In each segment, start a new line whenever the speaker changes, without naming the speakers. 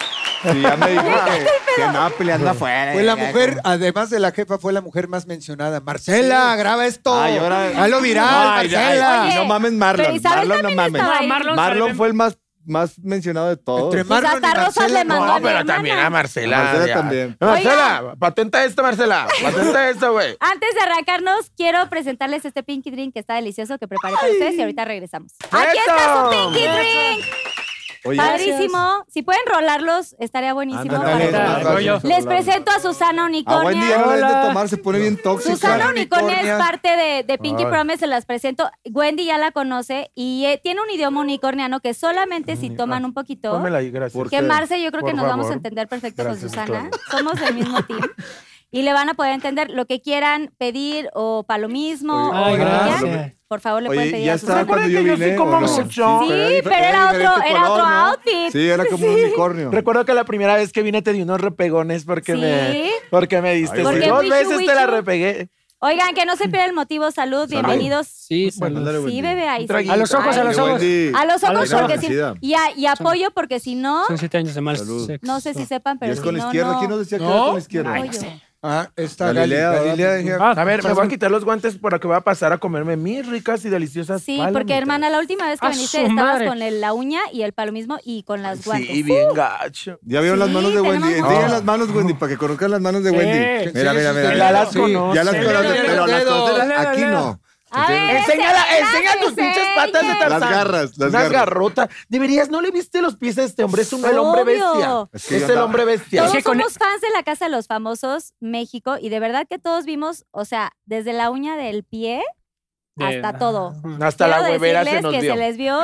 Sí, ya me dijo que
Se
rápido.
andaba peleando afuera.
Fue la
Ya,
mujer,
como-
además de la jefa, fue la mujer más mencionada. Marcela, graba esto.
Ay, ahora-
Hazlo viral,
Ay, ay,
Marcela.
ay,
Oye,
no mames,
pero
Marlon.
Isabel
Marlon no
también
mames.
estaba ahí.
Marlon,
Marlon fue el más, más mencionado de todos.
Entre
Pues
Marlon y
hasta Rosas
Marcela,
le mandó
no,
a mi hermana.
Marcela.
Marcela
ya.
también.
Marcela, patenta esta, Marcela. Patenta esta, güey.
Antes de arrancarnos, quiero presentarles este Pinky Drink que está delicioso que preparé para ustedes y ahorita regresamos. ¡Aquí está su
¡Eso!
Pinky Drink!
Oye,
Padrísimo. Si pueden rolarlos, estaría buenísimo.
Ándale,
para
ándale,
todos.
ándale, rollo.
Les presento a Susana
A Wendy ya
Unicornia.
Ah, no le den de tomar, se pone bien tóxica.
Susana Unicornia es
Unicornia.
parte de, de Pinky
Ay.
Promise, se las presento. Wendy ya la conoce y eh, tiene un idioma unicorniano que solamente si toman un poquito.
Pónmela ahí, gracias.
¿Por
Que
qué?
Marce, yo creo que
Por
nos vamos a
favor.
entender perfecto con
Gracias,
Susana. Somos del mismo team. Y le van a poder entender lo que quieran pedir o para lo mismo.
Oye,
o
Ay,
lo que
gracias.
quieran. Por favor, le pueden
Oye,
pedir
ya
a
estaba
Susana.
cuando yo
Acuérdate, yo
vine.
sí como
¿o no?
mucho.
Sí,
difer-
pero era otro-
diferente
era otro
¿no?
outfit.
Sí, era como un unicornio.
Recuerdo que la primera vez que vine te di unos repegones porque
Sí.
me porque me diste.
Porque
Sí, dos
wishu,
veces
wishu.
te la repegué.
Oigan, que no se pierda el motivo. Salud, bienvenidos.
Sí,
Ándale,
Sí,
Wendy.
bebé, ahí. sí.
A los ojos, a los
Ándale,
ojos.
Wendy.
A los ojos,
ojos.
porque si,
Felicidad.
y, a- y apoyo porque si no,
Son siete años de mal
Salud.
sexo.
no sé si sepan,
Y
pero
es
si
con la
no,
izquierda.
no.
¿Quién nos decía que era con la izquierda?
Apoyo.
Ah, está
Galilea,
Galilea.
¿verdad?
Galilea, decía,
Ah,
A ver, me voy a
perdón.
quitar los guantes para que voy a pasar a comerme mis ricas y deliciosas
Sí,
palomitas.
porque hermana, la última vez que
A
viniste
su
estabas
madre.
con el- la uña y el palomismo y con las guantes.
Sí, bien gacho.
Ya vieron las
Sí,
manos de Wendy.
tenemos
Enseñen
manos.
las manos, Wendy, para que conozcan las manos de Wendy. Mira,
sí,
mira,
sí,
mira.
sí,
Ya las
sí.
conoces.
Ya las conoces,
Mira,
pero
mira,
las
mira,
conoces
mira,
aquí
mira.
no.
A ver,
Enséñala,
enseña,
enseña tus pinches patas de
enseña.
Tarzán.
Las garras, las
Unas
garras.
garrotas. Deberías, no le viste los pies a este hombre. Es un el hombre
Obvio.
bestia.
Es
Es,
que yo
el
andaba-
hombre bestia.
Todos
que con-
somos fans de la Casa de los Famosos México y de verdad que todos vimos, o sea, desde la uña del pie
De-
hasta todo.
Hasta la
Quiero
huevera se
decirles
nos
que
dio.
se les vio.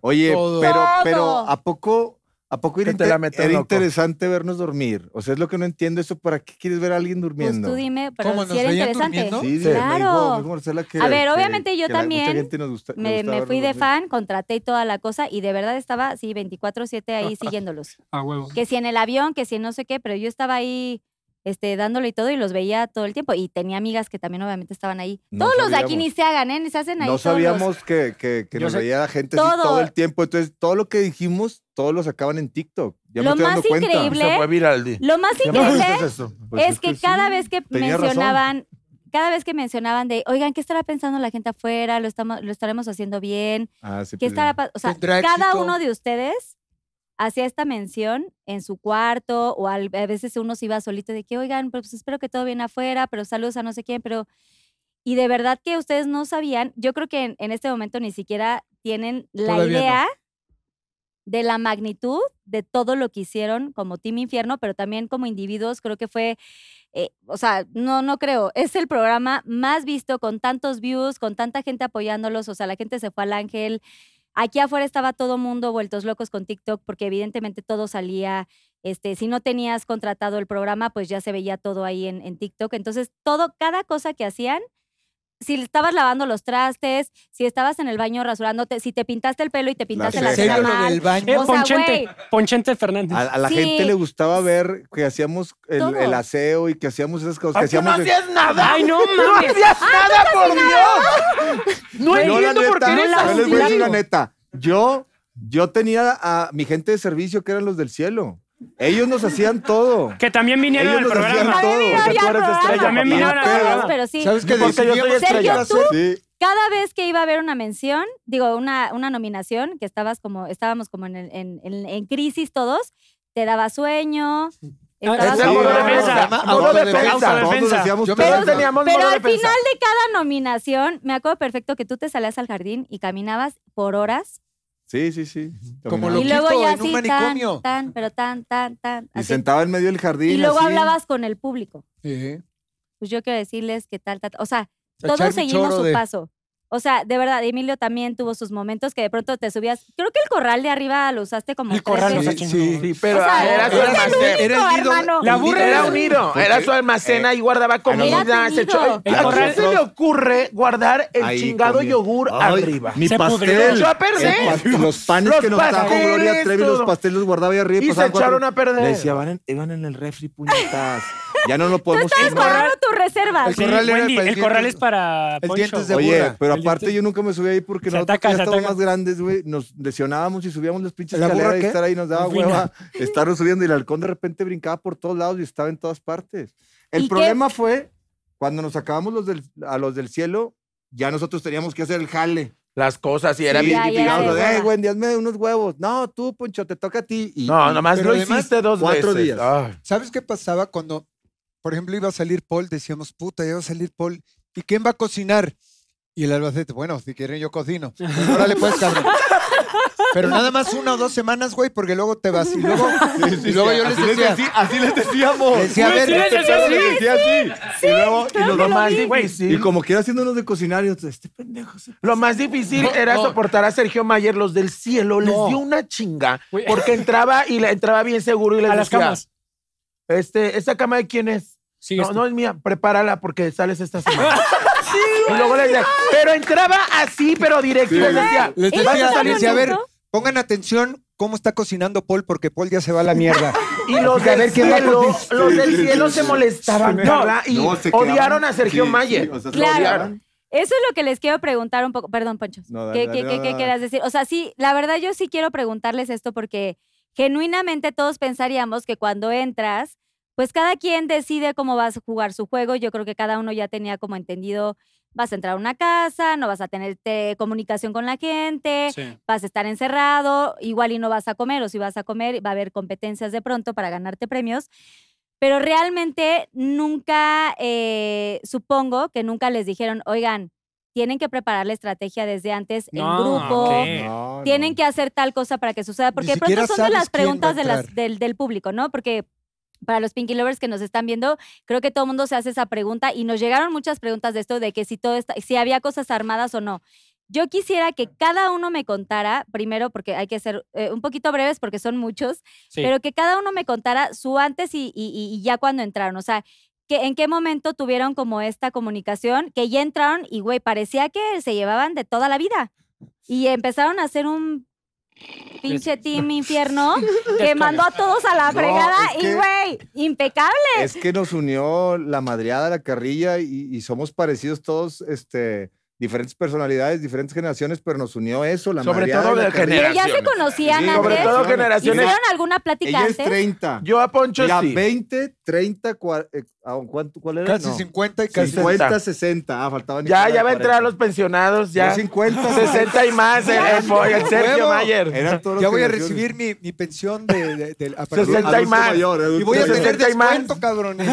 Oye,
Todo.
pero, pero
Todo.
¿a poco, a poco era,
Que te
inter-
la metas,
era
loco.
interesante vernos dormir? O sea, es lo que no entiendo eso. ¿Para qué quieres ver a alguien
Pues
durmiendo?
tú dime, pero
¿Cómo,
si
nos
era
veían
interesante.
durmiendo?
Sí,
Sí.
me dijo-
Claro.
me dijo Marcela que-
A ver,
que-
obviamente yo
que la- mucha
también
gente nos gusta-
Me,
gustaba
me fui de
vernos
fan, contraté y toda la cosa y de verdad estaba, sí, 24/7 ahí siguiéndolos.
A huevo.
Que si en el avión, que si en no sé qué, pero yo estaba ahí este, dándole y todo y los veía todo el tiempo. Y tenía amigas que también obviamente estaban ahí.
No
todos los de aquí
sabíamos.
ni se hagan, ¿eh? Ni se hacen ahí.
No
todos los-
sabíamos que, que, que
Yo
nos
sé-
veía la gente así
Todo.
todo el tiempo. Entonces, todo lo que dijimos, todos lo sacaban en TikTok. Ya me
Lo
estoy
más
dando cuenta.
increíble-
Se fue viral. di.
Lo más
Ya me
increíble
dices eso.
Pues
es que cada
sí.
vez que
tenía razón.
mencionaban, cada vez que mencionaban de, oigan, ¿qué estará pensando la gente afuera? ¿Lo, estamos, lo estaremos haciendo bien?
Ah, sí,
¿Qué
pues,
estará pa-?" O sea,
Tendrá
cada
éxito.
uno de ustedes hacía esta mención en su cuarto o al- a veces uno se iba solito de que, oigan, pues espero que todo bien afuera, pero saludos a no sé quién, pero... Y de verdad que ustedes no sabían, yo creo que en, en este momento ni siquiera tienen la
Todavía no.
idea de la magnitud de todo lo que hicieron como Team Infierno, pero también como individuos, creo que fue, eh, o sea, no, no creo, es el programa más visto con tantos views, con tanta gente apoyándolos, o sea, la gente se fue al ángel. Aquí afuera estaba todo mundo vueltos locos con TikTok porque evidentemente todo salía, este, si no tenías contratado el programa, pues ya se veía todo ahí en, en TikTok. Entonces, todo, cada cosa que hacían, si estabas lavando los trastes, si estabas en el baño rasurándote, si te pintaste el pelo y te pintaste
¿En
la
¿En serio
cara
lo
mal,
del
Eh,
baño?
o sea,
Ponchente,
güey.
Ponchente Fernández.
A, a la
Sí.
gente le gustaba ver que hacíamos el,
Todo.
el aseo y que hacíamos esas cosas.
Ay,
Que
tú no
hacíamos de-
hacías nada.
Ay, no
Ah, No
mames.
hacías nada, por Dios. No
Yo, la
entiendo por qué
neta,
eres
yo les voy a decir la
así.
neta. Yo, yo tenía a mi gente de servicio que eran los del cielo. Ellos nos hacían todo.
Que también vinieron
Ellos
al
nos
programa.
hacían todo.
También
Porque
vino al
tú eres
programa.
estrella,
También
papá. No
vino al
hay pedo.
programa.
Pero sí,
¿Sabes qué?
Porque yo soy
Decidíamos
estrella.
que iba a
Sergio,
ser-
Sí.
cada vez que iba a haber una mención, digo, una, una nominación, que estabas como, estábamos como en, el- en- en- en crisis todos, te daba sueño. estabas
sí,
Ese
como-
modo
no,
defensa.
se llama
Modo
autodefensa.
defensa.
Todos hacíamos
Yo me
todo.
Todos teníamos
Pero
modo
al
defensa.
final de cada nominación, me acuerdo perfecto que tú te salías al jardín y caminabas por horas
Sí, sí, sí.
Como
Caminaba.
y
Loquito,
luego ya
en un
así
manicomio.
tan, tan, pero tan, tan, tan.
Y
así.
sentaba en medio del jardín.
Y luego
así.
hablabas con el público.
Sí.
Pues yo quiero decirles que tal, tal, tal. o sea,
Echar un
todos seguimos
chorro
su
de-
paso. O sea, de verdad, Emilio también tuvo sus momentos que de pronto te subías. Creo que el corral de arriba lo usaste como.
El
tres
corral lo
veces.
saqué.
Sí, pero
O sea,
era su
era el
almacén.
ah, Era el
único, hermano.
nido.
La burra
Era unido,
Porque-
era su almacén y guardaba comida.
Era
Se echó-
tenido.
¿A quién
Corral-
se le ocurre guardar el
Ahí
chingado
comía.
yogur
Ay,
arriba?
Mi
Se
pastel.
pudrió.
Se echó a perder.
El pas- los panes
Los
que nos trajo
pasteles,
Gloria Trevi, los
todo.
pasteles los guardaba ahí arriba.
Y se
pasaban cuatro-
echaron a perder.
Le decía, van en, iban en el refri, puñetas. Ya no nos podemos
Estás
sumar.
guardando tu reserva.
El corral era
Wendy,
para el
el corral
dientes-
es para
el
Poncho.
dientes de-
Oye,
burra.
pero
El
aparte
diente-
yo nunca me subí ahí porque
Se
nosotros
ataca,
que
se
ya estábamos
ataca.
más grandes, güey. Nos lesionábamos y subíamos las pinches
¿La burra
escaleras y
qué?
estar ahí nos daba
Fina.
hueva estarnos subiendo. Y el halcón de repente brincaba por todos lados y estaba en todas partes.
¿Y
El
qué?
problema fue cuando nos sacábamos los del- a los del cielo, ya nosotros teníamos que hacer el jale.
Las cosas, y era
Sí,
bien
ya,
y
ya era
difícil.
digamos,
de
"Eh,
hueva".
güey, díazme unos huevos. No, tú, Poncho, te toca a ti. Y-
No,
y-
nomás
pero
lo
además,
hiciste dos
cuatro
veces.
días.
Ay,
¿Sabes qué pasaba cuando, por ejemplo, iba a salir Paul? Decíamos, puta, ya va a salir Paul. ¿Y quién va a cocinar? Y el Albacete, bueno, si quieren yo cocino. Bueno, Órale pues, cabrón. Pero nada más una o dos semanas, güey, porque luego te vas. Y luego, y luego yo les
así les
decía,
decí- así les decíamos.
les decía, a
"No
ver,
tienes
este
ese
pedo".
Sí,
Les decía así.
y luego, y lo, más difícil.
Y como quiera haciéndonos de cocinarios, este pendejo se
Lo más difícil era soportar a Sergio Mayer, los del cielo, les
No.
dio una chinga,
Güey.
porque entraba y la entraba bien seguro y les
A las
decía,
camas.
Este, ¿esta cama de quién es? No,
Sigues
este
tú.
no es mía, prepárala porque sales esta semana. y luego les decía, pero entraba así, pero directo y les decía,
Les
¿Ellos
decía,
hablan
les decía, a ver,
junto?
pongan atención cómo está cocinando Paul, porque Paul ya se va a la mierda.
y los
A
del
ver, ¿quién va a
cielo,
cocinar?
los del cielo se molestaban, Carla, y
No, se quedaban-
odiaron a Sergio
sí,
Mayer.
sí, o sea, se
Claro.
odiaron.
Eso es lo que les quiero preguntar un poco. Perdón, Poncho.
No, dale,
¿Qué,
dale,
qué-
dale,
qué- qué
dale.
querías decir? O sea, sí, la verdad yo sí quiero preguntarles esto porque genuinamente todos pensaríamos que cuando entras, pues cada quien decide cómo vas a jugar su juego. Yo creo que cada uno ya tenía como entendido, vas a entrar a una casa, no vas a tener eh, comunicación con la gente,
Sí.
vas a estar encerrado, igual y no vas a comer, o si vas a comer, va a haber competencias de pronto para ganarte premios. Pero realmente nunca, eh, supongo que nunca les dijeron, oigan, tienen que preparar la estrategia desde antes en
No,
grupo,
ok.
No, no.
tienen que hacer tal cosa para que suceda, porque de pronto
siquiera
son de las
sabes quién va a
preguntas de las,
entrar.
del, del público, ¿no? Porque para los Pinky Lovers que nos están viendo, creo que todo el mundo se hace esa pregunta y nos llegaron muchas preguntas de esto, de que si, todo está- si había cosas armadas o no. Yo quisiera que cada uno me contara, primero porque hay que ser eh, un poquito breves porque son muchos,
Sí.
pero que cada uno me contara su antes y, y- y- y ya cuando entraron. O sea, que en qué momento tuvieron como esta comunicación, que ya entraron y, güey, parecía que se llevaban de toda la vida. Y empezaron a hacer un pinche team infierno que mandó a todos a la
No,
fregada
es
y,
que-
güey, impecable.
Es que nos unió la madreada, la carrilla y, y somos parecidos todos, este, diferentes personalidades, diferentes generaciones, pero nos unió eso, la
Sobre
madreada.
todo
y la
de
carrilla.
Pero ya se
generaciones.
conocían
Sí,
Sobre
antes.
todo
Generaciones.
generaciones.
¿Hicieron alguna plática
Ella es
antes?
30.
Yo a Poncho
Mira,
sí.
20, 30, cua- eh, ah, ¿cuánto, ¿cuál era?
Casi
No.
50 y casi
50, 60. Ah, faltaban.
Ya, ya
Nicolás
va a
40.
entrar los pensionados, ya.
Yo 50, 60.
60 y más, el, el- el Sergio
Huevo.
Mayer.
Eran todos los
Ya voy a
generaciones.
recibir mi, mi pensión de, de- del- a partir-
60 y
Adulto
más.
mayor,
y
adulto
voy a
mayor.
tener
60 y más.
descuento, cabrones.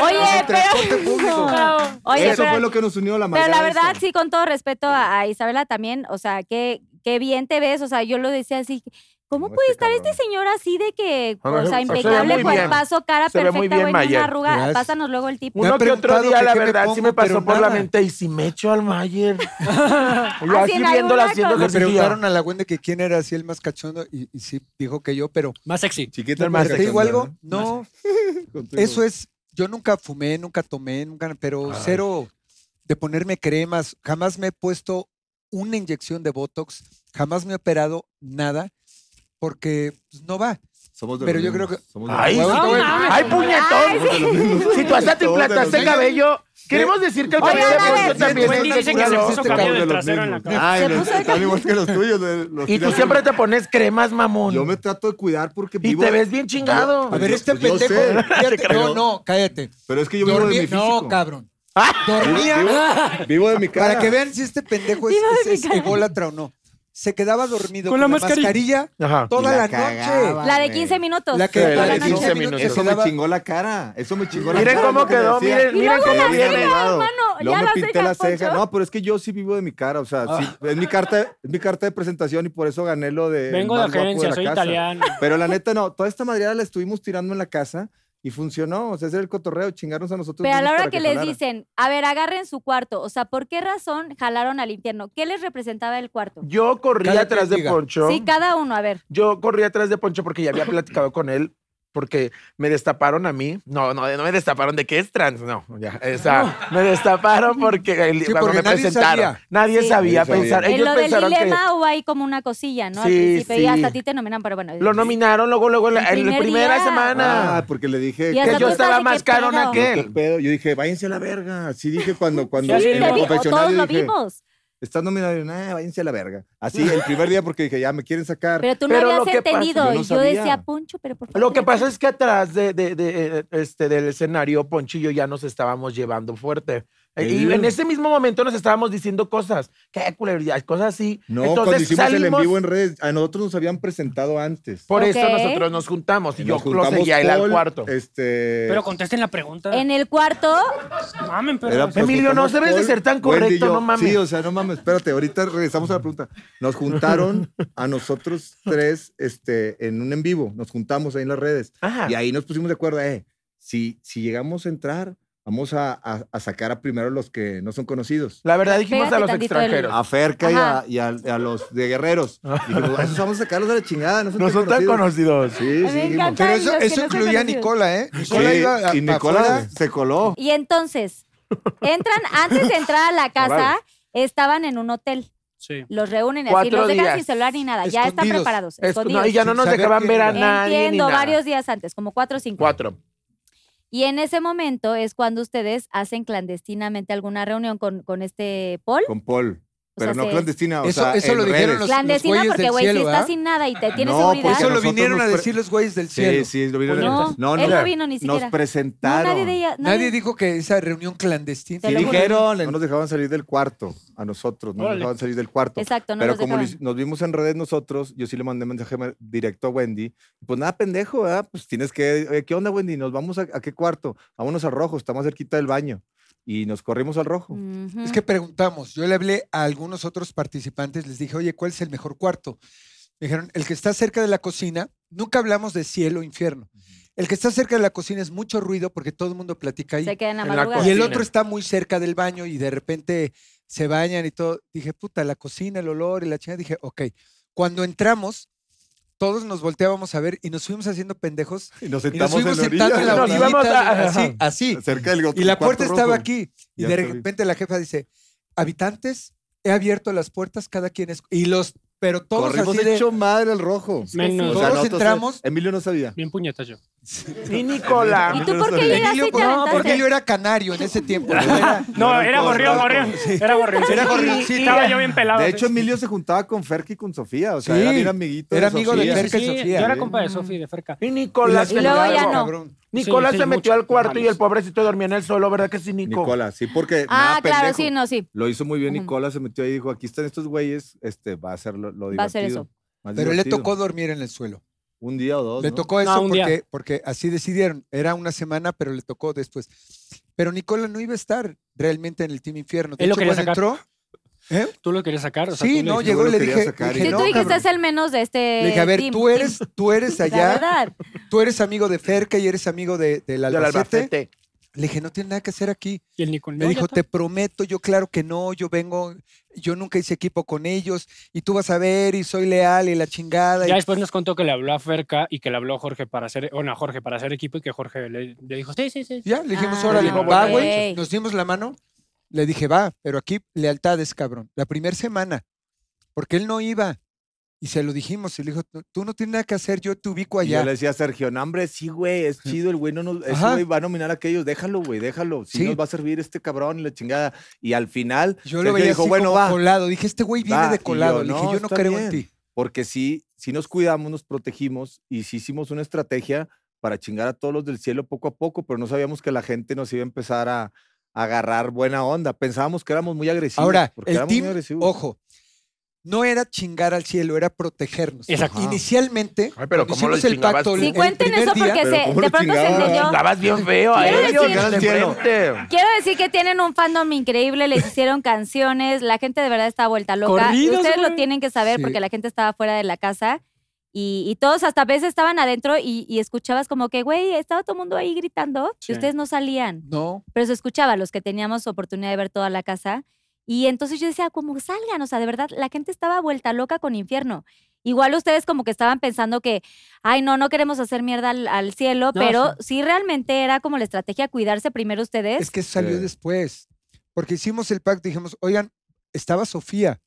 Oye,
el transporte público.
pero... Oye,
eso
pero-
fue lo que nos unió la
Pero
madreada.
la verdad,
esa.
sí, con todo respeto a, a Isabela también, o sea, qué, qué bien te ves, o sea, yo lo decía así, ¿cómo
No,
puede
este
estar
cabrón.
este señor así de que,
A ver,
o sea,
se ve
impecable,
muy bien.
cuerpazo, cara
Se ve muy
perfecta,
bien,
güey, ni
Mayer.
una arruga?
Gracias.
Pásanos luego el tip.
Me
Uno
han
que otro
preguntado
día,
que
la
qué me
verdad, sí me
pongo, pero
pasó por la
nada.
mente. ¿Y si me echo al Mayer? Yo
Ah, sí,
así
en
viéndolo
alguna
haciendo
cosa.
Le
ejercicio.
preguntaron a la Wendy que quién era así el más cachondo y, y sí dijo que yo, pero
Más sexy.
Chiquita,
¿te digo
pero cachondona,
algo? No,
contigo.
eso es, yo nunca fumé, nunca tomé, nunca, pero cero de ponerme cremas, jamás me he puesto una inyección de Botox, jamás me he operado nada porque pues, no va.
Somos de
Pero
los
yo
mismos,
creo que-
somos de los
Ay,
mismos.
Huevo,
sí.
huevo.
ay, puñetón. Si tú hasta te
Todos de los
implantaste
niños.
cabello, queremos decir que el
Oigan,
cabello de
a ver.
Poncho también
Wendy
es
dice que se
natural.
puso cabello
del
de los
trasero en la
mismos.
cara.
Ay,
Se
los-
puso de-
están igual que los tuyos. de- los
Y tú
tuyos.
siempre te pones cremas, mamón.
Yo me trato de cuidar porque
Y
vivo.
te ves bien chingado.
A ver,
yo-
este
pues yo
pendejo,
sé.
fíjate,
Te creo.
no, no, cállate.
Pero es que yo vivo de
Dormí-
mi físico. Ah,
no, cabrón. Dormía
Vivo de mi cara.
Para que vean si este pendejo es,
Iba de
es- es
mi cara.
ególatra o no. Se quedaba dormido con,
Con la
la
mascarilla.
mascarilla,
Ajá.
toda
Y
la,
la
noche.
cagaba.
La de
güey.
15 minutos.
La que-
por
la de 15
noche.
minutos.
Eso
Se
me
daba-
chingó la cara. Eso me chingó la
Miren
cara.
cómo
lo que
quedó,
decía.
miren,
Y
miren
luego
Quedó
cómo
la
bien
viene.
ceja,
arrugado.
hermano,
Luego
ya
me
la
pinté
ceja,
la ceja.
Poncho. Ah.
No, pues, pero es que yo sí vivo de mi cara. O sea, sí, es, mi carta, es mi carta de presentación y por eso gané lo de.
Vengo de
más
la
guapo
gerencia, soy
casa.
italiano.
Pero la neta, no. Toda esta madreada la estuvimos tirando en la casa y funcionó. O sea, ese era el cotorreo, chingarnos a nosotros.
Pero a la
mismos
hora
para
que les
jalara.
dicen, a ver, agarren su cuarto, o sea, ¿por qué razón jalaron al infierno? ¿Qué les representaba el cuarto?
Yo corrí
Cada
atrás
quien
de
diga.
Poncho.
Sí, cada uno, a ver.
Yo corrí atrás de Poncho porque ya había platicado con él
porque me destaparon a mí. No, no, no me destaparon de que es trans, no, ya. O sea, me destaparon porque, el-
Sí,
cuando
porque
me
nadie
presentaron.
sabía.
Nadie
Sí.
sabía
Nadie
pensar.
En
Ellos
lo del
pensaron que
dilema hubo ahí como una cosilla, ¿no? Al
Sí,
principio y
sí.
hasta a ti te nominan, pero bueno.
lo nominaron luego, luego, en la, en
El
la
primer
primera
día.
semana.
Ah, porque le dije
Y hasta
que yo
tú estás
estaba
de
más
qué
carona
pedo.
que
¿Qué
él.
pedo? Yo dije, váyanse a la verga. Así dije cuando, cuando
Sí,
Sí,
en
te
el
vi- o
confesionario
todos lo
dije,
vimos.
estás nominado, y yo, "Nah, váyanse a la verga. Así el primer día porque dije, ya me quieren sacar.
Pero tú no
Pero lo
habías
que pasa-
entendido.
yo no
y yo
sabía.
decía, Poncho, pero por favor.
Lo que
tranquilo".
pasa es que atrás de, de- de, eh, este, del escenario, Ponchillo ya nos estábamos llevando fuerte. Eh, Y
Sí.
en ese mismo momento nos estábamos diciendo cosas. ¿Qué culeridad? Cosas así.
no, cuando hicimos el en vivo en redes, a nosotros nos habían presentado antes.
Por eso
Ok.
nosotros nos juntamos. Y yo
Nos juntamos
lo seguía a él al
Paul,
cuarto.
Este,
Pero contesten la pregunta.
En el cuarto,
Mamen, pero.
Era- nos
Emilio, no
juntamos
debes de
Paul,
ser tan
Wendy y
correcto,
yo.
no mames.
Sí, o sea, no mames. Espérate, ahorita regresamos a la pregunta. Nos juntaron a nosotros tres este, en un en vivo. Nos juntamos ahí en las redes.
Ah.
Ajá.
Y ahí nos pusimos de acuerdo. Eh, si, si llegamos a entrar, vamos a, a- a sacar a primero los que no son conocidos.
La verdad dijimos
Pégate
a los
tantito el-
extranjeros.
A Ferca y a-
Ajá.
y, a, y a los de Guerreros. Dijimos, a esos vamos a sacarlos a la chingada. No son,
No son tan conocidos.
pues, Sí,
Me
sí. dijimos.
encanta.
Pero eso,
Ay, los que
eso
no son
incluía a
conocidos.
Nicola, ¿eh?
Sí,
Nicola iba a,
y
pa'
Nicolás
afuera.
se coló.
y entonces, entran, antes de entrar a la casa, estaban en un hotel.
Sí.
Los reúnen y así,
Cuatro
los dejan sin
días.
celular ni nada. Ya están
Escondidos.
preparados,
Es-
escondidos.
no, y ya no
Sin
nos
saber
dejaban
quién
ver a
era.
nadie. ni
Entiendo,
nada.
varios días antes, como cuatro o cinco.
Cuatro.
Y en ese momento es cuando ustedes hacen clandestinamente alguna reunión con, con este Paul.
Con Paul.
O sea,
Pero no
se-
clandestina. O
Eso-
sea,
eso
en
lo dijeron
redes.
los-
Clandestina
güeyes
porque,
del
güey, si
cielo,
estás
¿ah?
sin nada y te tienes
No,
seguridad.
porque
Eso lo
nosotros
vinieron
nos
a
pre-
decir los güeyes del
Sí,
cielo.
sí, lo vieron.
No,
no,
él
no.
no vino ni siquiera.
Nos presentaron.
No, nadie de ella-
Nadie
nadie-
dijo que esa reunión clandestina.
Te lo
Sí,
juro.
dijeron. No nos dejaban salir del cuarto a nosotros, no nos
Órale.
dejaban salir del cuarto.
Exacto, no
Pero
los
como
dejaban.
lo hic- nos vimos en redes nosotros, yo sí le mandé mensaje me- directo a Wendy. Pues nada, pendejo, ¿verdad? Pues tienes que. "Oye, ¿Qué onda, Wendy? ¿Nos vamos a, a qué cuarto? Vámonos al rojo, está más cerquita del baño. Y nos corrimos al rojo.
Ujú.
Es que preguntamos. Yo le hablé a algunos otros participantes, les dije, oye, ¿cuál es el mejor cuarto? Me dijeron, el que está cerca de la cocina, nunca hablamos de cielo o infierno. El que está cerca de la cocina es mucho ruido porque todo el mundo platica ahí.
se quedan a
en la
madrugada.
Y el
cocina.
otro está muy cerca del baño y de repente se bañan y todo. Dije, puta, la cocina, el olor y la chingada. Dije, ok. Cuando entramos, todos nos volteábamos a ver y nos fuimos haciendo pendejos.
Y nos
Y nos
sentamos
fuimos
en la
sentando
orilla.
en la
Nos
orillita,
íbamos a-
de-
ajá.
así, así.
Cerca del
Y la puerta
cuarto
estaba
rojo.
aquí. Y
Ya
de
te vi.
repente la jefa dice, habitantes, he abierto las puertas, cada quien es... Y los... Pero todos
Corrimos
así de-
hecho madre al rojo.
Menos.
O sea, Todos
nosotros-
entramos.
Emilio no sabía.
Bien puñetas yo.
Y Nicola.
¿Y tú por qué llegaste y
Emilio,
te
por- no, porque
aventaste?
Emilio era canario en ese tiempo. Era-
No, era gorrión,
gorrión,
gorrión. Era gorrión.
Era gorrión, sí.
Estaba yo bien pelado.
De
sí.
hecho, Emilio se juntaba con Ferki y con Sofía. O sea,
Sí,
era bien amiguito.
era amigo de
Sofía.
Ferca y
Sí,
Sofía,
Yo era
¿eh?
compa de Sofi, de Ferca.
Y Nicolás.
Y luego ya no.
Cabrón.
Nicolás
Sí, sí,
se metió
mucho.
al cuarto y
Malos.
el pobrecito dormía en el suelo, ¿verdad que sí, Nico?
Nicola, sí, porque.
Ah,
nada,
claro,
pendejo.
sí, no, sí.
Lo hizo muy bien
Ujú.
Nicola, se metió ahí y dijo, aquí están estos güeyes, este, va a ser lo, lo divertido.
Va a ser eso.
más
Pero le
divertido".
tocó dormir en el suelo.
Un día o dos,
Le
¿no?
tocó
No,
eso
un día.
porque, porque así decidieron. Era una semana, pero le tocó después. Pero Nicola no iba a estar realmente en el Team Infierno. De
Él lo
hecho,
quería
cuando entró, ¿eh?
Tú lo querías sacar. O sea,
sí,
tú le
no,
dijiste-
llegó y le
Yo lo quería
dije,
sacar y
dije,
Si
no,
tú dijiste
cabrón.
es el menos de este.
Le dije, a ver,
team,
tú eres, tú eres
team". La
allá,
verdad.
tú eres amigo de Ferca y eres amigo de, del
Del
Albacete.
Albacete.
Le dije, no tiene nada que hacer aquí.
Y el Nicol.
Me
no,
dijo,
ya está.
te prometo, yo claro que no, yo vengo, yo nunca hice equipo con ellos y tú vas a ver y soy leal y la chingada. y
Ya después nos contó que le habló a Ferca y que le habló a Jorge para hacer, bueno, a Jorge para hacer equipo y que Jorge le, le dijo, sí, sí, sí.
Ya, le dijimos,
Ah,
órale,
ok.
va, güey. Nos dimos la mano. Le dije, va, pero aquí lealtades, cabrón. La primera semana, porque él no iba. Y se lo dijimos. Y le dijo, "Tú- tú no tienes nada que hacer, yo te ubico
Y yo
allá.
le decía a Sergio, no, hombre, sí, güey, es chido, el güey no nos, ese
Ajá.
güey va a nominar a aquellos, déjalo, güey, déjalo, sí,
Sí.
nos va a servir este cabrón y la chingada. Y al final,
Yo
Sergio
lo veía
dijo,
así
bueno,
como
va,
colado. Dije, este güey viene
Va, y
de
yo,
colado. le dije,
"No,
yo no
está
creo en
bien".
ti.
porque sí, sí nos cuidamos, nos protegimos y sí hicimos una estrategia para chingar a todos los del cielo poco a poco, pero no sabíamos que la gente nos iba a empezar a, a agarrar buena onda. Pensábamos que éramos muy agresivos.
Ahora,
porque
el
éramos muy
team,
agresivos.
ojo, no era chingar al cielo, era protegernos.
Exacto.
Inicialmente,
Ay, pero
cuando
¿cómo lo
hicimos el
chingabas
pacto
tú?
el-
Sí,
el
cuenten
primer
eso
día-
porque
Pero
se- de
¿cómo lo
pronto se
chingabas?
entendió.
Estabas bien feo a
Quiero
ellos,
decir-
de frente.
Quiero decir que tienen un fandom increíble, les hicieron canciones, la gente de verdad está vuelta loca.
Corridos,
Ustedes lo
güey.
tienen que saber
Sí.
porque la gente estaba fuera de la casa y, y todos hasta a veces estaban adentro y, y escuchabas como que, güey, estaba todo el mundo ahí gritando
Sí.
y ustedes no salían,
No,
pero se escuchaba los que teníamos oportunidad de ver toda la casa. Y entonces yo decía, como salgan, o sea, de verdad, la gente estaba vuelta loca con infierno. Igual ustedes como que estaban pensando que, ay, no, no queremos hacer mierda al, al cielo,
No,
pero sí. realmente era como la estrategia cuidarse primero ustedes.
Es que salió
Sí.
después. Porque hicimos el pacto, dijimos, oigan, estaba Sofía.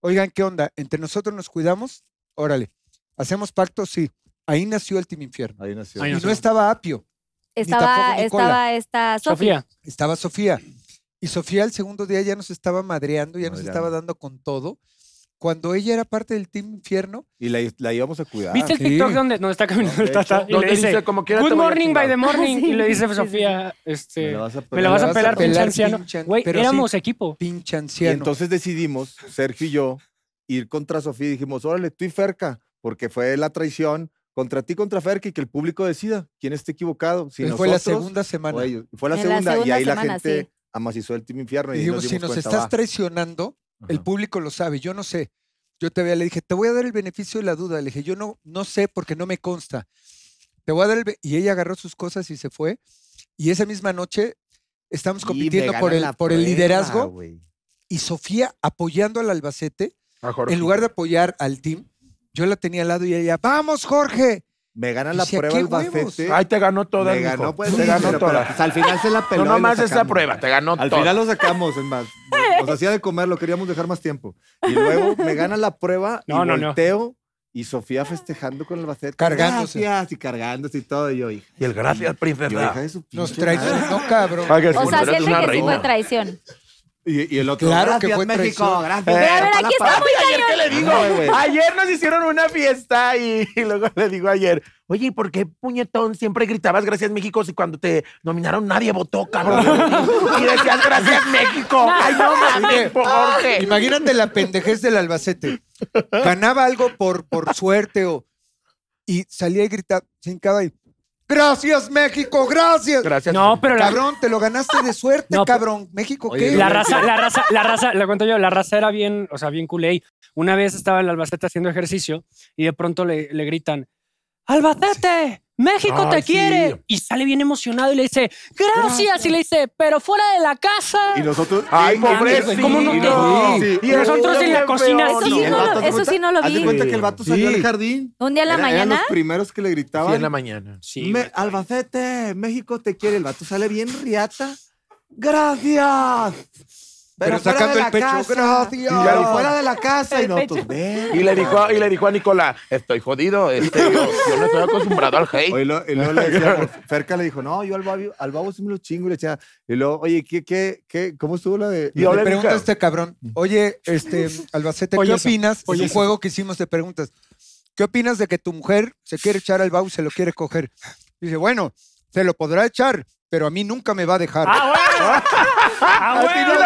Oigan, ¿qué onda? ¿Entre nosotros nos cuidamos? Órale. ¿Hacemos pacto? Sí. Ahí nació el Team Infierno.
Ahí nació.
Ahí
Y
nació.
no estaba Apio,
estaba,
tampoco
estaba
Nicola.
esta Sofía.
Sofía,
estaba Sofía. Y Sofía el segundo día ya nos estaba madreando, ya nos
Madreando.
estaba dando con todo. Cuando ella era parte del Team Infierno,
Y la, la íbamos a cuidar.
¿viste el
sí.
TikTok donde, donde está caminando
No,
el
Ah, de
Tata? Y
No,
le
te dice,
dice,
como quiera te
Good
voy a
morning by
chingar.
the morning. Y le dice
Sí, sí, sí.
Sofía,
Me
este,
la vas a
me la vas a
vas a
pelar, pinche
pelar,
anciano.
pinche an-
Güey,
pero sí.
éramos equipo.
pinche
Y
anciano.
entonces decidimos, Sergio y yo, ir contra Sofía y dijimos, órale, tú y Ferca, porque fue la traición contra ti, contra Ferca y que el público decida quién está equivocado. Si
Él
nosotros,
fue la segunda semana.
o ellos. Y Fue la
En la
segunda, y
segunda
ahí la
semana,
gente
sí.
amacizó el Team Infierno.
Y
Y, ahí
dijimos,
nos
si
dimos
nos
cuenta,
estás
va".
traicionando, el
Ajá.
público lo sabe, yo no sé. Yo te veía, le dije, te voy a dar el beneficio de la duda. Le dije, yo no, no sé porque no me consta. Te voy a dar el... be-". Y ella agarró sus cosas y se fue. Y esa misma noche estamos
Y me
compitiendo por
ganan
el,
la
por el
prueba,
liderazgo
güey.
y Sofía apoyando al Albacete.
A Jorge.
En lugar de apoyar al team, yo la tenía al lado y ella, vamos Jorge.
Me ganan la
Dice, "¿A
prueba
qué
el
huevos?".
Albacete.
Ay, te ganó toda.
Me ganó,
mijo.
pues,
te
sí,
ganó
pero
toda.
para- al final se la
No
peló. y lo
nomás esa
sacamos.
prueba, te ganó
Al
toda.
final lo sacamos, es más. Nos hacía de comer, lo queríamos dejar más tiempo. Y luego me gana la prueba
No,
y
no, no.
volteo y Sofía festejando con el Albacete.
Cargándose.
Gracias, y cargándose y todo. Y yo, hija,
Y el gracias,
yo,
princesa.
hija de su
Nos
pinche madre.
traicionó, cabrón.
O sea,
eres
sienten
una
que sí fue
reina.
traición.
Y, y el otro,
Claro que
gracias,
fue
México,
traición.
gracias.
Eh,
a
México,
ver,
toda la
aquí
paz.
estamos.
ayer que le digo,
No, güey.
ayer nos hicieron una fiesta y, y luego le digo ayer, oye, ¿y por qué puñetón siempre gritabas gracias México si cuando te nominaron nadie votó, cabrón? y decías gracias México. Ay, no mames, por Jorge.
Imagínate la pendejez del Albacete. Ganaba algo por, por suerte o. Y salía y gritaba, se hincaba y. ¡Gracias, México! ¡Gracias!
Gracias.
No, pero la,
Cabrón, te lo ganaste de suerte,
No, pues,
cabrón. ¿México
Oye,
qué?
La
Pero
raza, la raza, la raza, la cuento yo, la raza era bien, o sea, bien culé. Y Una vez estaba el Albacete haciendo ejercicio y de pronto le, le gritan, Albacete, México
Ay,
te
sí.
quiere. Y sale bien emocionado y le dice, gracias. Y le dice, pero fuera de la casa.
Y nosotros,
Ay,
y-
pobrecito.
¿Cómo no
te- Sí.
Y el
Nosotros
niño
en la
bien
cocina,
peor.
Eso sí,
el
no
vato,
lo,
haz de
eso sí
cuenta-
no lo
Haz de
vi.
cuenta que el vato salió
Sí.
al jardín.
Un día en la
Era- Eran
mañana.
los primeros que le
Sí, en
gritaban.
la mañana.
Sí,
Me-
güey.
Albacete, México te quiere. El vato sale bien riata. ¡Gracias!
Pero
fuera
sacando
de la
el pecho,
casa.
gracias.
Y pero fuera de la casa. Y no, pues, ve.
Y le dijo, y le dijo a Nicola, estoy jodido, este, yo, yo no estoy acostumbrado al hate.
Oye, lo- y luego le decía, pues, Ferca le dijo, no, yo al babo, al babo sí me lo chingo. Y le decía, y luego, oye, ¿qué, qué, qué, ¿cómo estuvo la de...?
Y yo
Le
le
pregunto a
dije,
este cabrón, oye, este, Albacete, ¿qué
Polloso,
opinas? Es un
polloso.
juego que hicimos de preguntas. ¿Qué opinas de que tu mujer se quiere echar al bau, se lo quiere coger? Dice, bueno, se lo podrá echar, pero a mí nunca me va a dejar.
¡Ah, güey! ¡Ah, güey!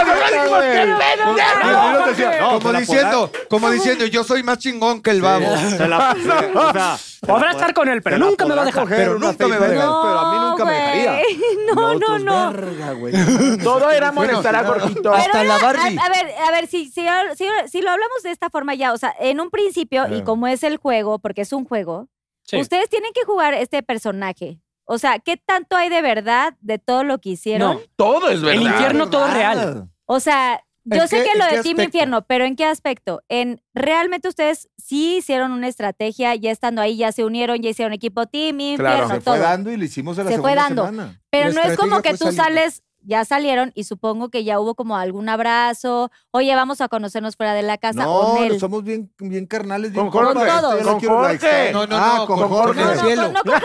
Y el niño decía, no, se
como
la
diciendo, como diciendo, yo soy más chingón que el babo.
podrá- se la- se- o sea, se la
Podrá estar con él, pero
se la
nunca me va a
podrá
dejar.
coger
Pero
unas
nunca me
seis
va a
veces,
dejar.
Pero a mí nunca me dejaría.
güey. No, no,
Nosotros,
no.
verga, güey.
todo era molestar a Jorgito.
Pero
Hasta la
era- a-
Barbie.
A, ver, a ver, si, si, si, si lo hablamos de esta forma ya, o sea, en un principio, y
Claro.
como es el juego, porque es un juego,
Sí.
ustedes tienen que jugar este personaje. O sea, ¿qué tanto hay de verdad de todo lo que hicieron?
No,
Todo es verdad.
El infierno todo es real.
O sea, yo
¿En
sé
qué-
que lo
en qué
de Team
aspecto?
Infierno, pero ¿en qué aspecto? En realmente ustedes sí hicieron una estrategia, ya estando ahí, ya se unieron, ya hicieron equipo Team Infierno,
Claro, se
todo.
fue dando y lo hicimos en la
Se fue
segunda
dando.
semana.
Pero
La
no es como
estrategia
que
fue
tú
saliendo.
sales, ya salieron y supongo que ya hubo como algún abrazo, oye, vamos a conocernos fuera de la casa,
No,
Onel.
somos bien, bien carnales.
Con
bien compas,
Jorge,
esto yo
con
no quiero
Jorge.
likes.
No, no,
Ah,
no,
con
con
Jorge.
Jorge.
No, no,
cielo.
con, no, con,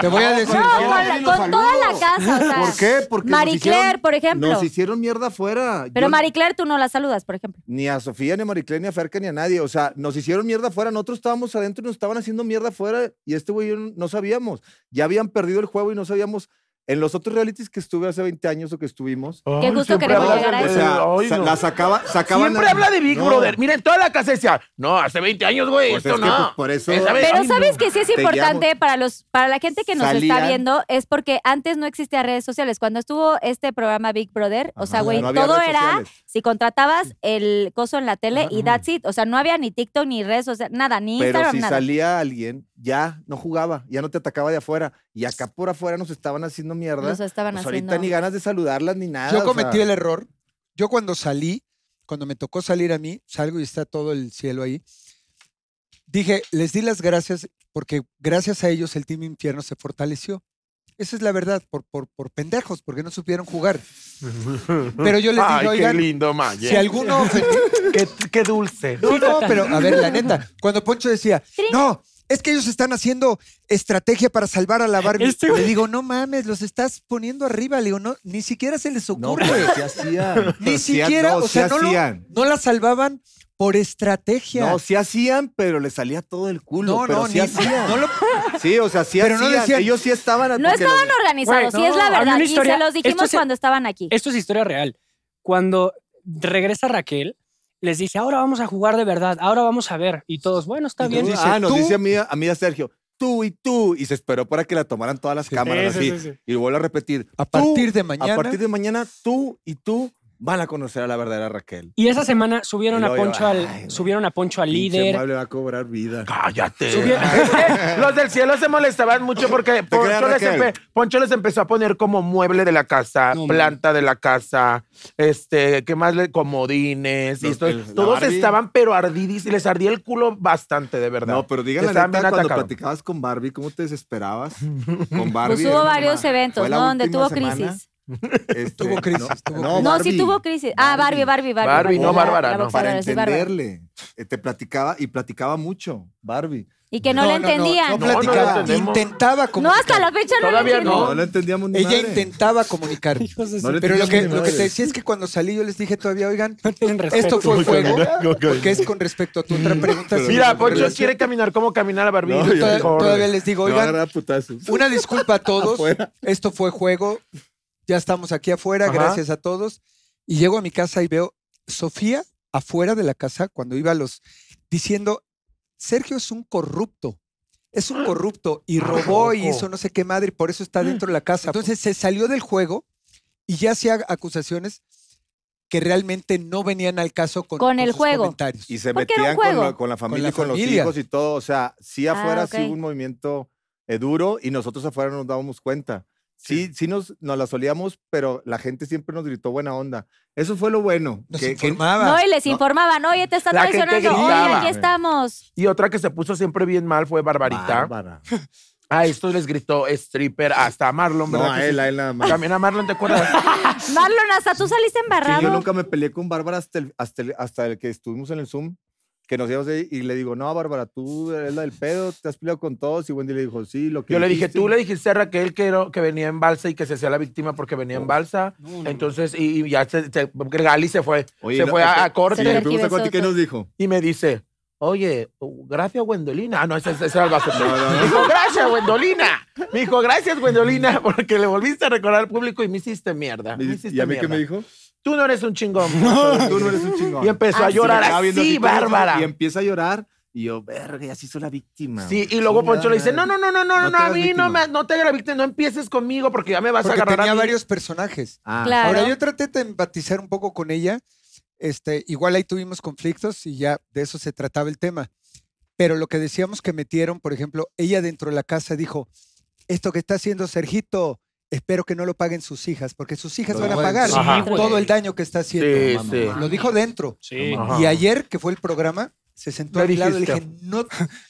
Te voy a decir,
No,
con la-
Sí, los
con toda la
saludos.
casa. O sea,
¿Por qué? Porque nos
Marie
hicieron-
Claire, por ejemplo.
Nos hicieron mierda afuera.
Pero
Yo-
Marie Claire tú no la saludas, por ejemplo.
Ni a Sofía, ni a Mariclé, ni a Ferca, ni a nadie. O sea, nos hicieron mierda afuera. Nosotros estábamos adentro y nos estaban haciendo mierda afuera. Y este güey y yo no sabíamos. Ya habían perdido el juego y no sabíamos. En los otros realities que estuve hace 20 años o que estuvimos.
Ay,
Qué gusto
siempre
queremos
hablas
llegar a
del-
O
eso.
sea,
Oh, Ay,
sa-
no.
la sacaba, sacaban.
Siempre habla de Big
No,
Brother. Mira, en toda la casa decía, no, hace 20 años, güey,
Pues
esto
es que,
no.
pues, por eso-
Esa vez-
Pero
Ay,
sabes que sí es
Te llamo.
importante para los para la gente que nos está
Salían.
viendo es porque antes no existían redes sociales. Cuando estuvo este programa Big Brother, o sea,
Ajá,
güey,
no había
todo
redes
era
sociales.
si contratabas el coso en la tele y that's it, o sea, no había ni TikTok ni redes, o sea, nada, ni
Pero
Instagram,
si
nada.
salía alguien, ya no jugaba, ya no te atacaba de afuera. Y acá por afuera nos estaban haciendo mierda.
Nos estaban
Pues
haciendo.
ahorita ni ganas de saludarlas ni nada.
yo
o
cometí
sea,
el error. Yo cuando salí, cuando me tocó salir a mí, salgo y está todo el cielo ahí. Dije, les di las gracias porque gracias a ellos el Team Infierno se fortaleció. Esa es la verdad, por, por, por pendejos, porque no supieron jugar. Pero pues, yo les dije,
Ay, qué
oigan,
lindo, Maye.
si alguno ofendió,
qué, qué dulce.
no, no, pero a ver, la neta, cuando Poncho decía, no, es que ellos están haciendo estrategia para salvar a la Barbie.
Este güey-
le digo, no mames, los estás poniendo arriba. Le digo, no, ni siquiera se les
No,
ocurre.
pero sí hacían.
ni
Sí,
siquiera,
no,
o
sí
sea, no, lo-
hacían.
no la salvaban por estrategia.
No, sí hacían, pero le salía todo el culo.
No,
pero
no,
sí
ni-
hacían.
no lo-
Sí, o sea, sí
Pero no
hacían.
decían-
Ellos sí estaban.
No
porque los-
estaban organizados,
Güey,
sí es
no,
la
había
verdad.
una
Y
historia-
se los dijimos
esto se-
cuando estaban aquí.
Esto es historia real. Cuando regresa Raquel, les dice, ahora vamos a jugar de verdad, ahora vamos a ver. Y todos, bueno, está bien.
dice,
ah, nos
"Tú".
dice a mí, a mí a Sergio, tú y tú. Y se esperó para que la tomaran todas las cámaras
Sí,
así.
sí, sí, sí.
Y vuelvo a repetir.
A
"Tú,
partir de
A
mañana.
partir de mañana, tú y tú van a conocer a la verdadera Raquel.
Y esa semana subieron
Y
a
luego yo,
Poncho al,
ay, güey.
subieron a Poncho al
Pinche
líder.
mueble va a cobrar vida.
Cállate.
Subieron-
Los del cielo se molestaban mucho porque Poncho les,
Raquel?
empe- Poncho les empezó a poner como mueble de la casa,
No,
planta de la casa, este, ¿qué más? le- Comodines. y
Los-
esto-
el- la
todos
Barbie.
estaban pero ardidis y les ardía el culo bastante, de verdad.
No, pero digan la
Estaban
neta,
bien
cuando
atacados.
platicabas con Barbie, ¿cómo te desesperabas? Con Barbie.
Pues
era
hubo
una-
varios eventos,
fue la
¿no? Donde
última
tuvo
semana,
crisis.
este,
Tuvo crisis, tuvo
No,
No, sí
Barbie.
tuvo crisis. Ah, Barbie, Barbie, Barbie.
Barbie, no,
la-
Bárbara,
la
no.
boxeadora,
Para
sí, Bárbara.
entenderle. eh, Te platicaba y platicaba mucho, Barbie.
Y que no, la entendían.
No,
No, no la
platicaba,
entendemos.
intentaba
No,
comunicar.
hasta la fecha no la
Todavía
entiendo.
no.
No, no entendíamos ni
Ella
madre.
intentaba comunicar.
Hijos de su-
No le
Pero lo que,
entendíamos ni
lo que te
madre.
decía es que cuando salí yo les dije todavía, oigan,
No tienen respeto.
esto fue fuego,
Ok.
porque es con respecto a tu otra pregunta. sobre
Mira,
la
Poncho
relación.
quiere caminar como caminar a Barbie.
No,
Yo
yo-
Toda-
mejor.
Todavía les digo,
Me va a
oigan,
agarrar a putazos.
una disculpa a todos,
Afuera.
esto fue juego, ya estamos aquí afuera,
Ajá.
gracias a todos. Y llego a mi casa y veo Sofía afuera de la casa cuando iba a los diciendo, Sergio es un corrupto. Es un corrupto y robó y
Ah, Loco.
hizo no sé qué madre y por eso está dentro de la casa. Entonces se salió del juego y ya hacía acusaciones que realmente no venían al caso con,
Con el
sus
juego.
comentarios.
Y se
Porque era un
metían con
juego.
la, con la familia, y
la
con los
familia.
hijos y todo. O sea, sí afuera
Ah, ok.
sí hubo un movimiento eh, duro y nosotros afuera no nos dábamos cuenta. Sí, sí, nos, nos la solíamos, pero la gente siempre nos gritó buena onda. Eso fue lo bueno.
Nos
que- que-
informaba.
No, y les informaban, oye, te está
La gente
traicionando, oye,
gritaba.
aquí estamos.
Y otra que se puso siempre bien mal fue Barbarita.
Bárbara.
A esto les gritó stripper hasta a Marlon,
No,
¿verdad?
a
que sí?
él, a él nada más.
También a Marlon, ¿te acuerdas?
Marlon, hasta tú saliste
Sí, yo
embarrado.
nunca me peleé con Bárbara hasta el, hasta, el, hasta el que estuvimos en el Zoom, que nos íbamos ahí, y le digo, no, Bárbara, tú eres la del pedo, te has peleado con todos. Y Wendy le dijo, sí, lo que
Yo le dije,
dijiste".
tú le dijiste a Raquel que, era- que venía en balsa y que se hacía la víctima porque venía en balsa.
No, no,
Entonces, y, y ya se, se- Gali se fue,
Oye,
se
no,
fue a, a
este- Sí,
corte
le
Aquí
pregunto a ti,
besó
¿qué
todo.
nos dijo?
y me dice, oye, oh, gracias, Gwendolina. Ah, no, ese, ese era el vaso.
No, no, no.
Me dijo, gracias, Gwendolina. Me dijo, gracias, Gwendolina, porque le volviste a recordar al público y me hiciste mierda. Me Ah, hiciste
¿Y a mí
mierda.
qué me dijo?
Tú no eres un chingón.
Tú no eres un chingón.
Y empezó a
Y se me
llorar
queda viendo
así,
¿cómo se-
Bárbara.
Y empieza a llorar. Y yo, verga, ya se hizo la víctima.
Sí, y luego
Chingada
Poncho le dice, no,
madre.
no, no, no, no,
No
no,
te
no, a
hagas
mí
víctima.
no, me, no te hagas la víctima, no empieces conmigo porque ya me vas
porque
a agarrar a
tenía
mí.
varios personajes.
Ah,
Claro.
Ahora, yo traté de empatizar un poco con ella. Este, igual ahí tuvimos conflictos y ya de eso se trataba el tema. Pero lo que decíamos que metieron, por ejemplo, ella dentro de la casa dijo, esto que está haciendo Sergito, espero que no lo paguen sus hijas, porque sus hijas
Lo
van a
dijo
pagar
dentro. Ajá.
todo el daño que está
Sí,
haciendo.
sí.
Lo dijo dentro.
Sí.
Ajá.
Y ayer, que fue el programa, se sentó a
Le
mi lado y le
dijiste.
dije, no,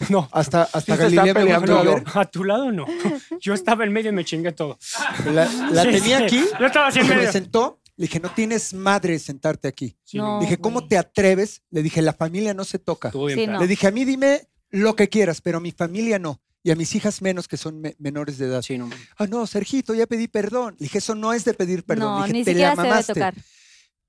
No.
hasta,
se
hasta Galilea
están
me volteó
peleando
a
yo.
ver.
A tu lado no. Yo estaba en medio y me chingué todo.
La, la
Sí,
tenía
sí.
aquí,
Yo estaba así
y
en medio.
me sentó, le dije, no tienes madre sentarte aquí.
Sí,
No.
Dije, ¿cómo
güey.
te atreves? Le dije, la familia no se toca.
estuvo bien
Sí,
padre.
no.
Le dije, a mí dime lo que quieras, pero a mi familia no. Y a mis hijas menos, que son me- menores de edad.
Sí, no.
Ah, no, Sergito, ya pedí perdón. Le dije, eso no es de pedir perdón.
no,
Le dije,
ni
"Te
siquiera
la
se debe
mamaste".
tocar.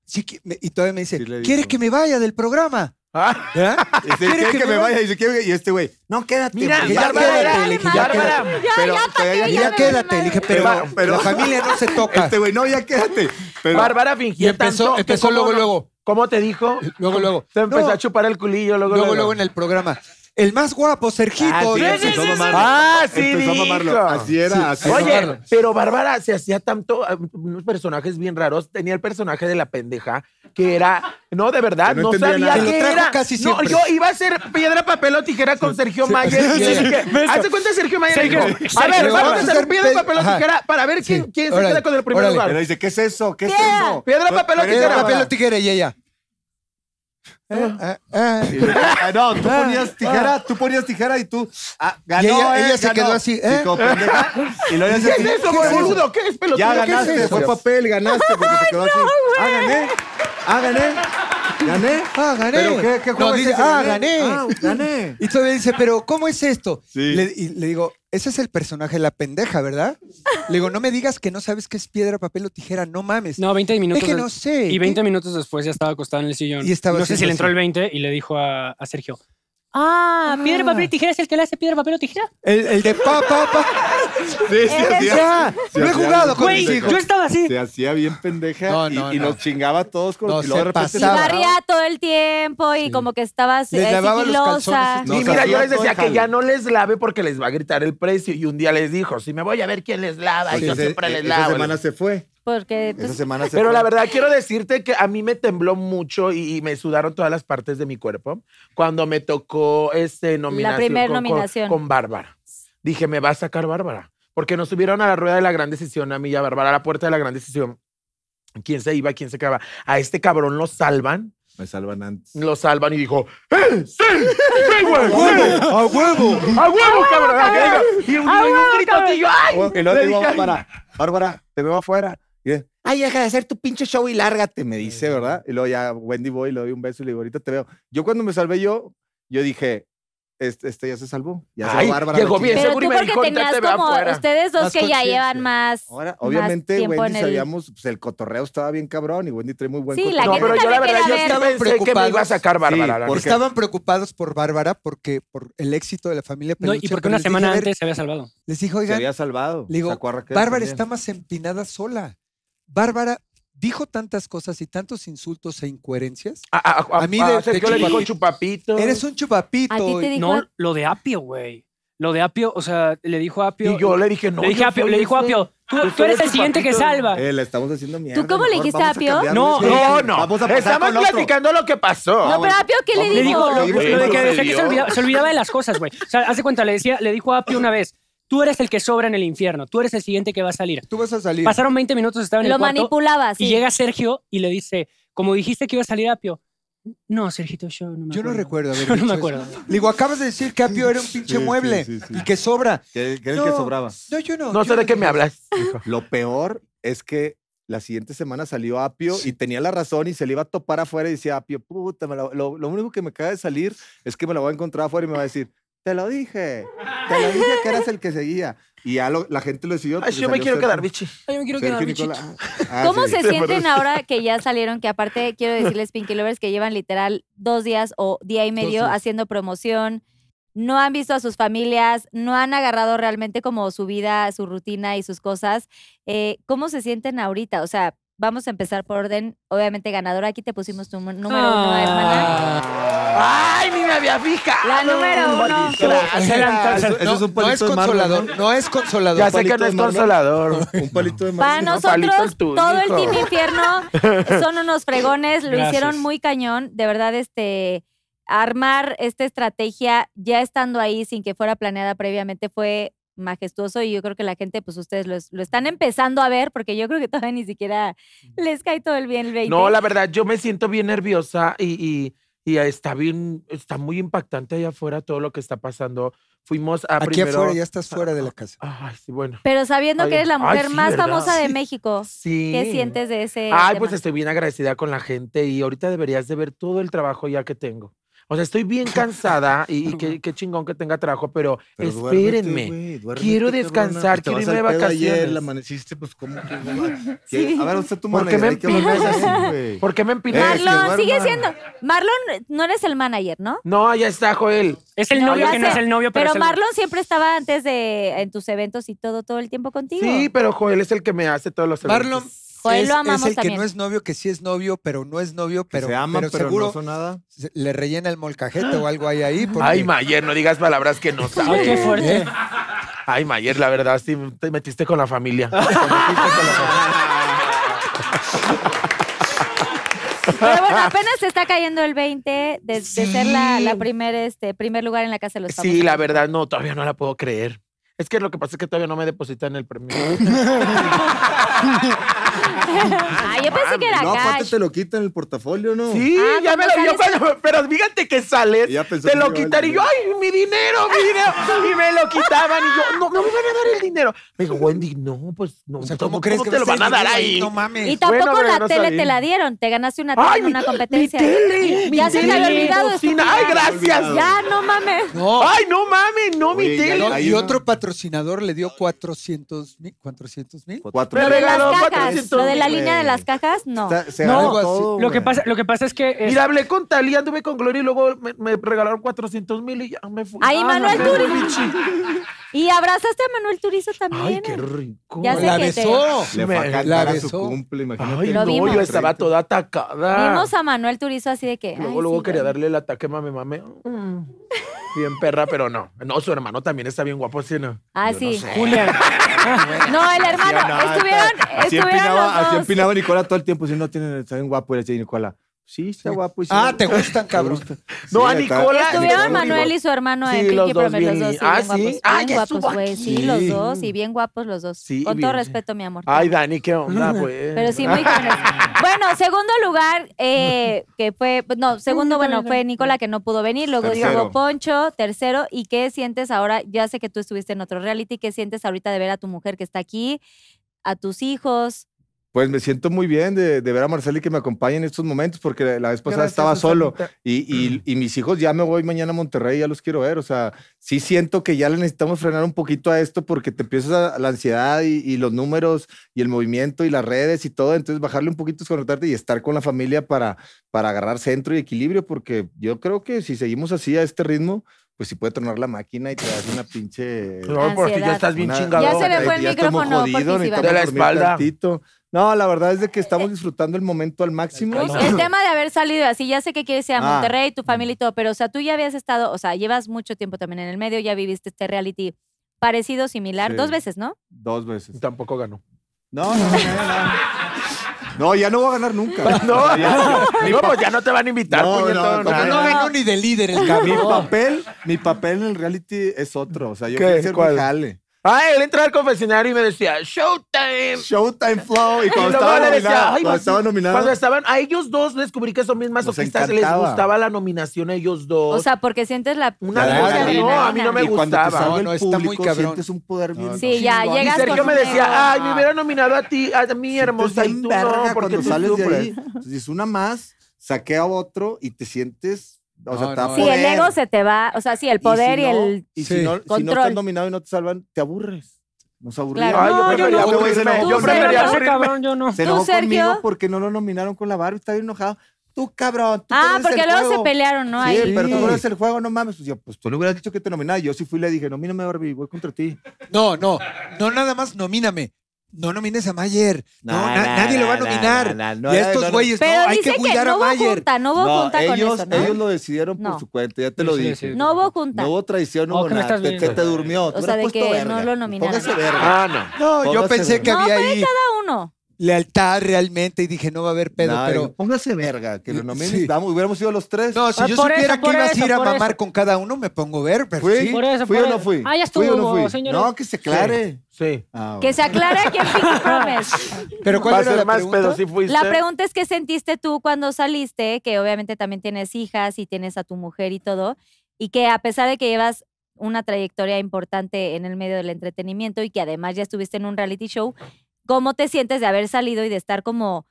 Sí que- me- y todavía me dice,
Sí le dijo.
¿quieres que me vaya del programa?
Ah,
¿Verdad?
Dice, ¿Quieres que, me vaya? Y dice, "Quiero que-". Y este güey, no, quédate.
Mira,
porque
ya quédate,
Bárbara,
le dije, ya
Bárbara.
Pero todavía
Y
ya-
ya
ya
me
quédate.
vale
Le dije,
madre.
pero,
Pero- pero-
la familia no se toca.
Este güey, no, ya quédate. Pero,
Bárbara
y
fingía
empezó,
tanto que
empezó
cómo
luego,
no-
luego,
¿Cómo te dijo?
luego, luego.
Te empezó
No.
a chupar el culillo, luego,
luego, luego en el programa. El más guapo, Sergito.
sí,
Y-
empezó a mamarlo.
Ah, sí
Empezó a
dijo.
mamarlo. Así
Sí.
era, así era.
Oye, pero Bárbara se hacía tanto, eh, unos personajes bien raros. Tenía el personaje de la pendeja, que era, no, de verdad,
Que no
no,
entendía
sabía
nada.
Que lo
qué
trajo
era.
casi
no,
siempre.
yo iba a hacer piedra, papel o tijera con Sergio Mayer.
sí,
y le
sí.
dije,
Ves,
Hazte cuenta, Sergio Mayer
Sergio,
dijo, a ver,
Sergio, vamos
vamos
a
a hacer
hacer
piedra,
pe-
papel o
ajá.
tijera para ver quién,
Sí,
quién se
órale,
queda con el primer
órale.
lugar.
Pero dice, ¿qué es eso? ¿Qué es
¿Qué?
eso?
Piedra, papel o
Pero-
tijera.
Piedra, papel o tijera y ella. Ah, ah.
Y le- Ah, no, tú ponías tijera, tú ponías tijera y tú. ah, ganó,
Y ella-
eh,
ella se
ganó.
quedó así, ¿eh?
Y como pendeja, y luego ella
¿Qué
se
es eso, boludo? ¿Qué es pelotudo?
Ya
¿Qué es
ganaste,
pues,
eso?
fue papel, ganaste porque se quedó así. Ah, gané. Ah, gané. Gané.
Ah, gané.
¿Pero qué, qué
No,
juego es
dice,
ese?
ah, gané.
Ah, gané.
Y todavía dice, pero ¿cómo es esto?
Sí.
Le, y le digo, ese es el personaje, la pendeja, ¿verdad? Le digo, no me digas que no sabes qué es piedra, papel o tijera, no mames.
No, 20 minutos.
es que
de-
no sé.
Y 20 minutos después ya estaba acostada en el sillón.
Y estaba
no sé si
haciendo
le entró
así.
el 20 y le dijo a, a Sergio. Ah, piedra, papel, tijera es el que le hace piedra, papel o tijera.
El, el de pa, pa, pa.
Sí, sí,
Eres-
así es.
Ya,
Sí,
lo he
hacía
jugado
bien
con
Güey,
mis
pendejo.
hijos.
yo estaba así.
Se hacía bien pendeja
No,
y-
no,
y,
no.
nos chingaba a todos con
No,
y luego de
se
repente-
Y
Sábado.
barría todo el tiempo y
Sí.
como que estabas
Les
eh,
lavaba los
sigilosa.
calzones
No,
y
o sea,
mira, yo
sí,
les
todo
decía
el jale.
que ya no les lave porque les va a gritar el precio. Y un día les dijo, si me voy a ver quién les lava,
Porque
y yo
ese-
siempre les
esa
lavo.
semana se fue.
Porque pues,
Esa semana se
Pero
fue.
la verdad, quiero decirte que a mí me tembló mucho y, y me sudaron todas las partes de mi cuerpo cuando me tocó este nominación.
primer
con- con-
nominación.
Con, Bárbara. Dije, me va a sacar Bárbara. Porque nos subieron a la rueda de la gran decisión, a mí y a Bárbara, a la puerta de la gran decisión. ¿Quién se iba? ¿Quién se quedaba? A este cabrón lo salvan,
Me salvan antes.
lo salvan y dijo, ¡Eh, sí! ¡Sí, güey! sí,
¡A huevo!
¡A huevo, cabrón! Y un, y un gritotillo, ¡ay!
Y luego
Le
te digo,
dije, ay,
Bárbara, Bárbara, te veo afuera. Y dice, ay, deja de hacer tu pinche show y lárgate, me dice, ¿verdad? Y luego ya Wendy voy, le doy un beso y le digo, ahorita te veo. Yo cuando me salvé yo, yo dije, este, este ya se salvó. Ya se
Ay,
va Bárbara.
llegó
la
bien.
chingada".
Pero
seguro
tú
y me
porque
dijo, ahorita
tenías
te veo
como
afuera.
ustedes dos
Más
que ya
conciencia.
llevan más.
Ahora,
más
obviamente,
tiempo
Wendy
en el-
sabíamos, pues el cotorreo estaba bien cabrón y Wendy trae muy buen
Sí, la
cotorreo.
No,
gente
pero yo la
también
verdad,
quería
yo
ver.
sí pensé que me iba a sacar Bárbara.
Sí,
la
¿por
neta.
qué?
Estaban preocupados por Bárbara porque por el éxito de la familia
No,
Peluche.
y porque
pero
una
les dije,
semana
a ver,
antes se había salvado.
Les dije,
Se
oigan,
había salvado.
Le digo,
Sacó a Raquel
Bárbara
también.
está más empinada sola. Bárbara dijo tantas cosas y tantos insultos e incoherencias.
A, a- a-
A mí
a
de- de
Sergio le dijo
chiquito.
chupapito.
Eres un chupapito.
A ti te dijo.
No, lo de Apio, güey. Lo de Apio, o sea, le dijo a Apio.
Y yo le dije, no.
le dije
yo
a Apio,
soy
le dijo a
ese.
Apio, tú,
yo
tú
soy
eres
el
el siguiente que
chupapito.
salva.
Eh, la estamos haciendo mierda.
¿Tú cómo le
mejor
dijiste
vamos
a Pio?
cambiarlo.
No,
Sí,
No,
sí,
no.
Vamos a pasar
Estaban
con otro.
platicando lo que pasó.
No, pero Apio, ¿qué le
Le dijo,
dijo?
lo,
Sí,
lo
sí,
de que
sí,
decía
sí.
que se olvidaba, se olvidaba de las cosas, güey. O sea, hace cuenta, le decía, le dijo a Apio una vez, tú eres el que sobra en el infierno, tú eres el siguiente que va a salir.
Tú vas a salir.
Pasaron 20 minutos, estaba en
Lo
el cuarto
manipulaba,
y
sí.
llega Sergio y le dice, como dijiste que iba a salir Apio. No, Sergito, yo no me
Yo no recuerdo
acuerdo".
haber
Yo no
dicho
me
eso.
acuerdo.
Le digo, acabas de decir que Apio era un pinche
Sí, sí,
mueble
sí, sí.
y que sobra.
¿Qué, qué es
No,
el que sobraba?
No, yo no.
No
yo
sé de qué me
dije eso.
hablas.
Lo peor es que la siguiente semana salió Apio y tenía la razón y se le iba a topar afuera y decía, Apio, puta, me la- lo, lo único que me acaba de salir es que me la voy a encontrar afuera y me va a decir, te lo dije, te lo dije que eras el que seguía. Y ya lo- la gente lo decidió.
Ay, yo me quiero quedar, bichi.
Ay, yo me quiero quedar, bichito.
ah,
¿Cómo Ah, se sienten ahora que ya salieron? Que aparte quiero decirles, Pinky Lovers, que llevan literal dos días o día y medio
días.
haciendo promoción. No han visto a sus familias, no han agarrado realmente como su vida, su rutina y sus cosas. Eh, ¿Cómo se sienten ahorita? O sea, vamos a empezar por orden. Obviamente, ganadora, aquí te pusimos tu mu- número uno,
Ah.
hermana.
Ay, ni me había fijado.
La número uno.
No,
Eso, eso es un
no es
palito de mármol,
consolador.
¿no?
No es consolador.
Ya sé
palito
que no
de
es
mármol.
consolador.
Un palito de
Para
más.
no, palito
nosotros,
el tuyo,
todo el
hijo.
Team Infierno son unos fregones, lo
Gracias.
hicieron muy cañón. De verdad, este armar esta estrategia ya estando ahí sin que fuera planeada previamente fue majestuoso y yo creo que la gente, pues ustedes lo, es- lo están empezando a ver porque yo creo que todavía ni siquiera les cae todo el bien el 20.
Mm. No, la verdad, yo me siento bien nerviosa y, y, y está bien, está muy impactante allá afuera todo lo que está pasando. Fuimos a
Aquí
primero.
afuera ya estás fuera de la casa.
Ay, sí, bueno.
Pero sabiendo
Ay,
que eres la
ay,
mujer
sí,
más
¿verdad?
famosa de
Sí.
México,
Sí.
¿qué sientes de ese
Ay,
tema?
pues estoy bien agradecida con la gente y ahorita deberías de ver todo el trabajo ya que tengo. O sea, estoy bien cansada y, y qué, qué chingón que tenga trabajo, pero, espérenme. Quiero descansar, quiero irme de vacaciones.
la amaneciste, pues, ¿cómo que? no?
Sí.
A ver, usted tu
¿Por qué me
manager, hay que hablar
empinas?
así, güey.
¿Por qué me empinas?
Marlo-
Marlon, sigue
duerma.
siendo. Marlon, no eres el manager, ¿no?
No, ya está, Joel.
Es el
No,
novio
ya
que no
sé,
es el novio, pero,
Pero
es el-
Marlon siempre estaba antes de en tus eventos y todo, todo el tiempo contigo.
Sí, pero Joel es el que me hace todos los eventos.
Marlon
Joel,
es,
lo amamos
es el que
también.
no es novio, que sí es novio, pero no es novio,
Que
pero,
se aman, pero,
pero seguro
no son nada.
se- le rellena el molcajete o algo ahí ahí. porque-
Ay, Mayer, no digas palabras que no sabes.
Ay, qué fuerte.
Ay, Mayer, la verdad, sí te metiste con la familia.
Pero bueno, apenas se está cayendo el 20 de, de ser la, la primer, este, primer lugar en la casa de los famosos.
Sí, la verdad, no, todavía no la puedo creer. Es que lo que pasa es que todavía no me depositan el premio.
Ah, yo pensé pensé que era
No, aparte
cash.
te lo quitan el portafolio, ¿no?
Sí,
Ah,
ya me
cuando
lo dio
sales-
cuando- Pero fíjate que sales,
Y ya pensó
te
que
lo
llevaba el
quitan y yo, ay, mi dinero, mi dinero. Y me lo quitaban y yo, no, no me van a dar el dinero. Me dijo, Wendy, no, pues no.
O sea,
¿cómo-
¿cómo crees
cómo
que
te lo
vas
van a
tener
dar
dinero
ahí?
No
Y
mames.
tampoco
Bueno, pero
la
no
tele
sabía.
te la dieron, te ganaste una tele en una competencia. ¿eh?
Mi tele, mi
Ya se te había
tele,
olvidado,
bocina.
estúpida.
Ay, gracias.
Ya, no mames.
No.
Ay, no mames, no mi
Oye, ya
tele.
no-
No,
hay
y
una-
otro patrocinador le dio 400 mil. ¿400 mil?
Cuatro.
Me
Lo de las
regaló
cajas,
400
lo de la
mil,
línea de
güey.
las cajas, no.
Está- se
No,
gana
algo así.
todo,
Lo que,
güey.
pasa, lo que pasa es que. es-
Mira, hablé con Talía, anduve con Gloria y luego me, me regalaron 400 mil y ya me fui.
Ahí,
Ah,
Manuel
no,
Turizo.
mi chi-
Y abrazaste a Manuel Turizo
Ay,
también. ¿eh?
qué rico.
Ya sé
La
que
besó.
Le fue a
Me-
cantar
la
a su
besó.
cumple, imagínate.
Ay,
Lo
no,
vimos.
yo estaba toda atacada.
Vimos a Manuel Turizo así de que.
Luego,
ay,
luego
sí,
quería
güey.
darle el ataque mame mame. Mm. Bien perra, pero no. No, su hermano también está bien guapo, sí, no.
Ah,
Yo
sí.
No, sé.
Julián.
No, el hermano.
Sí, no,
estuvieron,
Así
estuvieron
empinaba,
los
así
dos.
empinaba Nicola todo el tiempo. Si no tienen, está bien guapo. Y le decía Nicola, sí, está guapo. y sí,
Ah,
no".
te gustan, cabrón.
No, a
está-
Nicola-
Estuvieron
Nicola-
Manuel y su hermano eh,
Sí,
en Pinky
los dos
Promise, los
bien-
dos. Sí,
ah,
bien
sí.
guapos.
Ah,
bien
ya estuvo
guapos, güey. Sí,
aquí.
los dos. Y bien guapos los dos.
Sí,
Con todo
bien.
respeto, mi amor.
Ay, Dani, qué onda, pues.
Pero sí, muy jóvenes. Bueno, segundo lugar, eh, que fue, no, segundo, bueno, fue Nicola que no pudo venir, luego
Tercero.
llegó Poncho, tercero, ¿y qué sientes ahora? Ya sé que tú estuviste en otro reality, ¿qué sientes ahorita de ver a tu mujer que está aquí, a tus hijos?
Pues me siento muy bien de, de ver a Marceli que me acompañe en estos momentos, porque la- la vez pasada estaba solo y, y- y mis hijos ya me voy mañana a Monterrey, ya los quiero ver. O sea, sí siento que ya le necesitamos frenar un poquito a esto porque te empiezas a la ansiedad y, y los números y el movimiento y las redes y todo. Entonces, bajarle un poquito, desconectarte y estar con la familia para, para agarrar centro y equilibrio, porque yo creo que si seguimos así a este ritmo, pues sí puede tronar la máquina y te das una pinche.
No, por ti ya
Ansiedad.
estás bien
Eh, Una-
chingado. eh,
Ya se le fue el
Ya estamos
micrófono,
jodidos,
porque sí,
necesitamos
De la
dormir
espalda.
tantito. No, la verdad es de que estamos disfrutando el momento al máximo.
El tema de haber salido así, ya sé que quieres ir a
Ah.
Monterrey, tu familia y todo, pero o sea, tú ya habías estado, o sea, llevas mucho tiempo también en el medio, ya viviste este reality parecido, similar,
Sí.
dos veces, ¿no?
Dos veces.
Tampoco ganó.
No, no, no, no. No, ya no voy a ganar nunca.
No,
Ya-
Digo, pues ya no te van a invitar,
No,
puñetón.
no,
Como
Ay,
Ah, no
no.
ganó ni de líder el
Mi
cabrón.
papel, mi papel en el reality es otro. O sea, yo
¿Qué?
quiero ser
¿Cuál?
mi jale.
Ay, él entraba al confesionario y me decía, Showtime.
Showtime Flow. Y
Y luego
cuando estaba
le decía,
nominada,
"Ay,
cuando
Martín".
estaba nominada,
Cuando estaban, a ellos dos descubrí que son bien masoquistas, les
encantaba.
gustaba la nominación a ellos dos.
O sea, porque sientes la...
Una
Claro,
cosa,
claro.
no, a mí no me
y cuando te
gustaba.
salga el
No, no, está muy
público,
cabrón.
sientes un poder bien.
Sí, ya,
chingón.
llegas
Y Sergio
con
me
un ego.
decía, ay, me hubiera nominado a ti, a mí, hermosa, y
Sientes
tú
bien verga
no, porque
cuando
tú
sales de
sufres".
ahí. Entonces, una más, saqué a otro y te sientes. O sea,
No,
te da
no.
Sí, el
poder.
ego se te va, o sea, sí, el
si
poder y,
no-
el...
Y
Sí.
si, no, si no
Control.
estás nominado y no te salvan, te aburres. Nos aburrimos.
Claro.
Ay,
No,
yo
yo
prefería
no.
aburrirme.
Tú, Sergio,
Yo
tú,
Pero
prefería
no,
aburrirme.
cabrón, yo no.
Se
¿Tú,
enojó
Sergio?
conmigo porque no lo nominaron con la Barbie. Está bien enojado. Tú, cabrón. tú
Ah,
conoces
porque
el
luego se
juego.
pelearon, ¿no?
Sí,
Ahí.
pero tú
Sí.
conoces el juego, no mames. Pues, yo, pues tú le hubieras dicho que te nominaba. Yo sí fui y le dije, nomíname Barbie, voy contra ti.
No, no. No, nada más nomíname. No nomines a Mayer. No,
Nah,
na-
nah,
nadie lo va a
nah,
nominar.
nah, nah,
y a
no, no,
estos
no.
güeyes, no,
Pero
hay
dice
que
que,
cuidar
no
a
hubo
Mayer.
junta, no hubo junta con
ellos,
eso, ¿no?
ellos lo decidieron por
No.
su cuenta, ya te lo
Sí, sí,
dije.
sí.
No hubo junta.
No hubo traición, no
Oh,
hubo
que me
nada.
estás
Te, te, te
viendo.
durmió.
O sea, de que no lo nominaron.
nominaron. Póngase verga.
Ah, no.
No, yo
Póngase
pensé que
verga.
había ahí
Cada uno.
lealtad realmente y dije, no va a haber pedo,
Nah,
pero...
digo, póngase verga, que lo nominen.
Sí.
Vamos, hubiéramos sido los tres.
No, si
Ah,
yo
por
supiera
eso,
que
por
ibas
eso,
a ir a
por
mamar
eso.
con cada uno, me pongo ver, pero
¿Fui?
sí.
Por eso,
¿Fui
por
o no
eso.
fui?
Ah, ya
¿Fui o no
estuvo,
fui?
señores.
No, que se aclare.
Sí.
Ah,
Que se aclare aquí en Pinky Promise.
Va
Pero
a
¿cuál era
ser
la
más
pregunta?
pedo si fuiste.
La pregunta es qué sentiste tú cuando saliste, que obviamente también tienes hijas y tienes a tu mujer y todo, y que a pesar de que llevas una trayectoria importante en el medio del entretenimiento y que además ya estuviste en un reality show, ¿cómo te sientes de haber salido y de estar como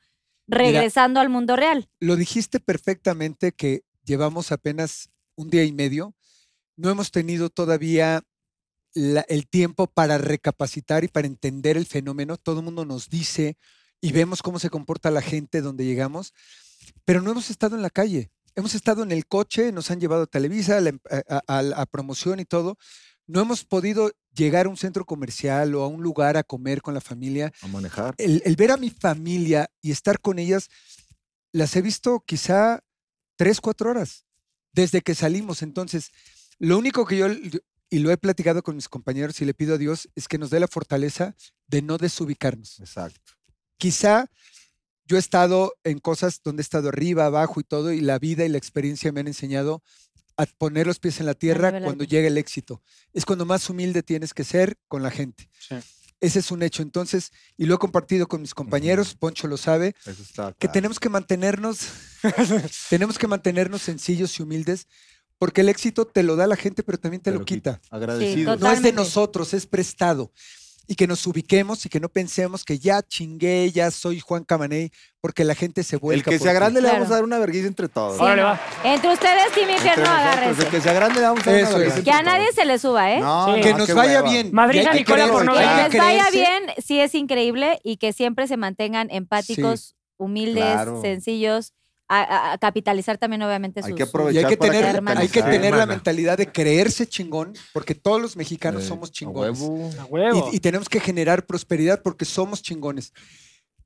regresando al mundo real?
Lo dijiste perfectamente que llevamos apenas un día y medio. No hemos tenido todavía la- el tiempo para recapacitar y para entender el fenómeno. Todo el mundo nos dice y vemos cómo se comporta la gente donde llegamos, pero no hemos estado en la calle. Hemos estado en el coche, nos han llevado a Televisa, a, la em- a- a- a la promoción y todo. No hemos podido llegar a un centro comercial o a un lugar a comer con la familia
a manejar.
el, el ver a mi familia y estar con ellas, las he visto quizá tres, cuatro horas desde que salimos. Entonces, lo único que yo, yo- y lo he platicado con mis compañeros y le pido a Dios, es que nos dé la fortaleza de no desubicarnos.
Exacto.
Quizá yo he estado en cosas donde he estado arriba, abajo y todo, y la vida y la experiencia me han enseñado a poner los pies en la tierra
nivelar.
cuando llega el éxito. Es cuando más humilde tienes que ser con la gente.
Sí.
Ese es un hecho. Entonces, y lo he compartido con mis compañeros, Poncho lo sabe,
Eso está
que
claro.
tenemos que mantenernos, tenemos que mantenernos sencillos y humildes, porque el éxito te lo da la gente, pero también te
Pero
lo quita.
Agradecidos.
total.
No es de
Totalmente.
nosotros, es prestado. Y que nos ubiquemos y que no pensemos que ya chingué, ya soy Juan Camaney, porque la gente se
el
vuelca.
que
por
sea
ti.
grande le
Claro.
vamos a dar una vergüenza entre todos.
Sí,
Órale,
no.
va.
Entre ustedes, Team
Entre
Infierno,
nosotros,
agárrense.
El que sea grande le damos a dar
Eso
una
es.
vergüenza.
Que a nadie se le suba, ¿eh?
No,
Sí.
no,
Que
no,
nos
ah, qué
vaya
hueva.
bien.
Madrina
y hay que
Nicola
creerlo,
Porno,
y hay
¿eh?
que
Que les vaya
creerse.
bien, sí es increíble y que siempre se mantengan empáticos, humildes,
Claro.
sencillos, a, a- a capitalizar también obviamente
Hay
sus...
Y
que
hay
aprovechar
que
para
tener,
capitalizar.
hay que tener la
Hermana.
mentalidad de creerse chingón, porque todos los
Eh,
mexicanos somos chingones.
A huevo.
Y, y tenemos que generar prosperidad porque somos chingones.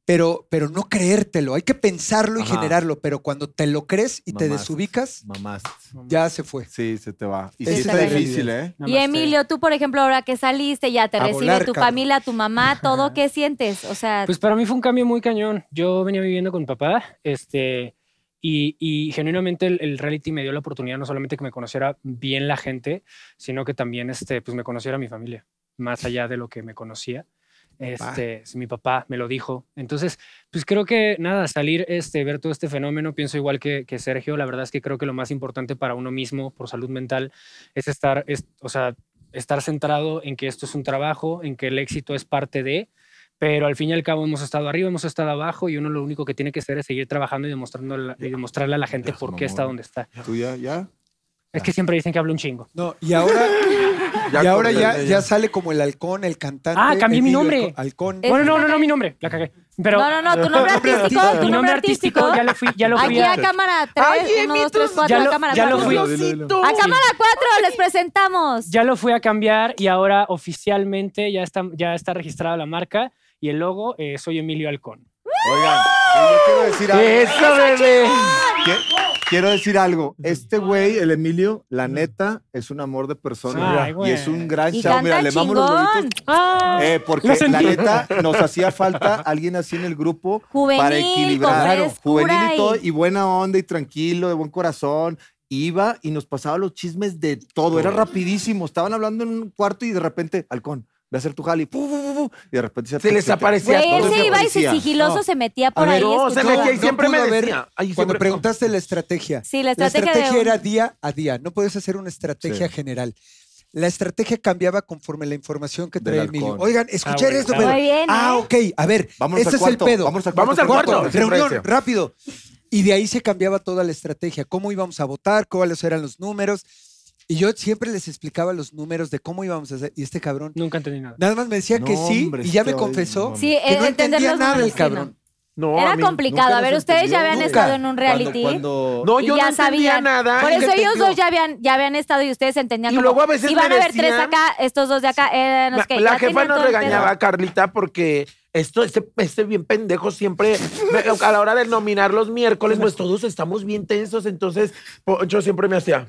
Pero, pero no creértelo, hay que pensarlo y
Ajá.
generarlo, pero cuando te lo crees y te
Mamás.
desubicas,
Mamás.
ya se fue.
Sí, se te va. Y sí
Esa
está
es la
difícil, ¿eh?
Y Emilio, tú por ejemplo, ahora que saliste, ya te
A
recibe
volar,
tu
cabrón.
familia, tu mamá, todo, ¿qué sientes? O sea,
Pues para mí fue un cambio muy cañón. Yo venía viviendo con mi papá, este, y, y genuinamente el, el reality me dio la oportunidad no solamente que me conociera bien la gente, sino que también, este, pues me conociera mi familia, más allá de lo que me conocía. Este, sí, mi papá me lo dijo. Entonces, pues creo que nada, salir, este, ver todo este fenómeno, pienso igual que, que Sergio, la verdad es que creo que lo más importante para uno mismo, por salud mental, es estar, es, o sea, estar centrado en que esto es un trabajo, en que el éxito es parte de, pero al fin y al cabo hemos estado arriba, hemos estado abajo y uno lo único que tiene que hacer es seguir trabajando y, demostrando la- y demostrarle a la gente
Ya,
por qué
mamón.
está donde está.
¿eh? ¿Tú ya? ¿Ya?
Es que siempre dicen que hablo un chingo.
No, y ahora, y ahora ya,
corté,
ya sale como el halcón, el cantante.
Ah, cambié mi
Emilio
nombre.
Halcón- Halcón.
Es-
Bueno, no, no, no, mi nombre, la cagué. Pero
no, no, no, tu nombre artístico, tu
mi
nombre artístico.
ya lo fui, ya lo fui
Aquí
a-
a cámara 3,
Ay,
1,
Emi,
2, 3,
tú-
4,
ya
a
lo-
cámara
ya lo
4.
fui.
Dilo, dilo, dilo.
A cámara 4 les presentamos.
Ya lo fui a cambiar y ahora oficialmente ya está, ya está registrada la marca y el logo, eh, soy Emilio Halcón.
Oigan, y yo quiero decir algo.
Eso, bebé.
Qui- Quiero decir algo. Este güey, el Emilio, la neta, es un amor de persona.
Ay,
y
güey.
es un gran
Y
chavo. Mira,
canta
le mamo los
chingón.
huevitos.
Ah,
Eh, porque
Lo
la
sentí.
neta nos hacía falta alguien así en el grupo para
Juvenil, con
equilibrar.
frescura
juvenil y todo,
y-
y buena onda y tranquilo, de buen corazón. Iba y nos pasaba los chismes de todo. Era rapidísimo. Estaban hablando en un cuarto y de repente, halcón, ve a hacer tu jali. fu, fu, fu, fu, Y de repente se,
Se les aparecía
Güey,
todo.
él
todo
se
se
iba y se
parecía.
sigiloso
No.
se metía por
A ver, oh,
ahí.
no, se
escuchaba.
metía y siempre
pudo
me
haber-
decía. Ay,
Cuando
siempre-
preguntaste la estrategia,
Sí, la
la
estrategia,
estrategia
de un-
era día a día, no podías hacer una estrategia general. La estrategia cambiaba conforme la información que
Del
traía Emilio.
halcón.
Oigan, escuché
Ah, bueno,
esto,
claro.
Pedro.
Muy bien,
Ah,
¿eh?
ok. A ver,
Vámonos
este
al
es
cuarto,
el pedo.
vámonos al
Vamos
cuarto,
al cuarto.
cuarto.
siempre
Reunión,
decía.
rápido. Y de ahí se cambiaba toda la estrategia, cómo íbamos a votar, cuáles eran los números. Y yo siempre les explicaba los números de cómo íbamos a hacer. Y este cabrón
Nunca entendí nada.
nada más me decía que
No,
sí
hombre,
y ya me
este
confesó
hoy,
Sí,
que no
eh, entender
entendía
los
nada el
números, sí, no.
cabrón.
No, a
Era
mí-
complicado.
nunca
A ver,
nos
ustedes
entendió,
ya habían
nunca.
estado en un reality.
Cuando, cuando-
No,
y
yo
ya
no entendía
sabían.
nada.
Por
y
eso
él
ellos
entendió.
dos ya habían, ya habían estado y ustedes entendían.
Y
como,
luego a veces
Y van
me
a ver tres
decían-
acá, estos dos de acá. eh, no
La,
sé qué,
la
ya
jefa
tenían
nos
todo el pedo.
regañaba a Carlita porque esto, este, este bien pendejo siempre, me- a la hora de nominar los miércoles, pues todos estamos bien tensos. Entonces, po- yo siempre me hacía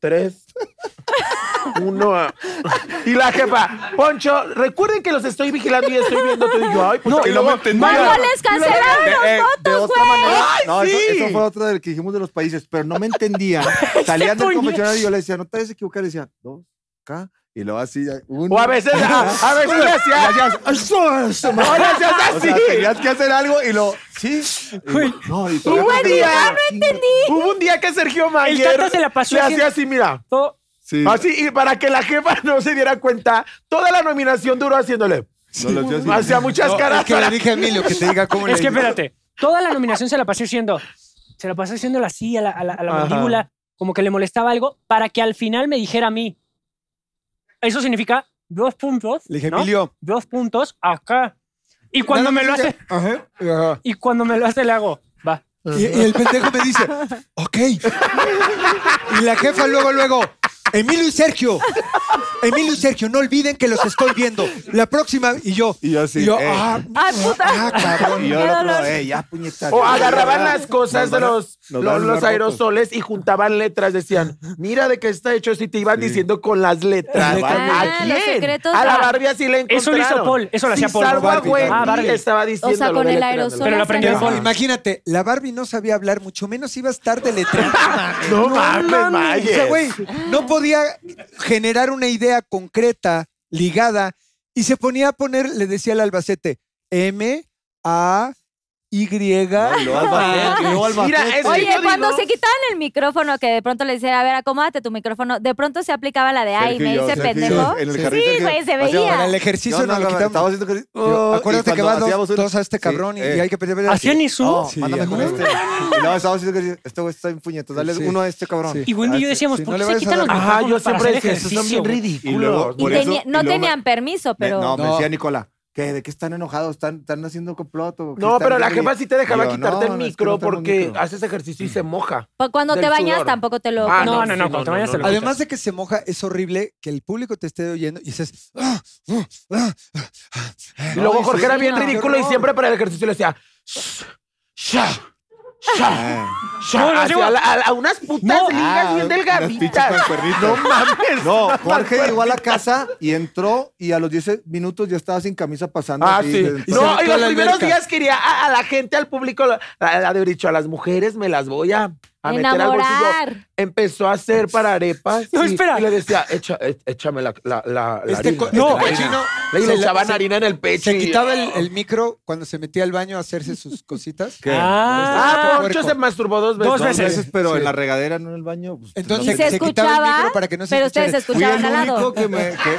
tres, uno. ah. Y la jefa, Poncho, recuerden que los estoy vigilando y estoy viendo tú y yo. Ay, pues,
No, y
luego-
no me entendía.
¡Cuando les
De-
cancelaron
eh,
los
de
votos,
otra
güey!
manera. No,
¡Ay, sí!
eso, eso fue otra del que dijimos de los países, pero no me entendía. Salían del confesionario y yo le decía, no te vayas a equivocar, le decía, dos, acá, y luego así, ya, uno.
o a veces,
ah,
a, a veces le hacía. No, le hacías así.
O sea, tenías que hacer algo y lo, sí. Y- no, y todavía
Buen
entendía.
día. Hubo un día que Sergio Mayer
Tata se la pasó
le
haciendo-
hacía así, mira.
Todo-
Sí,
Ah,
Así, y para que la jefa no se diera cuenta, toda la nominación duró haciéndole.
no lo hacía así.
Hacía muchas
No,
caras.
es que Ah, le dije a Emilio que te diga cómo
Es
le
que espérate, toda la nominación se la pasé haciendo, se la pasé haciendo así a la, a la, a la
Ajá.
mandíbula, como que le molestaba algo, para que al final me dijera a mí. Eso significa dos puntos,
Le dije,
¿no?
Emilio.
dos puntos acá. Y cuando me lo hace,
Ajá, ajá.
y cuando me lo hace le hago, va.
Y, y el pendejo me dice, ok. Y la jefa luego, luego, Emilio y Sergio. Emilio y Sergio, no olviden que los estoy viendo. La próxima, y yo.
Y yo así, "Eh".
y yo,
"Ey".
ah,
¡Ay, puta!
ah, cabrón.
Y yo
Qué
lo
dolor.
probé, ya, puñetas.
O
ya,
agarraban
ya,
las cosas
nos
de
van a-
los, los,
nos van a
los
dar rotos.
aerosoles y juntaban letras. Decían, mira de qué está hecho esto. Y te iban
Sí.
diciendo con las letras.
Ah,
¿A
los
quién?
secretos.
a la
Ah,
Barbie así la encontraron.
Eso lo hizo Paul, eso lo
Si
hacía Paul.
salvo a
Barbie,
Wendy,
Ah, Barbie.
estaba diciendo.
O sea,
lo
con el
deletreando.
aerosol.
Pero lo aprendió
hasta-
Paul.
Imagínate, la Barbie no sabía hablar, mucho menos ibas tarde letra.
No mames,
O sea,
Mayer.
güey, no podía generar una idea concreta, ligada, Y se ponía a poner, le decía al Albacete, M, A, Y.
Y luego Albacete, y luego Albacete.
Mira, eso
Oye,
yo
cuando
digo-
se quitaban el micrófono, que de pronto le decían, a ver, acomódate tu micrófono, de pronto se aplicaba la de, ay,
Sergio
me
y yo,
hice
Sergio y yo, eh,
pendejo.
en el
Sí,
jardín, Sergio,
güey, se
hacíamos-
veía.
Para el ejercicio
Yo
no, Oh, lo
no,
quitamos.
estaba haciendo ejercicio.
Yo, acuérdate
Y
que va
cuando
dos,
hacíamos un-
dos a este
Sí,
cabrón y-
eh.
y hay que pedirle.
¿Hacían eso?
No,
Sí,
mándame con
acuérdate.
este. Y luego estábamos haciendo ejercicio. Este güey está en puñetas. Dale
Sí.
uno a este cabrón.
Sí. Ah,
Y Wendy y yo decíamos,
Sí, no
¿por qué
le
se
vayas a
quitan los
dar-
Ajá, yo
micrófonos para
siempre
hacer
decía, esos son bien
ejercicio? güey?"
Y luego,
ridículos.
Y
por eso-
tenía-
y
no
luego me-
tenían permiso,
Me-
pero...
no, me
No.
decía Nicola, ¿qué, ¿de qué están enojados? ¿Están, están haciendo complot? o qué
No,
están
pero la
haciendo?
jefa sí te dejaba
Yo,
quitarte
no,
el
no, es que
micro
no tengo
porque
micro.
haces ejercicio y se moja.
Pues Cuando
Del
te bañas
sudor.
tampoco te lo...
Ah,
pones.
no,
No, no,
sí,
no,
no,
cuando te
no,
vayas
no,
se
no.
lo
Además de que se moja, es horrible que el público te esté oyendo y dices. "Ah, ah, ah, ah".
Y luego
Ay,
Jorge
sí,
era
sí,
bien
no,
ridículo y
horror.
siempre para el ejercicio le decía. "Shh, Sha, sha,
Ah,
sha",
No, no,
hacia
yo-
la- a, a unas putas
ah,
ligas bien
unas pinches
delgaditas.
mancuernitas.
No mames.
No, Jorge llegó a la casa y entró y a los 10 minutos ya estaba sin camisa pasando.
Ah,
así,
sí.
de-
se
No,
metió
y
a
los
la
primeros
alberca.
días quería a, a la gente, al público, la, la de haber dicho, a las mujeres me las voy a, a meter al bolsillo.
Enamorar.
Empezó a hacer para arepas.
No,
y,
espera.
Y le decía, "Echa- e- échame la, la, la, la
Este,
harina,
co-
la harina".
este cochino
Le, le
se la-
echaban
se-
harina en el pecho.
Se
y-
quitaba el, el micro cuando se metía al baño a hacerse sus cositas.
¿Qué?
Ah,
Ah,
Poncho
puerco.
se masturbó dos veces.
Dos veces.
pero
Sí.
en la regadera, no en el baño. pues,
Entonces
Y
no
se
sé.
se quitaba el
escuchaba,
micro para que no se
pero ustedes
escuchara.
fui
escuchaban
el
al lado.
único que me. que-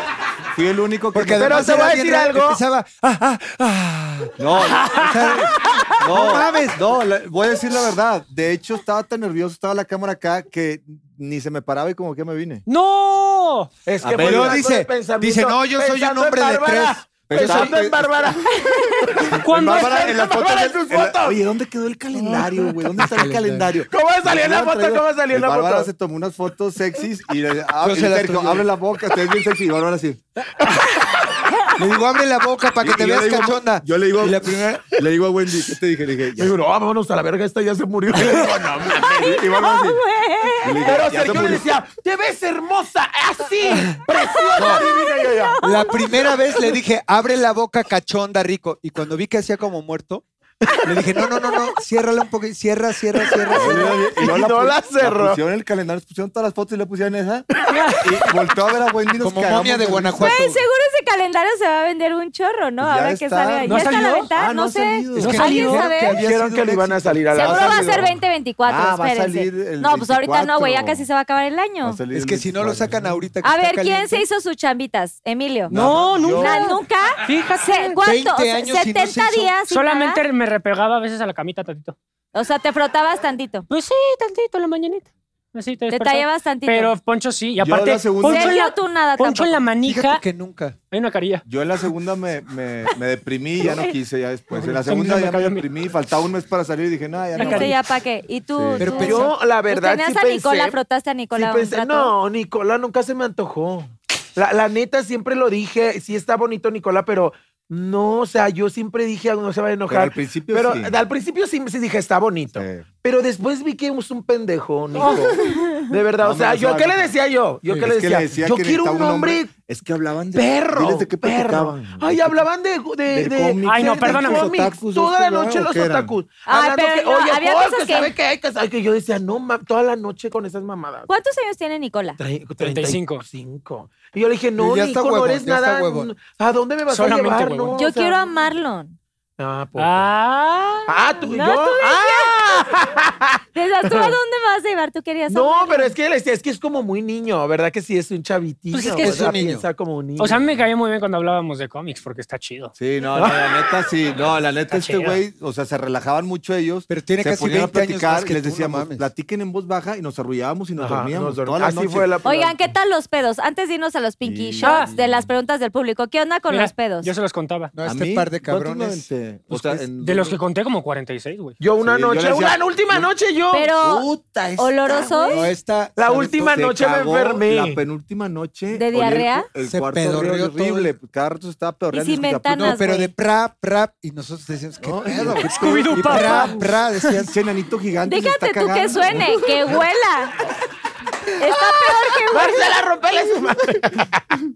fui el único que.
Porque
me-
además
te voy
era
a
bien
decir
raro,
algo.
Empezaba. "Ah, ah, ah".
No, o sea, no,
No mames.
No, la- voy a decir la verdad. De hecho, estaba tan nervioso, estaba la cámara acá, que ni se me paraba y como que me vine.
¡No!
Es
A
que fue
ver, Ah, pero
tanto
dice-
de pensamiento,
dice, no, yo soy un
pensando en
hombre de
Bárbara,
tres.
Pensando
Pensaba-
en Bárbara.
Cuando
Bárbara, en las fotos.
Bárbara, en sus
en la-
fotos.
Oye, ¿dónde quedó el calendario, Pues güey? ¿Dónde está el calendario?
¿Cómo salió en la
Yo
foto?
traigo-
¿Cómo salió en
y
la foto?
Bárbara se tomó unas fotos sexys y le ah,
Yo
y
se las
Sergio,
tomé.
abre la boca, te ves bien sexy. Y Bárbara así.
Le digo, abre la boca para que
Y-
te
y yo
veas
le digo-
cachonda.
Yo le digo,
Y la primera.
le digo a Wendy, ¿qué te dije? Le dije,
Yo
ya.
digo, no, "Ah, vámonos a la verga, esta ya se murió. Y le digo, no, mames.
Y Bárbara así. Y le dije,
Pero
"Ya se
Sergio le
murió".
decía, te ves hermosa, así, preciosa. divina". Y yo, ya.
La primera vez le dije, abre la boca cachonda, rico. Y cuando vi que hacía como muerto, le dije, no, no, no, no, ciérrala un poquito. Cierra, cierra, cierra. cierra.
Y luego
Y no
pu-
la cerró.
pusieron en el calendario, pusieron todas las fotos y le pusieron esa. Y volteó a ver a Wendy y nos
Como
cagamos
momia de
risa.
Guanajuato.
Güey, seguro ese calendario se va a vender un chorro, ¿no?
Pues Ya
Ahora que
está.
salga.
¿No
¿Ya está a la
salió?
venta?
Ah, no
no,
ha
sé.
salido.
Es que
¿Alguien
dijeron
sabe?
que había
Dijeron
sido
que
un
le iban a
éxito.
salir a la
Seguro
ha
va a
salido.
ser 2024,
Ah, va a
espérense.
salir el
no, pues ahorita no, güey, ya
24.
casi se va a acabar el año.
Va a salir
Es que
el-
si no lo sacan ahorita. que
A
está
ver, ¿quién
caliente,
se hizo sus chambitas? Emilio.
No, nunca.
Na- ¿Nunca?
Fíjate.
Se- ¿Cuánto?
20 años y no se
70
hizo.
días. sin
Solamente me repegaba a veces a la camita tantito.
nada? O sea, te frotabas tantito.
Pues sí, tantito en la mañanita. Así te
Te
despertaba.
tallabas tantito.
Pero Poncho sí, y
Yo
aparte,
la segunda-
Poncho, en
Sergio,
la,
tú nada
Poncho en la
tampoco.
manija,
Fíjate que nunca.
hay una carilla.
Yo en la segunda me, me, me deprimí y ya no quise ya después. En la segunda
Camila,
ya me
Camila.
deprimí, faltaba un mes para salir y dije, no, ya no.
Dijiste,
Carita.
Este ya pa' qué. ¿Y tú?
Sí.
Pero
tú-
pensaba-
pues Yo, la verdad,
¿Tenías
sí
a Nicola?
pensé-
¿Frotaste a
Sí
Nicola un
pensé,
rato?
no, Nicola nunca se me antojó. La, la neta, siempre lo dije, sí está bonito Nicola, pero no, o sea, yo siempre dije, no se va a
Pero al
enojar.
principio
Pero,
sí.
al principio sí, sí dije, está bonito.
Sí.
Pero después vi que es un pendejo,
Oh.
Nico. De verdad,
No,
o sea,
me lo
yo, ¿qué le
sabe.
decía yo? Yo, ¿qué le
Es que
decía? yo
que
quiero un
necesitaba
hombre
Es que hablaban de
perro.
Diles de qué
perro.
platicaban.
Ay, hablaban de. de,
Del
de-
cómic.
Ay, no,
de
perdóname.
cómic,
Los otakus,
Toda la
¿esto,
noche
verdad, o
los
qué eran?
otakus.
Ay,
Hablando
pero
que,
no,
oye,
había
Jorge,
cosas que-
¿sabe qué? Ay, que- ay, que yo decía, no, ma- toda la noche con esas mamadas.
¿Cuántos años tiene Nicola?
Tre-
35.
35. Y yo le dije, no,
Ya está
Nico, no
huevón,
eres
ya está
nada.
huevón.
¿A dónde me vas
Solamente
a llevar?
huevón.
No,
Yo
o sea,
quiero a Marlon.
Ah, pues. Ah,
Ah,
tú y
no,
yo.
tú y
Ah,
Desde tú a dónde me vas a llevar? ¿Tú querías a
no,
Marlon?
pero es que le decía, es que es como muy niño, ¿verdad? Que sí, es un chavitillo.
Pues es que es
o sea,
un niño.
Piensa como un niño.
O sea, a mí me caía muy bien cuando hablábamos de cómics porque está chido.
Sí, no, no, la neta sí, no, la neta
Está
este
chido.
güey, o sea, se relajaban mucho ellos.
Pero tiene
se
casi
ponían
20
a
años
platicar
más que
y les
tú, no
decíamos,
mames.
platiquen en voz baja y nos arrullábamos y nos
Ajá,
dormíamos
nos
toda
dormí-
la
Así
noche.
fue la
Oigan, ¿qué tal los pedos? Antes de irnos a los pinky
Sí.
shots de las preguntas del público, ¿qué onda con
Mira,
los pedos?
Yo se los contaba.
No,
A
este
mí,
par de
¿cuántos me
cabrones.
aventé? este, O
Pues,
sea,
¿qué es?
en-
De los que conté como 46, güey.
Yo una
Sí, yo le
noche,
decía-
una última noche yo.
Pero,
Puta, esta,
¿olorosos?
güey.
No, esta.
La
¿sabes?
última
Se
noche me
cagó
enfermé.
La penúltima noche.
¿De
olía el-
diarrea?
El,
Se
cuarto olía
pedorreó
horrible. Cada rato se estaba
¿y
pedorreando.
sin
escuchaba,
ventanas,
No, pero
güey?
de pra, pra. Y nosotros decíamos, ¿qué
No,
pedo?
no,
¿Qué
Scooby-Doo,
y pra,
papá.
pra. Decías,
Ese enanito gigante. se
Déjate
está
tú que
cagando.
suene, que huela. Está peor que huela.
Marcela, rompele su madre.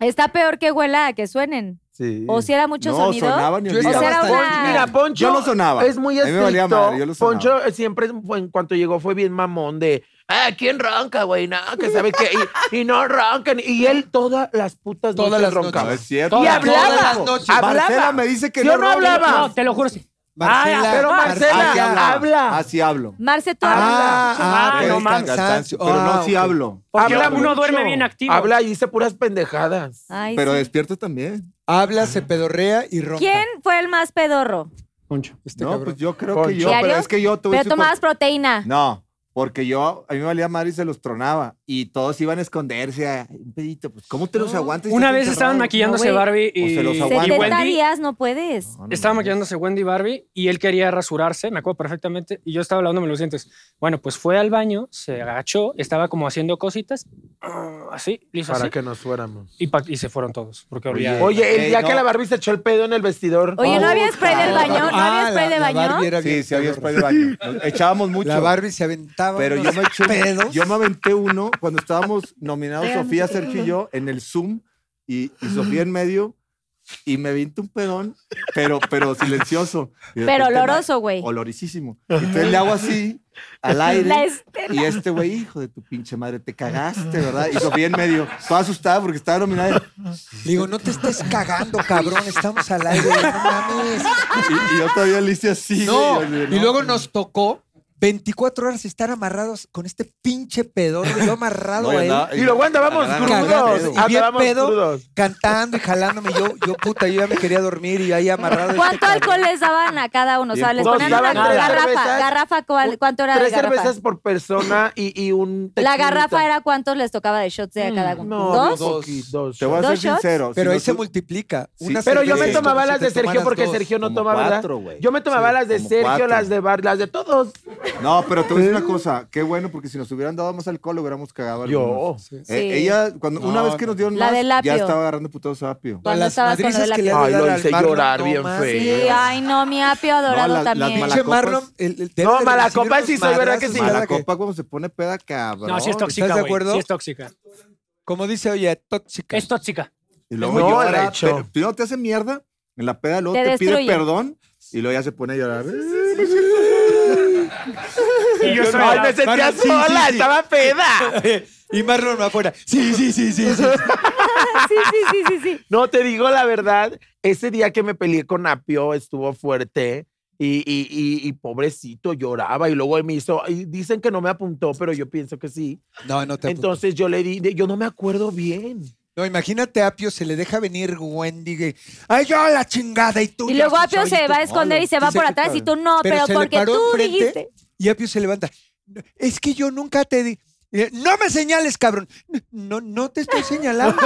Está peor que huela a que suenen.
Sí.
O si era mucho
no,
sonido.
Sonaba ni
Yo
olía.
o
estaba
sea, era
hasta-
una-
Mira, Poncho
Yo no sonaba.
es muy
A mí me valía
estricto.
madre, yo lo sonaba.
Poncho eh, siempre, es- fue- en cuanto llegó, fue bien mamón de ah, ¿quién ronca, güey? No, que sabe que. Y, y no roncan. Y él todas las putas
Todas
noches
las
No
roncaba.
es cierto.
Y
Todas,
hablaba.
todas las noches.
Hablaba.
Marcela me dice que
Yo no
ronca.
hablaba.
No, te lo juro. sí.
Marcela,
Ah,
pero Marcela,
ah, sí hablaba.
habla.
Así hablo.
Marce, tú
Ah, ah,
Ah,
Qué
no
no
mames.
cansancio, Ah, Pero
Ah,
no, sí hablo.
Porque
Habla
uno
mucho.
duerme bien activo.
Habla y dice puras pendejadas.
Ay,
Pero
sí.
despierto también.
Habla, se pedorrea y ronca.
¿Quién fue el más pedorro?
Poncho.
Este
No,
cabrón.
pues yo creo
Poncho.
que yo, pero
¿Diario?
es que yo tuve
Pero tomabas proteína.
No, porque yo, a mí me valía madre y se los tronaba. Y todos iban a esconderse. a- Un pedito, pues, ¿cómo te los aguantas? y
Una
estás
vez estaban
encerrado?
maquillándose
No, güey.
Barbie y,
O se los
y
aguanta.
¿70
Wendy.
días no puedes?
No, no,
Estaba
no.
maquillándose Wendy y Barbie y él quería rasurarse, me acuerdo perfectamente, y yo estaba lavándome los dientes. Bueno, pues fue al baño, se agachó, estaba como haciendo cositas, ah, así, le hizo
Para
así,
que nos fuéramos.
y, pa- y se fueron todos, porque olía.
Oye, el
Ey,
día
no.
que la Barbie se echó el pedo en el vestidor.
Oye, ¿no había spray del baño? ¿No
Ah,
había spray
la-
de
la
baño?
Barbie era
Sí,
bien
sí, había
pedorra.
spray de baño. Nos Echábamos mucho.
La Barbie se aventaba.
Pero yo
unos
me, eché-
pedos.
yo me aventé uno cuando estábamos nominados
Vean,
Sofía,
qué
Sergio y
lindo.
yo en el Zoom y, y Sofía en medio y me aventé un pedón, pero, pero silencioso. Y de
Pero
repente,
oloroso, güey.
Olorisísimo. Entonces le hago así al aire.
La Estela.
Y este güey, hijo de tu pinche madre, te cagaste, ¿verdad? Y Sofía en medio, toda asustada porque estaba nominada.
Le digo, no te estés cagando, cabrón. Estamos al aire. No mames.
Y, y yo todavía le hice así.
No,
güey, yo dije,
y luego nos tocó 24 horas estar amarrados con este pinche pedorro. Yo amarrado
No, y
a él,
andaba-
Y luego andábamos
Agarraron
cagados,
pedo.
crudos.
y bien
Andábamos
pedo.
crudos.
cantando y jalándome. Y yo, yo, puta, yo ya me quería dormir y ahí amarrado. este
¿Cuánto
cabrón.
alcohol les daban a cada uno? O sea,
Bien,
les
pues,
ponían
daban
una
tres
garrafa.
cervezas.
¿Garrafa cuál- cuánto era
Tres
de garrafa?
cervezas por persona y, y un.
La
tequilita.
garrafa era cuántos les tocaba de shots de a cada uno.
No,
¿Dos?
dos. dos.
Te voy a
¿Dos
ser
shots?
sincero.
Pero
si
ahí
no
se
tú-
multiplica.
Sí,
Una
Pero yo
cervezas,
me
es como
tomaba
si
las
te
de Sergio
tomaras
porque
dos.
Sergio no
Como
tomaba, ¿verdad?
cuatro, güey.
Yo me tomaba
Sí,
las de
como
Sergio,
cuatro.
las de Bar, las de todos.
No, pero te voy a decir una cosa. Qué bueno, porque si nos hubieran dado más alcohol, lo hubiéramos cagado.
Yo.
algunos.
Sí.
Eh,
Sí.
ella, cuando, una
No, Ah,
vez que nos dieron
La
más,
del
ya
apio.
estaba agarrando putado sapio.
Cuando
las
estabas con lo
madrizas
de la
que le
piel.
han de
Ay, lo
dar al
hice
Marlon,
llorar
no
bien
más.
feo.
Sí, ay, no, mi apio adorado
No, la- las
también.
malacopas.
Pinche Marlon, el, el- debe
No,
de
malacopas
recibir
sí
unos
soy, ¿verdad
madrazos,
que sí?
A
¿verdad
la
que-
copa cuando se pone peda, cabrón.
No, sí
¿estás
es
de
tóxica, güey.
acuerdo?
Sí es tóxica.
Como dice, oye, tóxica.
Es tóxica.
Y luego
No,
llora,
la echó.
pero primero te hace mierda en la peda, luego
Te
te, pide
destruye.
perdón y luego ya se pone a llorar.
Y yo soy
Ay,
la-
me sentía
Marlon, sí,
sola,
sí, sí.
estaba peda.
y Marlon afuera. Sí, sí, sí, sí. sí.
Sí, sí, sí, sí, sí.
No, te digo la verdad, ese día que me peleé con Apio estuvo fuerte y, y, y- y pobrecito lloraba y luego me hizo, y dicen que no me apuntó, pero yo pienso que sí.
No, no te apunto.
Entonces yo le di, yo no me acuerdo bien.
No, imagínate a Apio, se le deja venir Wendy. que, Ay, yo a la chingada y tú.
Y
ya
luego
estás
Apio se
solito".
va a esconder y se va
Dice
por
que
atrás
padre.
y tú no, pero,
se le
porque
paró
tú
enfrente
dijiste.
Y Apio se levanta. "No, Es que yo nunca te di. Eh, No me señales, cabrón. No, no te estoy señalando.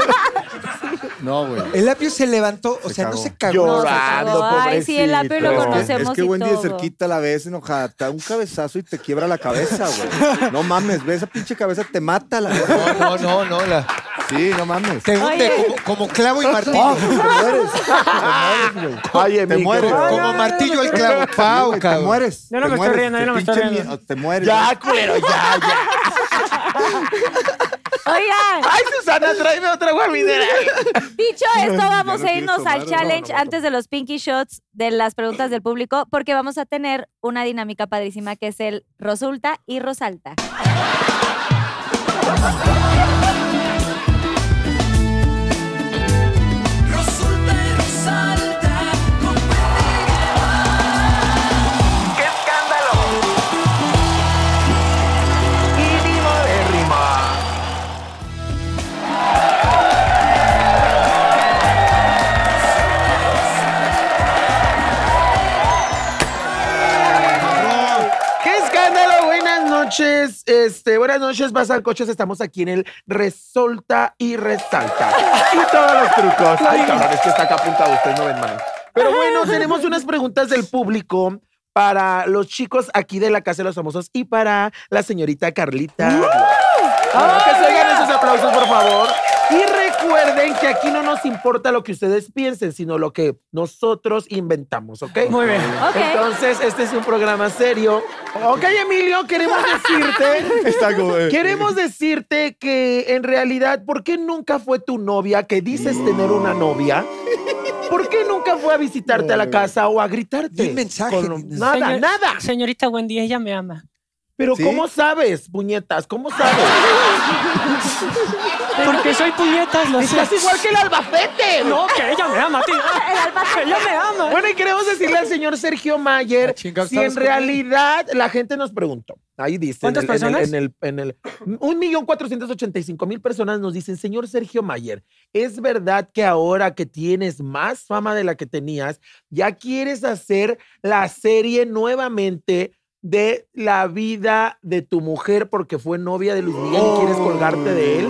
No, güey.
El Apio se levantó, o
Se
sea, no
cagó.
se cagó.
No, se
Llorando,
cagó. Ay, sí, el apio lo
pobrecito.
Es que-
conocemos
es que
y
Wendy de
todo.
cerquita la ves enojada, te da un cabezazo y te quiebra la cabeza, güey. No mames, ve esa pinche cabeza, te mata la
No, no, no, no. la-
Sí, no mames.
Te hunde
Oye.
como, como clavo y martillo.
Oh, te mueres. Te mueres, güey.
Oye,
Te
mi
mueres.
querido.
Como
Como martillo al clavo.
Pau,
Pau,
Te
cabrón.
mueres.
Yo
te
no me estoy
mueres,
riendo, yo no me
te
estoy
pinche
riendo.
mie- Te mueres.
Ya, culero, ya, ya.
Oigan,
Ay, Susana, tráeme otra guaminera.
dicho esto, vamos
no
a
quiero
irnos
tomar,
al
no,
challenge
no, no.
antes de los pinky shots de las preguntas del público, porque vamos a tener una dinámica padrísima que es el resulta y rosalta.
¡Qué escándalo! Mínimo de rima. ¡Qué escándalo! Buenas noches. Este, buenas noches, vas al coches. Estamos aquí en el Resolta y Resalta. Y todos los trucos. Ay, cabrón, es que está acá apuntado. Ustedes no ven, mano. Pero bueno, tenemos unas preguntas del público para los chicos aquí de la Casa de los Famosos y para la señorita Carlita. Bueno, que se oigan esos aplausos, por favor. Y recuerden que aquí no nos importa lo que ustedes piensen, sino lo que nosotros inventamos, ¿ok?
Muy bien.
Ok.
Entonces, este es un programa serio. Ok, Emilio, queremos decirte.
Está como, eh,
Queremos decirte que en realidad, ¿por qué nunca fue tu novia que dices tener una novia? ¿Por qué nunca fue a visitarte a la casa o a gritarte?
Ni un mensaje,
Con-
ni nada.
nada,
Señor-
nada.
Señorita Wendy, ella me ama.
Pero
¿Sí?
¿cómo sabes, puñetas? ¿Cómo sabes?
Porque soy puñetas, lo sé. Ah,
Estás igual que el albacete, ¿no?
No, que ella me ama, tío.
El albacete.
Ella me ama.
Bueno, y queremos decirle al señor Sergio Mayer
Ah, chinga,
si en
¿estabas con él?
realidad la gente nos preguntó. Ahí dice.
¿Cuántas
en el- en el-
personas?
En el, en el- un millón cuatrocientos ochenta y cinco mil personas nos dicen, señor Sergio Mayer, ¿es verdad que ahora que tienes más fama de la que tenías, ya quieres hacer la serie nuevamente de la vida de tu mujer porque fue novia de Luis Miguel y quieres colgarte de él?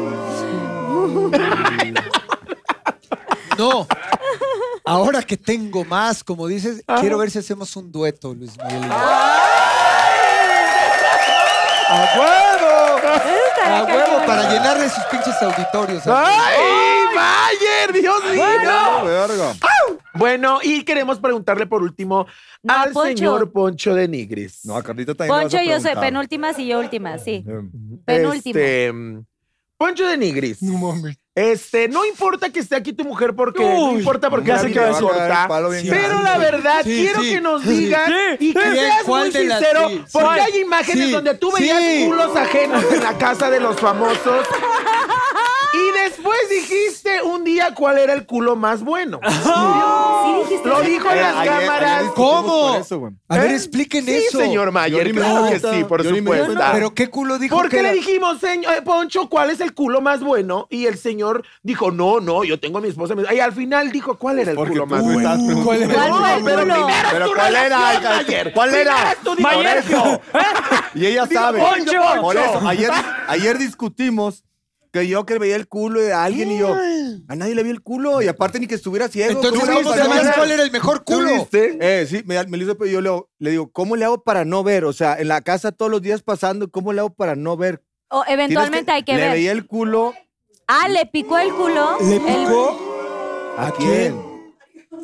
No. Ahora que tengo más, como dices, quiero ver si hacemos un dueto, Luis Miguel. y
Ah,
yo.
¡A huevo!
A huevo, para llenarle sus pinches auditorios.
Ah, ¡Ay, Mayer! ¡Dios
eh,
mío!
No, verga.
Bueno, y queremos preguntarle por último
No,
al
Poncho.
señor Poncho de Nigris.
No, a Carlita también le vas
Poncho,
a
yo soy
preguntar.
penúltimas y yo últimas, sí.
Eh,
Penúltimo.
Este, mm, Poncho de Nigris. No Este, no importa que esté aquí tu mujer porque no
Uy,
importa porque
ya
a
sé
mí
qué
me
va a decir.
importa,
Palo bien
Pero
grande.
la verdad,
Sí,
quiero
sí.
que nos digas
Sí.
y que
Sí.
seas
¿Cuál
muy
de las-
sincero,
sí,
porque
sí.
hay imágenes
Sí,
donde tú
sí.
veías culos ajenos en la casa de los famosos. Y después dijiste un día cuál era el culo más bueno.
Sí dijiste.
Lo dijo en las
ayer- ayer
cámaras.
eh, discutimos
¿Cómo?
por eso, güey.
A ver,
¿Eh?
expliquen
Sí,
eso.
señor Mayer,
Yo ni me
claro
di
que
cuenta,
sí, por
yo ni me di
supuesto.
cuenta.
Pero qué culo dijo
Porque
que
le
era?
dijimos, señor, eh, Poncho, ¿cuál es el culo más bueno? Y el señor dijo, no, no, yo tengo a mi esposa. Y al final dijo, ¿cuál era el
Porque
culo
tú
más bueno?
estás preguntando.
¿Cuál era?
¿Cuál fue el
pero
culo?
primero es
Pero
tu
¿cuál era?
relación,
Ay,
Mayer.
¿cuál era?
Primero es tu
Mayer.
divorcio.
Y ella
Digo,
sabe.
Poncho,
Por
Poncho.
eso, ayer, ayer discutimos que yo que veía el culo de alguien y yo, a nadie le vi el culo. Y aparte ni que estuviera ciego.
Entonces,
¿Cómo le hago
¿cómo
para no
sabías
ver?
cuál era el mejor
¿Tú
culo?
viste? Eh, sí, me, me lo hizo, pero yo le, le digo, ¿cómo le hago para no ver? O sea, en la casa todos los días pasando, ¿cómo le hago para no ver?
O
Tienes
eventualmente hay que
le
ver.
veía el culo.
Ah, le picó el culo.
¿Le
El-
picó?
¿A,
¿A
quién?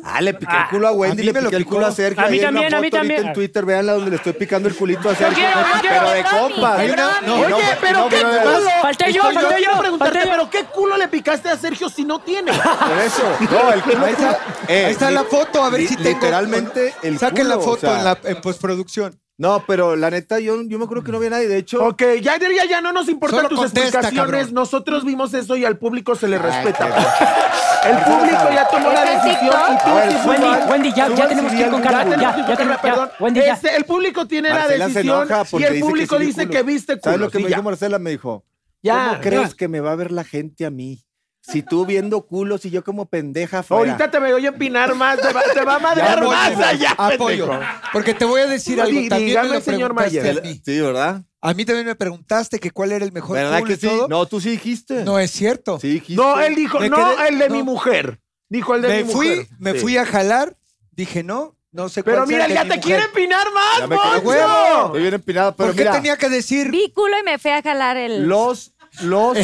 Ah, le piqué el culo a Wendy,
a mí
le
me lo
piqué el
picó.
culo a Sergio.
A mí
Ahí hay
también,
una
a mí
foto ahorita
también.
En Twitter, véanla donde le estoy picando el culito a Sergio.
quiero, yo quiero.
pero de compas.
Hay una- no,
Y no,
Oye,
y
pero
no,
qué
pero de-
culo.
Falté yo,
Estoy-
falté
quiero
yo,
preguntarte,
falté yo.
pero qué culo le picaste a Sergio si no tiene.
Por eso. No, el culo.
Ahí está,
Eh,
ahí está la foto, a ver
li-
si tengo.
literalmente el
Saquen
culo,
la
o
foto
sea.
en, la, en postproducción.
No, pero la neta, yo, yo me acuerdo que no había nadie. De hecho,
Ok, ya, ya, ya no nos importan
Solo
tus
contesta,
explicaciones.
cabrón.
Nosotros vimos eso y al público se le respeta.
qué
Ah,
El público ya tomó la
¿Está en
decisión
TikTok?
y tú,
A ver,
sin
Wendy,
jugar,
Wendy, ya,
tú
ya
vas
tenemos que ir con
subiendo,
Carla.
ya tenemos
Ya, ya,
que ir con
tenemos-
Carla,
ya,
perdón.
Wendy, ya.
Este, el público tiene
Marcela
la
se
decisión
enoja
y
porque
el
dice que
público
sí vi
dice
culo.
que viste culo.
¿sabes lo que
sí,
me
ya.
dijo Marcela? Me dijo,
Ya.
¿cómo crees que me va a ver la gente a mí? Si tú viendo culos y yo como pendeja fuera.
Ahorita te me voy a empinar más, te va, te va a madrear
Apoyo,
más allá.
Apoyo.
pendejo.
Porque te voy a decir algo.
Dí-
También
dígame,
me lo
señor
preguntaste
Mayer.
A mí.
Sí, ¿verdad?
A mí también me preguntaste que cuál era el mejor
¿Verdad
culo
que
y
sí?
todo.
No, tú sí dijiste.
No es cierto.
Sí dijiste.
No, él dijo,
Me
no,
quedé-
el de mi
no.
mujer. Dijo el de
me
mi
fui,
mujer.
me
Sí.
fui a jalar, dije no, no sé
Pero
cuál sea
mira,
el de
ya
mi
te pues,
mujer.
quiere empinar
Ya
más,
me quedé-
Poncho.
Estoy bien empinado, pero
¿Por qué
mira.
tenía que decir?
Vi culo y me fui a jalar el.
Los, los,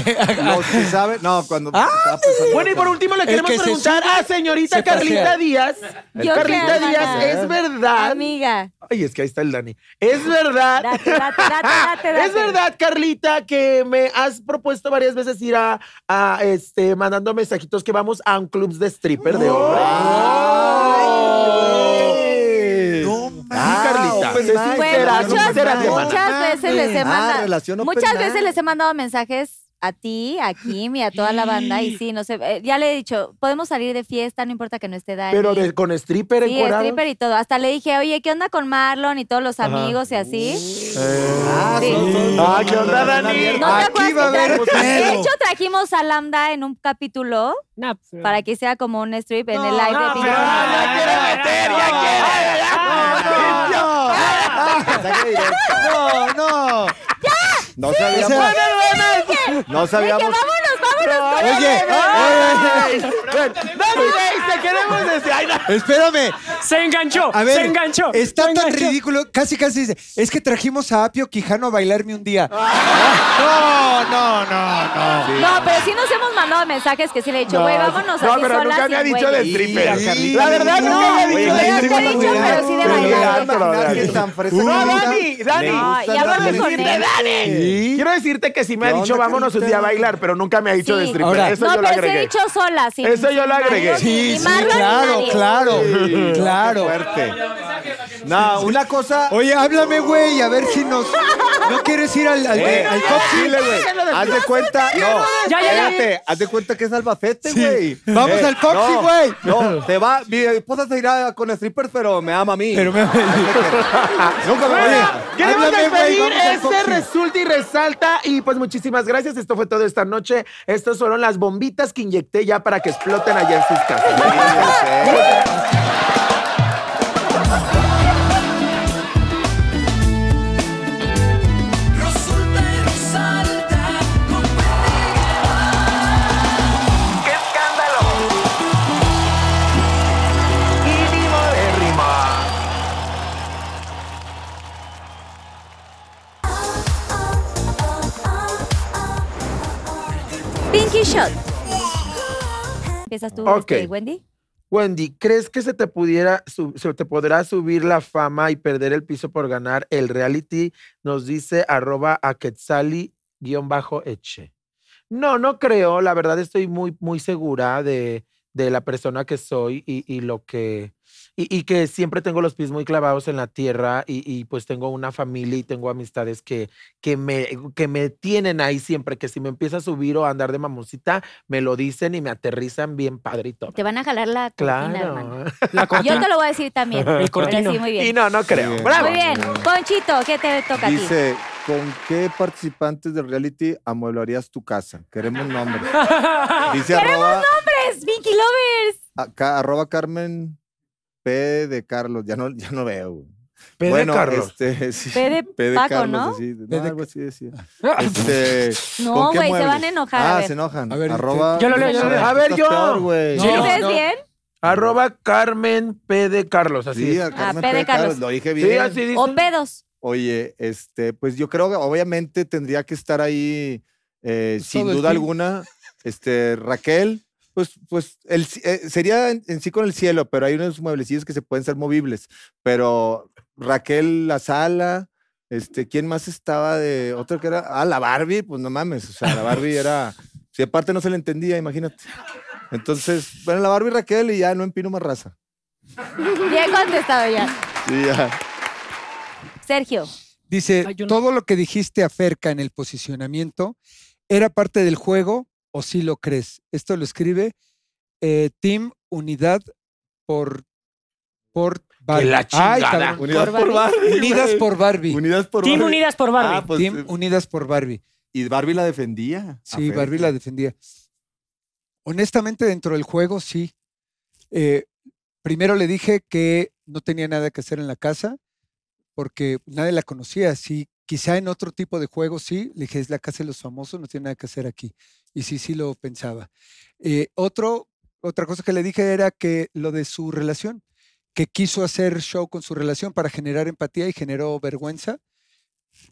los que saben. No, cuando. estaba pensando-
Bueno, y por último le
El
queremos
que se
preguntar a señorita
se pasea.
Carlita Díaz.
Yo
Carlita
qué,
Díaz,
hermana.
es verdad.
Amiga.
Ay, es que ahí está el Dani. Es verdad.
Date, date, date, date, date.
Es verdad, Carlita, que me has propuesto varias veces ir a, a, este, mandando mensajitos que vamos a un club de stripper de hombres.
No,
Carlita.
Pues,
open
Sé
mic,
Fue
hermana,
Bueno,
será,
open
muchas,
sí, será,
mic.
hermana.
muchas veces les he
Ah, relación
mandado.
open
Muchas
mic.
veces les he mandado mensajes a ti, a Kim y a toda la banda. Y sí, no sé. eh, Ya le he dicho, podemos salir de fiesta, no importa que no esté Dani.
Pero de- con stripper
Sí,
encuerado.
stripper y todo. Hasta le dije, oye, ¿qué onda con Marlon y todos los amigos y así?
Ah,
Sí.
son- son-
Ah, ¿qué onda,
son-
Dani?
son-
¿No te
Aquí va a
acuerdas que
haber
trajimos? De
pedo.
hecho, trajimos a Lambda en un capítulo
Nah, pero-
para que hiciera como un strip en el live de Pink
pero-
Floyd.
Ya quiere meter, ya quiere.
Ah, Mensaje directo. No sabíamos-
Ese-
no
Dije,
sabíamos.
vámonos, vámonos. con
Oye,
él".
oye, oye,
Ven, Dani, ven, te queremos decir. Ay, no.
espérame.
Se enganchó,
A ver,
se enganchó.
está
se
tan
enganchó.
ridículo, casi casi dice, es que trajimos a Apio Quijano a bailarme un día.
No, pero sí nos hemos mandado mensajes que sí le he dicho, güey, vámonos
No,
así
pero
solas
nunca
y
me ha dicho
güey".
de stripper.
Sí.
La verdad,
No,
nunca me ha
oye,
dicho
nunca
de
me ha dicho, pero sí de bailar.
Nadie tan fresa.
No, Dani, Dani.
No,
gusta
y
la
hablaron con
Carlita.
él.
Sí.
Quiero decirte que sí me ha
¿Qué
dicho
onda,
vámonos un
Carlita?
día a bailar, pero nunca me ha dicho
Sí.
de stripper.
Ahora.
Eso
no,
yo lo
pero sí he
agregué.
dicho sola. sin-
Eso
sin
yo lo
Marlon,
agregué.
ni
Sí, sí,
Marlon ni
claro,
nadie.
claro, claro.
Fuerte. No, una cosa.
Oye, háblame, güey, a ver si nos. ¿No quieres ir al, al,
Eh,
al
al
Cop
Cop
Chile?
Chile, güey. Haz de cuenta. No,
Ya, ya, ya.
espérate. Haz de cuenta que es Albacete, güey. Eh,
Vamos al Coxi,
no,
güey.
No, te va. Mi esposa se irá con strippers, pero me ama a mí.
Pero me.
Nunca me voy a.
Queremos
Háblame, güey,
despedir
vamos al
este
Foxy.
resulta y resalta. Y pues muchísimas gracias. Esto fue todo esta noche. Estas fueron las bombitas que inyecté ya para que exploten allá en sus casas.
Resulta y resalta con
¡Qué escándalo! Y vivo de rima.
Pinky Shot. ¿Empiezas tú,
Ok.
este, Wendy?
Wendy, ¿crees que se te pudiera sub- se te podrá subir la fama y perder el piso por ganar el reality? Nos dice arroba a Quetzali-eche. No, no creo. La verdad estoy muy, muy segura de, de la persona que soy y, y lo que. Y, y que siempre tengo los pies muy clavados en la tierra y, y pues tengo una familia y tengo amistades que, que, me, que me tienen ahí siempre, que si me empieza a subir o a andar de mamoncita, me lo dicen y me aterrizan bien padre y todo.
Te van a jalar la cortina, hermano.
Claro.
La
Yo te
cortina.
lo voy a decir también.
El
Pero
cortino.
Sí, muy
Y
bien.
no, no creo.
Sí.
Bravo.
Muy bien. Ponchito, ¿qué te toca a ti?
Dice, ¿con qué participantes del reality amueblarías tu casa? Queremos nombres. Dice arroba,
¡Es Vicky Lovers!
a- ca- arroba Carmen P de Carlos. Ya no, ya no veo. güey.
P de
bueno,
Carlos.
Este, sí,
P de Paco, ¿no?
así. No,
de-
algo así decía. Este,
No,
¿con qué
güey, se
muebles?
van a enojar. a
Ah,
ver.
se enojan.
A ver,
arroba,
yo lo leo, yo lo leo.
Ay,
A ver,
estás
yo.
peor, güey.
No.
¿Ustedes bien?
Arroba Carmen P de Carlos. Así.
Sí,
es.
a Carmen
Ah, P de
P de Carlos.
Carlos.
Lo dije bien.
sí así dice.
¿O pedos?
Oye, este, pues yo creo que obviamente tendría que estar ahí, eh,
Pues
sin
todo el
duda
team.
alguna, este, Raquel, pues, pues el, ci- eh, sería en, en sí con el cielo, pero hay unos mueblecillos que se pueden ser movibles. Pero Raquel, la sala, este, ¿quién más estaba de otra que era? Ah, la Barbie, pues no mames, o sea, la Barbie era, si aparte no se le entendía, imagínate. Entonces, bueno, la Barbie Raquel y ya no empino más raza.
Bien contestado ya.
Sí, ya.
Sergio,
Dice,
Ay, yo no-
todo lo que dijiste acerca en el posicionamiento era parte del juego o si lo crees. Esto lo escribe eh, Team Unidad por por Barbie.
la
Ay,
chingada.
cabrón.
Unidas por Barbie.
Unidas
güey.
por Barbie.
Unidas por
Team
Barbie.
Unidas por Barbie.
Ah, pues,
Team
eh,
Unidas por Barbie.
Y Barbie la defendía. a
Sí,
Fer,
Barbie la defendía. Honestamente, dentro del juego, sí. Eh, primero le dije que no tenía nada que hacer en la casa porque nadie la conocía. Sí, quizá en otro tipo de juego, sí. Le dije, es la casa de los famosos, no tiene nada que hacer aquí. Y sí, sí lo pensaba. Eh, otro, otra cosa que le dije era que lo de su relación, que quiso hacer show con su relación para generar empatía y generó vergüenza.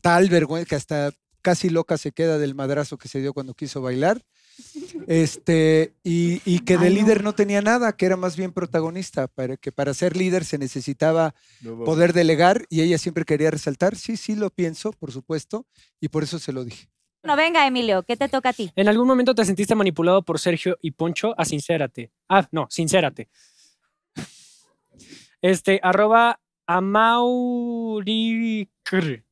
Tal vergüenza que hasta casi loca se queda del madrazo que se dio cuando quiso bailar. Este, y, y que de líder no tenía nada, que era más bien protagonista, para que para ser líder se necesitaba
No, pues, no.
poder delegar y ella siempre quería resaltar. Sí, sí lo pienso, por supuesto, y por eso se lo dije.
no venga, Emilio, ¿qué te toca a ti?
¿En algún momento te sentiste manipulado por Sergio y Poncho? A sincérate. Ah, no, sincérate. Este, arroba amauricr.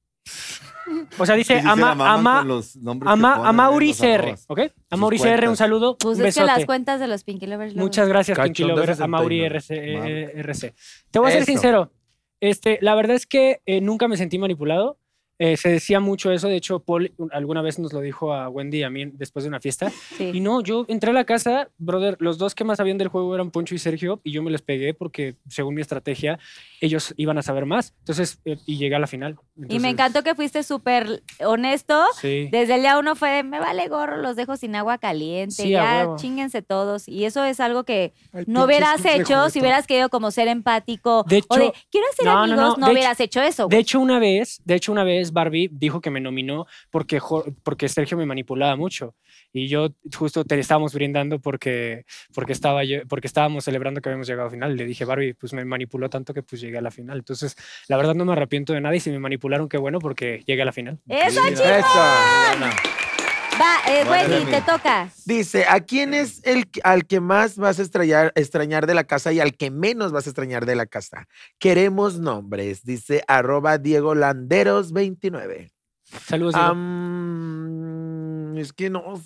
O sea, dice
Sí, sí, se
ama,
la maman
ama,
con los nombres que
ama,
ponen,
Amauri
los
CR,
arrobas.
¿ok? Amauri CR, un
cuentas.
saludo,
Pues
un
es que las
besote.
cuentas de los Pinky Lovers. luego-
Muchas gracias, Pinky
Cachonda
Lovers,
69.
Amauri RC, eh,
Madre.
eh, RC. Te voy a ser
Eso.
sincero. Este, la verdad es que eh, nunca me sentí manipulado. Eh, se decía mucho eso. De hecho, Paul alguna vez nos lo dijo a Wendy y a mí después de una fiesta. Y
Sí.
no, yo entré a la casa, brother, los dos que más sabían del juego eran Poncho y Sergio, y yo me les pegué porque, según mi estrategia, ellos iban a saber más. Entonces, eh, y llegué a la final.
Y me
Entonces,
encantó que fuiste súper honesto.
Sí.
Desde el día uno fue, me vale gorro, los dejo sin agua caliente,
Sí, a
ya
huevo.
chinguense todos. Y eso es algo que
Ay,
no
pinche
hubieras
escuincle
hecho si
juguetón.
hubieras querido como ser empático.
De
o de,
hecho-
quiero ser
No, no,
amigos, no,
no, de
hubieras hecho eso.
De
güey.
hecho, una vez, de hecho, una vez Barbie dijo que me nominó porque, Jo- porque Sergio me manipulaba mucho. Y yo justo te estábamos brindando porque, porque, estaba yo, porque estábamos celebrando que habíamos llegado a final. Le dije, Barbie, pues me manipuló tanto que pues llegué a la final. Entonces, la verdad no me arrepiento de nada y si me manipularon, qué bueno porque llegué a la final.
¡Eso,
Sí,
chingón!
Eso.
Va, eh, Wendy, te toca.
Dice, ¿a quién es el que- al que más vas a extrañar, extrañar de la casa y al que menos vas a extrañar de la casa? Queremos nombres, dice arroba Diego Landeros 29.
Pues
Saludos.
Ah,
Diego.
Am, es que no,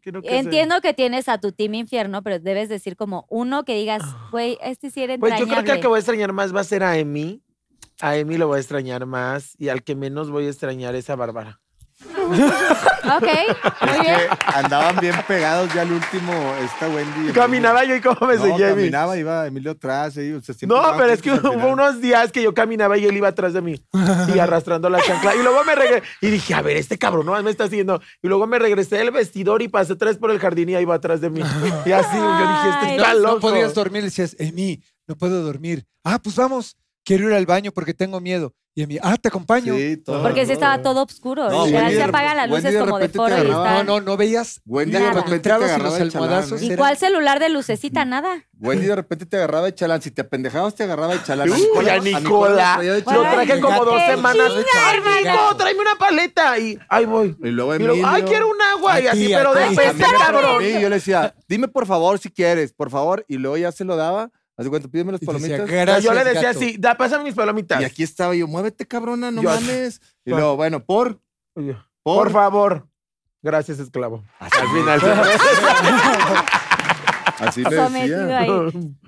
quiero que se-
Entiendo que tienes a tu team infierno, pero debes decir como uno que digas, güey, este sí era
Pues yo
entrañable.
creo que al que voy a extrañar más va a ser a Emi. A Emi lo voy a extrañar más y al que menos voy a extrañar es a Bárbara.
Ok, muy bien.
Que andaban bien pegados ya al último, esta Wendy.
Caminaba yo y cómo me
no,
seguía Emi.
caminaba, iba Emilio atrás. ahí, o sea, siempre
No,
andaban
pero es que
juntos al
hubo
final.
unos días que yo caminaba y él iba atrás de mí y arrastrando la chancla. Y luego me regresé y dije, a ver, este cabrón no me está haciendo. Y luego me regresé del vestidor y pasé tres por el jardín y ahí iba atrás de mí. Y así yo dije,
Ay,
este
Pues No,
está
no
loco.
podías dormir, le decías, Emi, no puedo dormir. Ah, pues vamos, quiero ir al baño porque tengo miedo. Y Emi, ah, te acompaño.
Sí, todo,
Porque sí estaba todo oscuro.
No,
literal,
Wendy
se
de
apagan las
repente-
luces
Wendy de
como de
repente te
foro y
agarraba-
No,
están.
no, no veías.
Wendy
Nada.
de
Cuando
repente te
entrabas y
agarraba
los
de chalán,
almohadazos
¿eh?
¿Y
eran-
cuál celular de lucecita? Nada.
Wendy de repente te agarraba de chalán. Si te pendejabas, te agarraba de chalán.
Uy, a Nicola.
traía de
Lo
chalán.
traje como dos
Qué
semanas.
chingada,
¡Ay,
hermano!
Nico, tráeme una paleta! Y ahí voy.
Y luego
Y luego,
Emilio.
¡ay, quiero un agua! Y
A
así,
ti,
pero
a ti.
de
Ay,
peste,
también era para
cabrón.
mí, Yo le decía, dime por favor si quieres, por favor. Y luego ya se lo daba. Haz de cuenta, pídeme las
Y decía,
palomitas.
O sea, yo le
"Gracias,
decía
gato".
así, da, pásame mis palomitas.
Y aquí estaba yo, muévete, cabrona, no
Yo-
mames. Y
Yo-
luego, bueno, por,
Y yo,
por.
Por favor. Gracias, esclavo.
Al final. Así le
Sometido
decía.
ahí.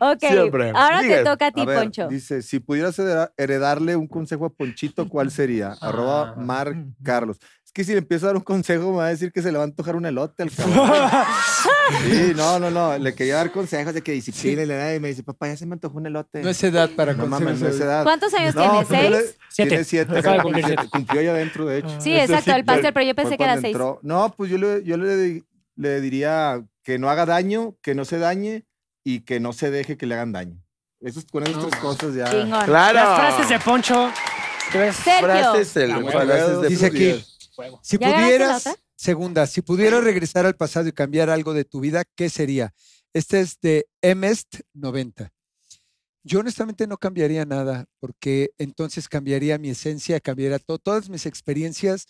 Ok,
Siempre.
ahora te
Sigue.
toca a ti,
A ver,
Poncho.
dice, si pudieras hereda- heredarle un consejo a Ponchito, ¿cuál sería? Arroba Mar Carlos. Es que si le empiezo a dar un consejo, me va a decir que se le va a antojar un elote al cabrón. Sí, no, no, no. Le quería dar consejos de que disciplina y le da y me dice, papá, ya se me antojó un elote.
No es edad para
No mames,
consejos.
no es edad.
¿Cuántos años
No,
tienes?
pero yo le-
¿Seis?
Siete.
Tiene siete.
Acaba de
acaba
cumplir
de
siete.
cumplir. Cumplió ya adentro, de hecho.
Sí, exacto, el pastel, pero yo
Fue
pensé que era
cuando
seis.
entró. No, pues yo le, yo le, di- le diría que no haga daño, que no se dañe y que no se deje que le hagan daño. Eso, con esas tres cosas ya.
Chingón.
Claro.
Las frases de Poncho. ¿Qué ves?
Sergio.
Frases el-
Ah, bueno.
frases de
Dice
Frutier.
aquí,
¿Ya ganaste
si
la
pudieras,
otra?
segunda, si pudieras regresar al pasado y cambiar algo de tu vida, ¿qué sería? Este es de Emest90. Yo honestamente no cambiaría nada, porque entonces cambiaría mi esencia, cambiaría todo, todas mis experiencias,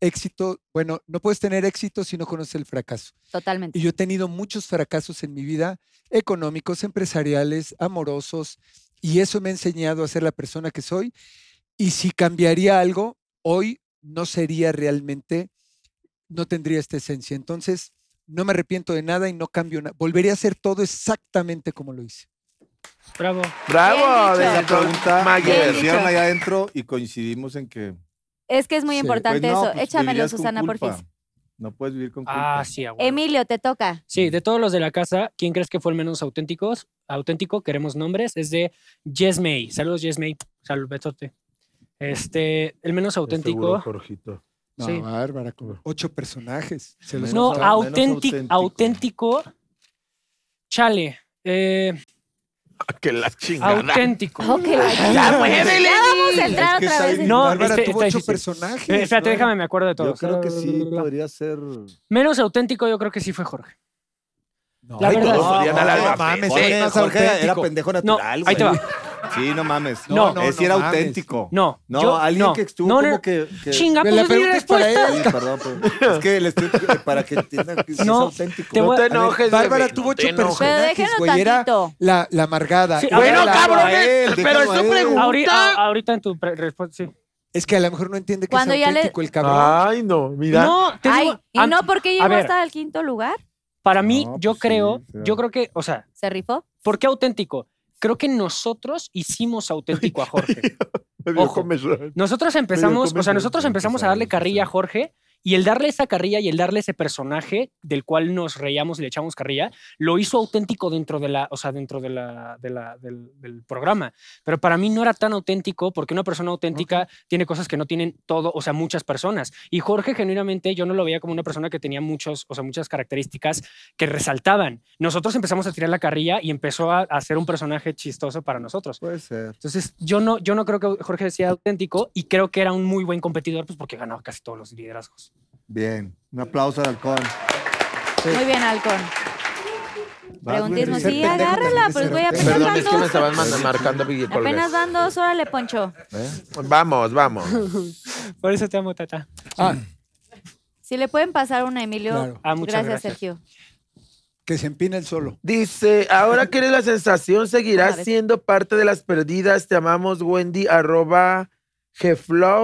éxito. Bueno, no puedes tener éxito si no conoces el fracaso.
Totalmente.
Y yo he tenido muchos fracasos en mi vida, económicos, empresariales, amorosos, y eso me ha enseñado a ser la persona que soy. Y si cambiaría algo, hoy no sería realmente, no tendría esta esencia. Entonces, no me arrepiento de nada y no cambio nada. Volvería a hacer todo exactamente como lo hice.
Bravo.
Bravo,
Bien
de
Esa
dicho.
pregunta
Bien
la
Mayer.
dicho.
hicieron allá adentro y coincidimos en que.
Es que es muy
Sí,
importante
pues, no,
eso.
pues,
Échamelo,
vivirías con
Susana,
culpa.
porfis.
No puedes vivir con culpa.
Ah, sí, a huevo.
Emilio, te toca.
Sí, de todos los de la casa, ¿quién crees que fue el menos auténtico? Auténtico, queremos nombres. Es de Yes May. Saludos, Yes May. Salud, Betote. Este, el menos auténtico.
Jorgito.
No,
Sí.
bárbara, con ocho personajes. Se los
No,
Menos
contaba.
au-
auténtico.
menos
Auténtico. Chale. eh,
Que la chingada.
auténtico.
Ok, la-
Ya, muévele.
Ya vamos a entrar
que
otra
está
vez. en-
No,
Bárbara
este-
tuvo
está
ocho
difícil.
personajes.
Eh, espérate,
¿no?
déjame, me acuerdo de todo.
Yo creo que sí podría ser.
Menos auténtico, yo creo que sí fue Jorge.
No,
La
ay,
verdad-
no,
odian al
no
Albacete.
mames,
Jorge,
eres más
Jorge era
auténtico.
pendejo
No,
natural.
ahí te
güey.
va.
Sí, no mames.
No,
no,
Ese
no
era
mames.
auténtico.
No,
No,
yo-
alguien
no,
que estuvo
no,
como
no,
que. que-
Chinga,
Me
pues
la
di la
pregunta es para
respuesta.
Sí, perdón, pero es que le estoy para que entiendan que sí
No,
es auténtico.
te
No
voy
te
a-
enojes.
Bárbara
bebé,
tuvo
no te
ocho
enojes.
Pero
personajes,
déjenlo
güey. Era
tantito.
la, la amargada.
Sí,
era
bueno,
la-
cabrón,
a él,
pero es tu
déjalo a él.
pregunta.
Ahori- a- ahorita en tu pre- respuesta, sí.
Es que a lo mejor no entiende que
Cuando
es
ya le-
auténtico el cabrón.
Ah.
Ay, no, mira.
No, te
Ay,
digo,
¿y
an-
no por qué
a
llegó
ver.
hasta el quinto lugar?
para mí,
No,
yo
pues sí,
creo,
pero-
yo creo que, o sea,
¿Se rifó?
¿por qué auténtico? Creo que nosotros hicimos auténtico a Jorge.
Me vio
ojo.
comer.
Nosotros empezamos, o sea,
comer-
nosotros empezamos a darle carrilla a Jorge y el darle esa carrilla y el darle ese personaje del cual nos reíamos y le echamos carrilla, lo hizo auténtico dentro de la, o sea, dentro de la, de la- del, del programa. Pero para mí no era tan auténtico porque una persona auténtica tiene cosas que no tienen todo, o sea, muchas personas. Y Jorge genuinamente yo no lo veía como una persona que tenía muchos, o sea, muchas características que resaltaban. Nosotros empezamos a tirar la carrilla y empezó a, a ser un personaje chistoso para nosotros.
Puede ser.
Entonces, yo no, yo no creo que Jorge sea auténtico y creo que era un muy buen competidor, pues porque ganaba casi todos los liderazgos.
Bien. Un aplauso al halcón.
Muy bien, Halcón. Preguntismo.
ser
Sí,
pendejo también
agárrala,
es
pues
ser
güey, apenas
auténtico.
Perdón,
van
es que me
dos.
estaban mand- marcando
Apenas
Villicolgas.
van dos, órale,
¿Eh?
Poncho.
Vamos, vamos.
Por eso te amo, Tata.
Ah,
Si le pueden pasar una, Emilio.
Claro.
Ah, muchas
gracias,
gracias.
Sergio.
Que se empina el solo.
Dice, ahora que eres la sensación,
Una
seguirás
vez.
siendo parte de las perdidas. Te amamos, Wendy, arroba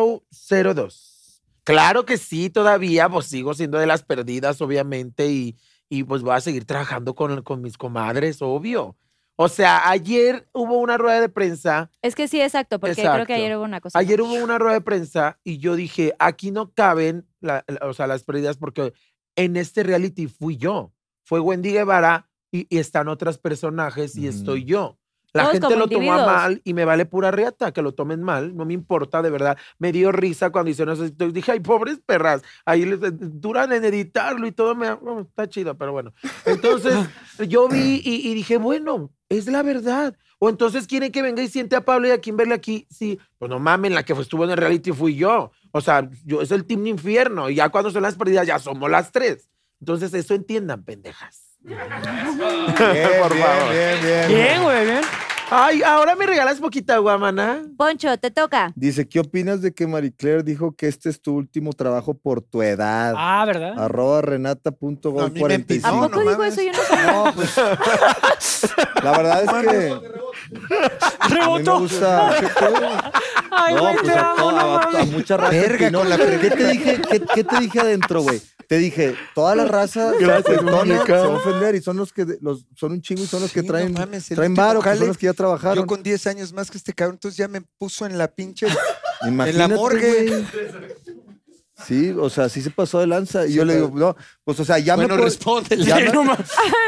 gflow02. Claro que sí, todavía, pues sigo siendo de las perdidas, obviamente, y, y pues voy a seguir trabajando con, con mis comadres, obvio. O sea, ayer hubo una rueda de prensa
Es que sí, exacto, porque creo
Exacto.
que ayer hubo una cosa.
Ayer hubo una rueda de prensa y yo dije, aquí no caben la- la- o sea, las pérdidas porque en este reality fui yo. Fue Wendy Guevara y, y están otros personajes y estoy yo. La
Todos
gente
como
lo tomó a
individuos.
mal y me vale pura riata que lo tomen mal. No me importa, de verdad. Me dio risa cuando hicieron eso. Entonces dije, ay, pobres perras. Ahí les- eh, duran en editarlo y todo. Me, oh, está chido, pero bueno. Entonces yo vi y, y dije, bueno, es la verdad. O entonces quieren que venga y siente a Pablo y a Kimberly aquí. Sí, pues no mamen, la que fue- estuvo en el reality fui yo. O sea, yo es el team infierno. Y ya cuando son las pérdidas, ya somos las tres. Entonces, eso entiendan, pendejas.
Por favor.
Bien, güey, bien.
Ay, ahora me regalas poquita agua, maná.
Poncho, te toca.
Dice, ¿qué opinas de que Marie Claire dijo que este es tu último trabajo por tu edad?
Ah, ¿verdad?
Arroba renata.gol45.
No, a mí me
¿A
Sí,
poco
no
digo
mames.
eso? Yo no
No, pues
La verdad es que a mí me
¡Rebotó!
gusta...
¡Ay,
No,
güey,
pues
te
a,
amo,
toda-
no
a- a
mames!
mucha raza.
Verga,
opinó.
con la
¿Qué te dije, qué, qué te dije adentro, güey? Te dije, toda la raza se
Gracias,
acuetona, se
muñeca.
va a ofender y son los que de- los, son un chingo y son los que
Sí, no
traen,
mames, el
traen
último
varo, que
jale,
son los que ya trabajaron.
yo con 10 años más que este cabrón, entonces ya me puso en la pinche.
Imagínate,
morgue.
güey. Sí, o sea, sí se pasó de lanza. Y yo le digo, no, pues, o sea, ya me.
bueno,
puedo-
respóndele.
ya me- ya,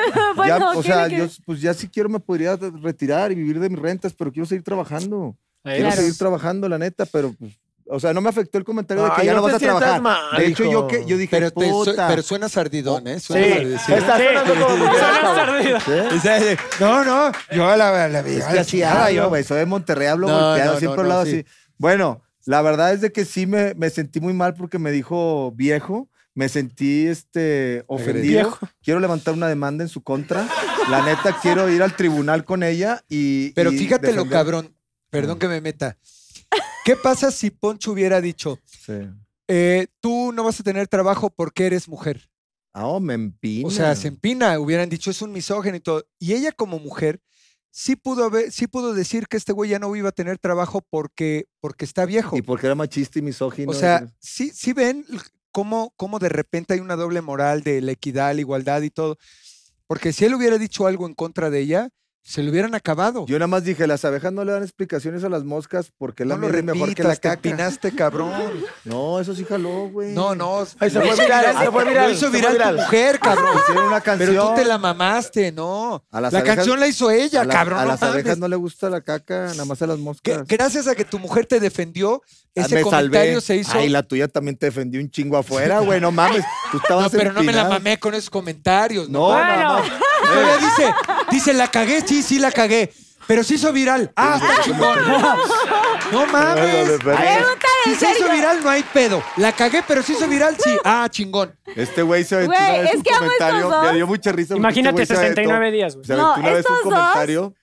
bueno,
o
¿qué
sea,
le
yo,
quieres?
pues ya si quiero me podría retirar y vivir de mis rentas, pero quiero seguir trabajando. Quiero
Claro.
seguir trabajando, la neta, pero pues, o sea, no me afectó el comentario de que
Ay,
ya
no
no,
te
vas a
sientas
trabajar.
mal,
de hecho,
hijo.
yo que yo dije,
Pero, te, su-
puta.
pero suena sardidón, ¿eh? Suena
Sí,
sardidón.
está sonando como mujer.
Buenas tardes.
¿Sí?
O sea, de- No, no, yo a la, a la
Es
a
que
la
así
chingada,
hablo,
yo.
güey. Soy de Monterrey, hablo
No,
golpeado,
no,
siempre
no,
he hablado
no,
así.
sí.
Bueno, la verdad es de que sí me, me sentí muy mal porque me dijo viejo. Me sentí este, ofendido.
Viejo.
Quiero levantar una demanda en su contra. La neta, quiero ir al tribunal con ella y.
Pero
y
fíjate lo
defender-
cabrón,
Mm.
perdón que me meta. ¿Qué pasa si Poncho hubiera dicho,
Sí.
eh, tú no vas a tener trabajo porque eres mujer?
Ah, oh, me empina.
O sea, se empina, hubieran dicho, es un misógino y todo. Y ella como mujer sí pudo, haber- sí pudo decir que este güey ya no iba a tener trabajo porque, porque está viejo.
Y porque era machista y misógino.
O sea, sí, sí ven l- cómo, cómo de repente hay una doble moral de la equidad, la igualdad y todo. Porque si él hubiera dicho algo en contra de ella, se lo hubieran acabado.
Yo nada más dije, las abejas no le dan explicaciones a las moscas porque la
no lo
miel es
repitas,
mejor que la
te
caca.
empinaste, cabrón.
No, eso sí jaló, güey.
No, no.
Ay, se
lo
fue
hizo
viral,
viral,
se fue viral,
Lo hizo
se fue
viral,
viral.
tu mujer, cabrón.
Hicieron una canción.
Pero tú te la mamaste, ¿no?
A
la
las abejas-
canción la hizo ella,
a la-
cabrón.
A
no
las
mames.
abejas no le gusta la caca, nada más a las moscas.
Que- gracias a que tu mujer te defendió,
Ah,
ese
me
comentario
salvé.
se hizo.
Ay, la tuya también te defendió un chingo afuera, güey. No mames. Tú estabas
No, pero no me la
empinada.
mamé con esos comentarios.
No,
Bueno.
no,
Y todavía dice, dice, la cagué, sí, sí la cagué. Pero se hizo viral. Ah, está chingón. No mames.
no.
Si se hizo viral, no hay pedo. La cagué, pero se hizo viral, sí. Ah, chingón.
Este güey se aventó
Güey,
una vez
es
un
que amo estos
comentario.
dos.
Me dio mucha risa. porque
Imagínate,
este güey se aventó-
69 días, güey.
Se aventó
No,
una vez
estos
un
dos-
comentario.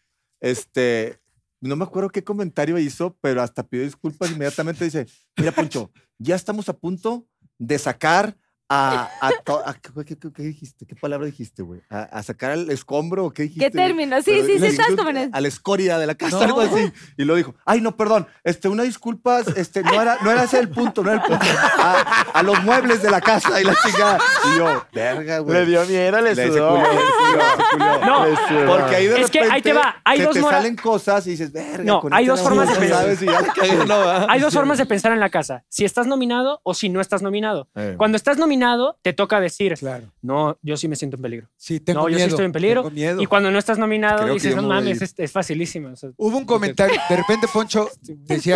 Este. No me acuerdo qué comentario hizo, pero hasta pidió disculpas inmediatamente. Dice: Mira, Poncho, ya estamos a punto de sacar a. a to- a- ¿qué, qué- qué- qué dijiste? ¿Qué palabra dijiste, güey? ¿A, a sacar al escombro o qué dijiste?
¿Qué
güey?
término? Sí,
Pero
sí, sí,
le
estás
dijiste
como en el-
A la escoria de la casa, algo así. Y lo dijo, ay, no, perdón, este, una disculpa, este, no era, no era ese el punto, no era el punto. A, a los muebles de la casa y la chingada. Y yo, verga, güey.
Le dio miedo, pues, le
Le- se
sudó.
culió, se culió, se culió.
No,
Le sudó.
Porque ahí de
Es que
repente
ahí te va, hay
se
dos
te
mora-
salen cosas y dices, verga.
No,
con
hay
este
dos
no
formas de
sabes
pensar.
si ya la cagué, no, ¿verdad?
Hay dos formas de pensar en la casa. Si estás nominado o si no estás nominado.
Eh.
Cuando estás nominado, te toca decir,
Claro.
no, yo sí me siento en peligro.
Sí, tengo
no,
miedo.
yo sí estoy en peligro.
tengo miedo.
Y cuando no estás nominado,
Creo que
dices,
yo
no
me voy a
mames,
ir".
es, es facilísimo. o sea,
Hubo un comentario, de repente Poncho decía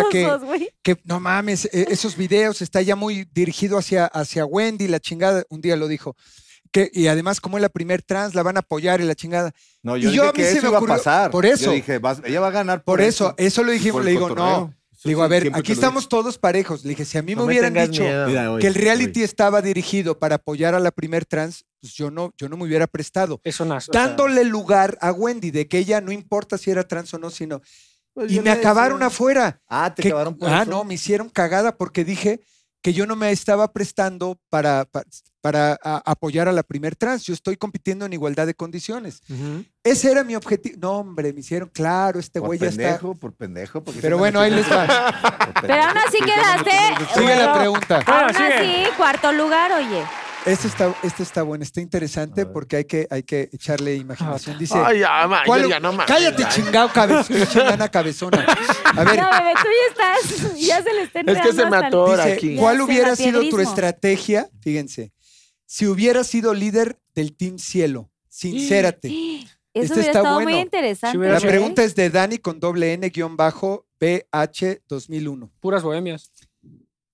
Estos
que,
dos, güey.
que no mames, e- esos videos está ya muy dirigido hacia, hacia Wendy, la chingada, un día lo dijo. Que, y además, como es la primer trans, la van a apoyar y la chingada.
No,
Y
yo
yo a mí
dije que
se
eso
me
iba a
ocurrió-
pasar.
por eso.
Yo dije, vas- ella va a ganar
Por eso, eso lo dijimos,
por
le
el
digo, no.
cotorreo.
Le digo, a ver,
Siempre
aquí
te lo
estamos todos parejos. Le dije, si a mí
No
me
me
hubieran
tengas
dicho
miedo.
Mira, oye,
que el reality
oye.
estaba dirigido para apoyar a la primer trans, pues yo no, yo no me hubiera prestado.
Eso no. o sea,
Dándole lugar a Wendy de que ella no importa si era trans o no, sino.
Pues
Y
yo
me
le decía,
acabaron afuera.
Ah, te
Que-
acabaron por
ah,
eso.
no, me hicieron cagada porque dije que yo no me estaba prestando para, pa- para, a- apoyar a la primer trans. Yo estoy compitiendo en igualdad de condiciones. Ese era mi objetivo. No, hombre, me hicieron, claro, este
Por
güey ya está.
pendejo, por pendejo. porque
Pero
se
bueno, ahí
me-
les va.
Por pendejo.
Pero aún así
Sí,
quedaste-
Ah,
bueno,
Sigue
bueno.
la pregunta.
Aún
Bueno, sigue.
así, cuarto lugar, oye.
Este está, este está bueno, está
A
interesante
ver.
porque hay que, hay que echarle imaginación. Dice,
Ay, ya, ma,
¿cuál-
ya no más.
Ah, cállate, chingado cabezona, chingana cabezona. A ver,
No, bebé, tú ya estás. Ya se le está
Es que se
enredando hasta
me
el-
atora
dice,
aquí.
¿cuál
Ya se
hubiera sido tu
mapiedrismo.
estrategia? Fíjense, si hubiera sido líder del Team Cielo, sincérate.
Eso
Este
hubiera
está
estado muy
bueno.
interesante.
Si hubiera-
La
¿eh?
pregunta es de Dani con doble N guión bajo BH 2001.
Puras bohemias.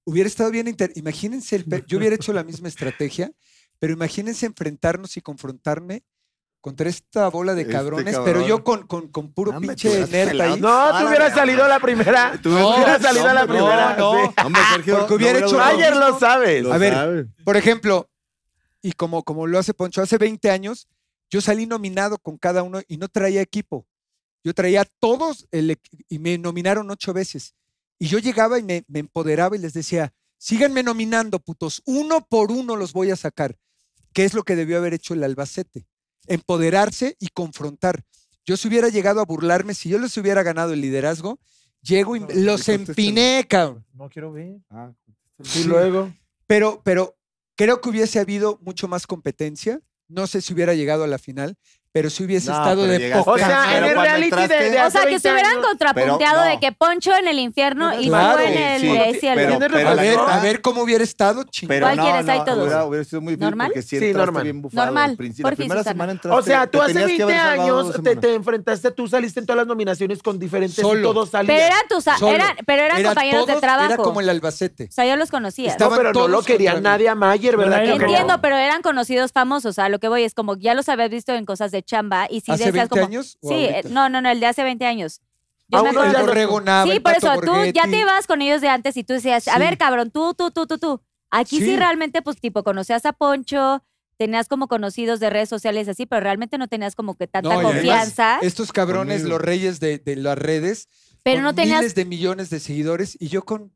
Hubiera estado bien, inter- imagínense, el pe- yo hubiera hecho la misma estrategia, pero imagínense enfrentarnos y confrontarme contra esta bola de
Este
cabrones, pero
cabrón.
yo con, con, con puro
Ah, me
pinche
tuvieras
nerd
pelado.
ahí.
No, tú hubieras salido la primera.
Tú no,
hubieras salido a la primera,
No,
sí.
Hombre, Sergio,
Porque hubiera
no
hecho-
hubiera
Ayer lo sabes.
logrado.
A ver.
sabe.
Por ejemplo, y como, como lo hace Poncho, hace 20 años yo salí nominado con cada uno y no traía equipo. Yo traía a todos el equ- y me nominaron ocho veces. Y yo llegaba y me, me empoderaba y les decía, síganme nominando, putos, uno por uno los voy a sacar. ¿Qué es lo que debió haber hecho el Albacete? Empoderarse y confrontar. Yo si hubiera llegado a burlarme, si yo les hubiera ganado el liderazgo, llego y
No,
los
le contestan.
empiné, cabrón.
No quiero ver.
Ah,
Y luego.
Pero, pero creo que hubiese habido mucho más competencia. No sé si hubiera llegado a la final, pero si hubiese
No,
estado
pero
de
llegaste.
poca
O sea,
madre.
en el
cuando
reality
entraste-
de, de
O
hace
sea, que
20
se hubieran
años.
contrapunteado
Pero no.
de que Poncho en el infierno y
Claro,
tú en el
sí,
eh, cielo.
pero-
Tienes
pero
a
razón.
la
ver,
cosa-
a ver cómo hubiera estado chingón.
Pero
¿Cuál
no,
quieres? Ahí
no,
todos.
Hubiera, hubiera sido muy difícil
¿Normal?
porque sí
Sí,
entraste
normal.
bien bufado. al
Normal.
principio.
Porfis,
La primera
Susana.
semana entraste.
O sea, tú
te
hace
tenías que
20
haber salvado dos
años te,
semanas.
te enfrentaste, tú saliste en todas las nominaciones con diferentes
Solo.
y todos salían.
Pero eran tus a-
Solo.
eran- pero eran
Era
compañeros de
todos-
trabajo.
Era como el Albacete.
O sea, yo los conocía.
Estaba-
no, pero no
todos
lo quería
contra mí.
nadie a Mayer, ¿verdad?
Nadie
que
lo
no?
quería.
Entiendo, pero eran conocidos famosos. A lo que voy es como ya los habías visto en cosas de chamba y si
¿Hace
decías
20
como
años? o
Sí, eh,
ahorita?
no, no, no, el de hace 20 años. Yo
Ah,
me
uno
acuerdo-
El
ya lo-
Borrego Nava,
sí,
el
por
Pato
eso tú ya
Borghetti.
te ibas con ellos de antes y tú decías, a
Sí.
ver, cabrón, tú, tú, tú, tú, tú. Aquí sí.
Sí.
realmente, pues, tipo, conocías a Poncho, tenías como conocidos de redes sociales y así, pero realmente no tenías como que tanta
No, y además,
confianza.
Estos cabrones,
Conmigo.
los reyes de, de las redes,
pero
con
no tenías,
miles de millones de seguidores y yo con,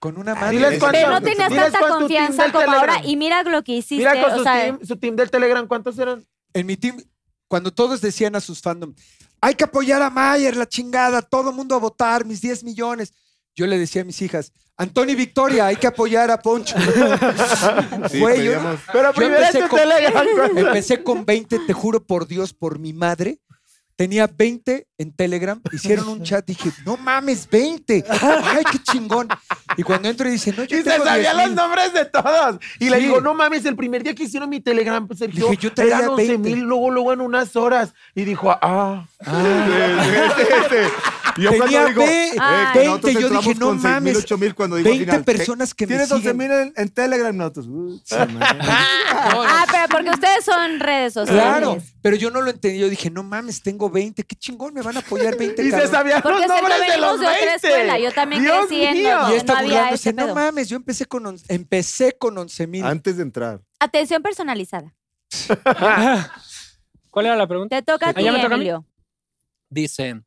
con una madre.
diles
de-
cuánto-
pero no tenías
Diles
tanta
con tu team
confianza
del
como
Telegram.
ahora. Y mira lo que hiciste.
Mira con
o
su,
sea,
team, su team del Telegram, ¿cuántos eran?
en mi team, cuando todos decían a sus fandom, hay que apoyar a Mayer, la chingada, todo mundo a votar, mis 10 millones. Yo le decía a mis hijas, Antonio y Victoria, hay que apoyar a Poncho.
Sí,
Güey, yo-
pedíamos-
Pero
Yo
primero es
empecé
tu
con-
Telegram.
Empecé con 20, te juro por Dios, por mi madre. Tenía 20 en Telegram, hicieron un chat, dije, no mames, 20. Ay, qué chingón. Y cuando entro y dice, no, yo
Y se
tengo
sabían los
10,000".
nombres de todos. Y le
Sí.
digo, no mames, el primer día que hicieron mi Telegram, pues, Sergio,
Dije, yo traía
eran 11
20.
mil, luego, luego en unas horas. Y dijo, ah,
Sí, sí, sí. Y yo
Tenía
cuando digo,
ve-
eh, que
20,
nosotros
yo dije,
entramos
no
con 6,000,
mames,
8,000 cuando digo al
20
final,
personas que me
Tienes 12
siguen.
mil en, en Telegram, nosotros. uh, sí, madre.
ah, pero porque ustedes son redes sociales.
Claro, pero yo no lo entendí. Yo dije, no mames, tengo 20, qué chingón, me van a apoyar 20
y se
cabrones".
sabían
Porque
los
Sergio,
nombres de
venimos
los
de otra
20.
escuela. Yo también
Dios
crecí en
mío.
donde
Y esta
no había
burlándose,
ese pedo.
no mames, yo empecé con, on- empecé con 11 mil.
Antes de entrar.
Atención personalizada.
¿Cuál era la pregunta?
Te toca a
Ah,
ti,
¿ya me toca a mí?
Emilio.
Dice,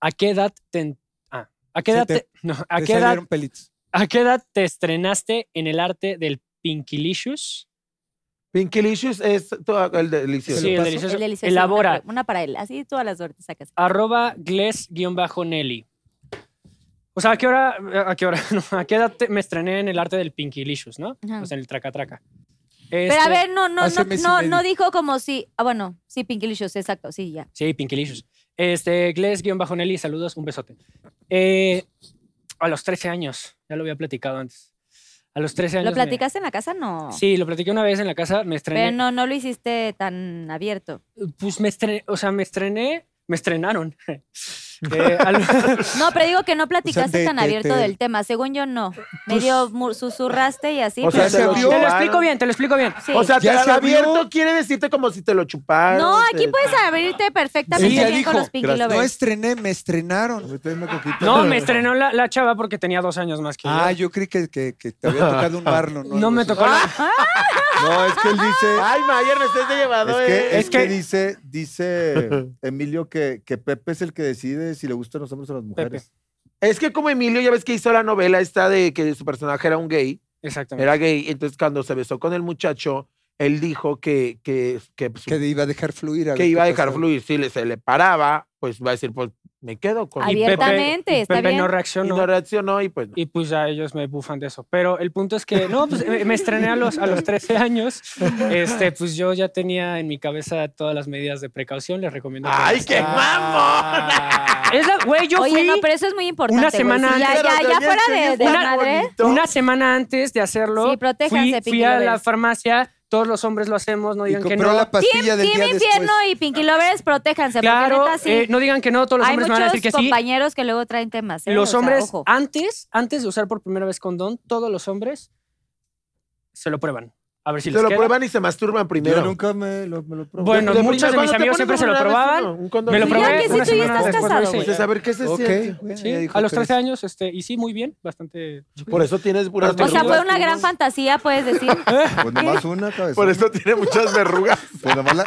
¿a qué edad te... en- ah, ¿A qué
Se
edad
te-
te- no, ¿a
Te
qué edad
salieron pelitos.
¿A qué edad te estrenaste en el arte del Pinkilicious?
Pinkilicious es todo el delicioso.
Sí, el
paso?
delicioso.
El delicioso. Una,
Elabora
pre- una para él. Así todas las suerte sacas.
arroba gles-nelly. O sea, ¿a qué hora, a qué hora, no, a qué edad te- me estrené en el arte del Pinkilicious, no?
Ajá.
O sea, en el traca-traca.
Pero a
Este-
ver, no, no,
hace
no,
mes y
no,
medio.
no dijo como si. Ah, bueno, sí, Pinkilicious, exacto, sí, ya.
Sí, Pinkilicious. Este, Gles-Nelly, saludos, un besote. Eh, a los 13 años, ya lo había platicado antes. A los 13 años.
¿Lo
me-
platicaste en la casa? No.
Sí, lo platiqué una vez en la casa, me estrené.
Pero no, no lo hiciste tan abierto.
Pues me estrené, o sea, me estrené, me estrenaron. Eh, a lo-
No, pero digo que no platicaste
te-
tan
te-
abierto
te-
del tema. Según yo, no. Medio
Pues,
mu- susurraste y así.
O sea,
pero
se
no.
abrió.
Te lo
Claro.
explico bien, te lo explico bien.
Sí.
O sea, te
Ya
la-
se abrió.
abierto quiere decirte como si te lo chuparon.
no, aquí
te-
puedes abrirte perfectamente
Él ya
bien con
dijo,
los Pinky
No
Lovers.
estrené, me estrenaron.
no, me estrenó la, la chava porque tenía dos años más que
Ah,
yo.
yo creí que, que- que te había tocado un barlo.
No me tocó la...
No, es que él dice.
Ay, Mayer, me estás llevado,
Es que,
eh.
es que
que-
dice, dice Emilio que, que Pepe es el que decide si le gustan los hombres o las mujeres.
Es que como Emilio, ya ves que hizo la novela esta de que su personaje era un gay,
Exactamente.
era gay, entonces cuando se besó con el muchacho, él dijo que, que, que, pues, su-
Que iba a dejar fluir. a
que
ver
iba a
qué
dejar
pasaba.
fluir, si le- se le paraba, pues va a decir, pues me quedo con
Y
él.
Pepe-
Abiertamente,
y
está
Pepe
bien.
no
Y
reaccionó.
no reaccionó y pues no.
Y pues ya ellos me bufan de eso. Pero el punto es que, no, pues me, me estrené a los, a los 13 años. Este, pues yo ya tenía en mi cabeza todas las medidas de precaución. Les recomiendo. que
¡Ay,
las-
qué mamón!
Es la- güey, yo
Oye,
fui
no, pero eso es muy importante. güey.
semana
Sí, ya,
antes.
ya, ya
Pero,
fuera
oye,
de, de
está
madre.
bonito.
una semana antes de hacerlo.
Sí, protéjanse,
fui, fui
Pinky
a la
Lovers.
farmacia. Todos los hombres lo hacemos, no
Y
digan que
compró
no.
la
Team,
pastilla del
Team
día después.
Infierno y Pinky Lovers, protéjanse.
Claro,
porque neta, sí.
eh, no digan que no, todos los
Hay
hombres
muchos
me van a decir que sí.
compañeros que luego traen temas. ¿eh? O
Los
sea,
hombres,
ojo.
antes, antes de usar por primera vez condón, todos los hombres se lo prueban. A ver si
Se
les
lo
queda.
prueban y se masturban primero.
Yo nunca me lo, me lo probé.
Bueno,
De- de
muchos de
primera- ¿cuándo
mis
te pones
amigos siempre
por
se lo
primera vez
probaban.
uno? Un condón.
Me lo
Sí,
Ya
probé
que sí,
una
tú ya
semana
estás
después,
casado,
lo hice.
güey.
Pues, a ver qué se
Ok,
siente.
bueno,
Sí,
ya dijo
a los
que
13
es-
años, este, y sí, muy bien, bastante.
Por eso tienes puras
O sea,
verrugas.
fue una gran fantasía, puedes decir.
Pues nomás una cabeza.
Por eso tiene muchas verrugas.
Pues nomás la.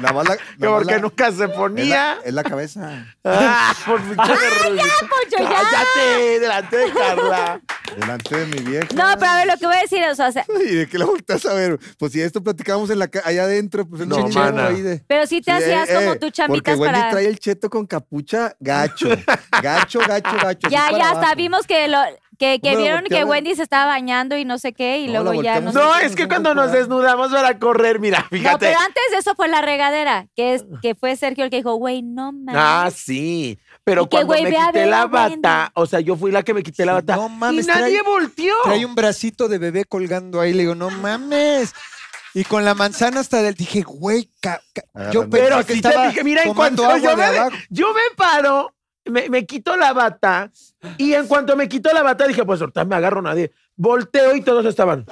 Nomás la
que
nomás
porque
la-
nunca se
es la,
ponía.
es la cabeza.
Ah, por pinche verruguita.
Poncho, ya.
¡Cállate! Delante de Carla.
Delante de mi vieja.
No, pero a ver, lo que voy a decir, o sea, se-
¿Y de qué la volteas a ver? Pues si esto platicábamos en la ca- allá adentro, pues el
No,
chichero
mana.
ahí de.
pero sí te
Sí,
hacías
eh,
como
eh,
tus
Porque
chamitas
Wendy
para...
trae el cheto con capucha gacho. Gacho, gacho, gacho.
Ya,
así para
ya, hasta
abajo.
vimos que, lo, que, que
No,
vieron que
volteaba.
Wendy se estaba bañando y no sé qué, y
No,
luego
la
ya
volteamos.
sé
No,
sé
es
qué
que
nos
cuando nos
encontramos.
desnudamos para correr, mira,
No,
fíjate.
pero antes de eso fue la regadera, que, es, que fue Sergio el que dijo, güey, no mames.
Ah,
Y
sí. Pero
que,
cuando
güey,
me
ve a
quité
ver
la
a Wendy.
bata, o sea, yo fui la que me quité la bata.
No mames,
y nadie
trae-
volteó.
Trae un bracito de bebé colgando ahí. Le digo, no mames. Y con la manzana hasta del. Dije, güey, ca- ca- yo
Agarrando.
pensé
Pero
que
si te
estaba
dije, mira, en
tomando
cuanto yo
agua de
me,
abajo.
yo me paro, me, me quito la bata, y en cuanto me quito la bata, dije, pues ahorita me agarro a nadie. Volteo y todos estaban.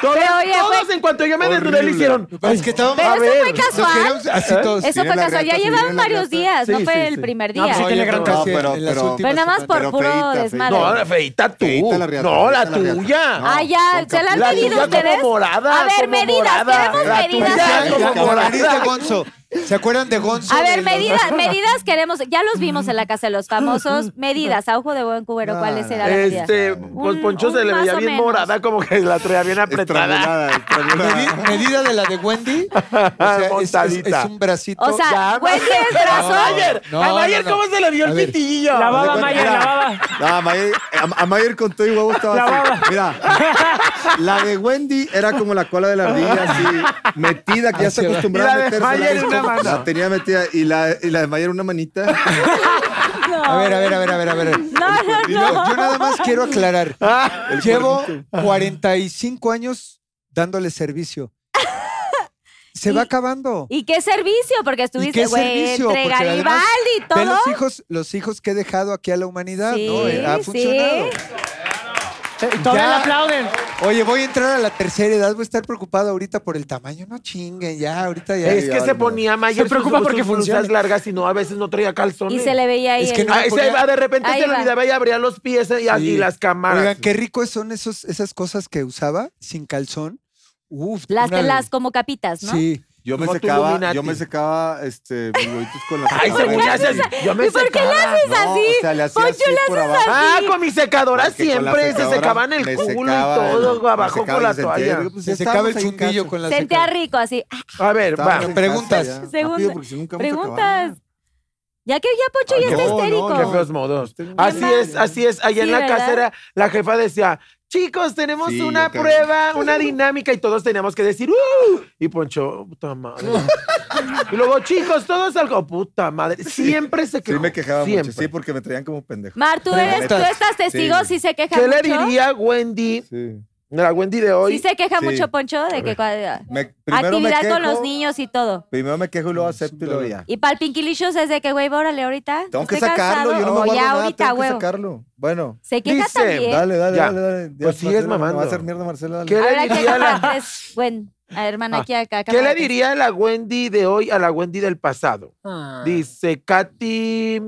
todos
Pero, oye,
todos
fue-
en cuanto yo me desnudé lo
Horrible.
hicieron.
Pero es que estábamos.
Pero
A
eso
ver,
fue
nos
casual.
quedamos así todos.
Eso
Tiene
fue
la
casual. Ya
grasa,
llevaban
tiene la
varios
grasa.
días, no
Sí,
fue
sí,
el
sí.
primer
No,
día.
pues sí
No,
tiene
yo
gran
no,
cantidad.
pero-
en las
pero-
últimas
Fue nada más por
Pero
puro
feíta, feíta.
desmadre.
No, feita tú.
Feíta la riata,
no, la
feíta la riata.
tuya.
No,
ah, ya,
con
¿se la han
capucha.
La
pedido
tuya
ustedes?
como morada.
A ver,
como
medidas,
morada.
queremos
La
medidas.
tuya
Ya,
como
ya,
morada.
feliz de Gonzo. ¿Se acuerdan de Gonzo?
A ver,
De los-
medidas, medidas queremos. Ya los vimos en la casa de los famosos. Medidas, a ojo de buen cubero,
No,
¿cuáles
no.
Ah,
eran las medidas?
Este,
Un-
pues Poncho
un
se le
más
veía
o
bien
menos.
morada, como que la traía bien apretada.
Estrangulada,
Medi-
estrangulada.
medida de la de Wendy. O sea, es- es,
Montadita.
es un bracito.
O sea, Wendy Pues es brazo.
A Mayer,
No,
a
no,
Mayer,
no.
¿cómo se le vio
A
el
ver.
pitillillo?
La baba,
de
Maya,
cuenta-
la baba.
No, a Mayer, a- a Mayer con todo y huevo estaba
La
así.
baba.
Mira, la de Wendy era como la cola de la ardilla, así, metida, que ya
Así
se
va.
Y
acostumbraba
la
a
de
meterse.
Mayer una mano.
La tenía metida. Y la, y la de Mayer una manita.
A ver, a ver, a ver, a ver, a ver.
No, no,
Y yo,
no.
yo nada más quiero aclarar.
Ah,
Llevo 45 años dándole servicio. Se va
Y-
acabando.
¿Y qué servicio? Porque estuviste,
qué
güey,
servicio?
entre
Porque además,
Garibaldi y
Ve
todo.
los hijos, los hijos que he dejado aquí a la humanidad,
Sí,
¿no? Eh, Ha
sí.
funcionado.
Y Eh, Todavía
Ya.
le aplauden.
Oye, voy a entrar a la tercera edad, voy a estar preocupado ahorita por el tamaño. No chinguen, ya, ahorita ya.
es que se ponía Mayer.
Se preocupa porque funciona.
funciona. largas y no, a veces no traía calzones.
Y se le veía ahí.
Es que
el-
no-
Ah, y se- ah, de repente
Ahí
se le
va.
olvidaba y abría los pies y, y las cámaras.
Oigan, qué ricos son esos, esas cosas que usaba sin calzón. Uf,
Las,
una-
las como capitas, ¿no?
Sí.
Yo me
Como tu
secaba,
Illuminati.
yo me secaba, este, mis huevitos con la
Ay, según le haces. Yo me
¿Y por qué le
secaba.
haces
No,
así?
o sea, le hacía
Poncho,
así
le
por
haces
abajo.
Ah,
así.
con mi secadora
Porque con la
siempre se
secadora
secaban el
me
culo
secaba
y todo
el- me
abajo
secaba
con
y
la
sentía,
toalla.
yo, pues,
Se secaba
ya
el
estábamos ahí en
fundillo
casa.
con la
Sentía
secadora.
rico así. "Ah,
A ver,
Estábamos
va.
en casa
preguntas.
ya. Rápido,
Segunda-
porque si nunca vamos a acabar.
Preguntas. Ya que ya Poncho ya
Ah,
está
no, no,
histérico.
qué
Qué feos modos.
Tengo
Así
una-
es, así es. Allá en
Sí,
la
¿verdad?
casa era- la jefa decía, chicos, tenemos
Sí,
una
yo también.
prueba, una dinámica, y todos teníamos que decir, ¡uh! Y Poncho, puta madre. y luego, chicos, todos algo, puta madre. Siempre se
Sí,
quejó.
me quejaba
siempre.
mucho. Sí, porque me traían como pendejo.
Mar, tú, eres, tú
Preguntas.
estás testigo
Sí.
si se queja
¿Qué
mucho.
le diría Wendy,
Sí.
la Wendy de hoy?
Sí se queja
Sí.
mucho Poncho de que cua-
Me- primero me
actividad
quejo,
con los niños y todo.
Primero me quejo y
Mm,
luego acepto y luego ya.
Y para el Pinquilicious es de que, güey, órale, ahorita. pues,
Tengo que
estoy
sacarlo,
cansado.
yo no me
O
guardo
ya
nada,
ahorita, ¿eh?
tengo que
güey.
sacarlo. Bueno,
Se queja
Dicen,
también.
dale, dale,
Ya.
dale, dale. Ya,
Pues
va
sigues
a ser- me
mamando.
Va a hacer mierda Marcela. dale.
¿Qué le
Habrá que
diría la-
dejar tres. Bueno, a hermana,
Ah.
aquí acá. acá
¿Qué
para
le
que-
diría la Wendy de hoy a la Wendy del pasado?
Ah.
Dice Katy.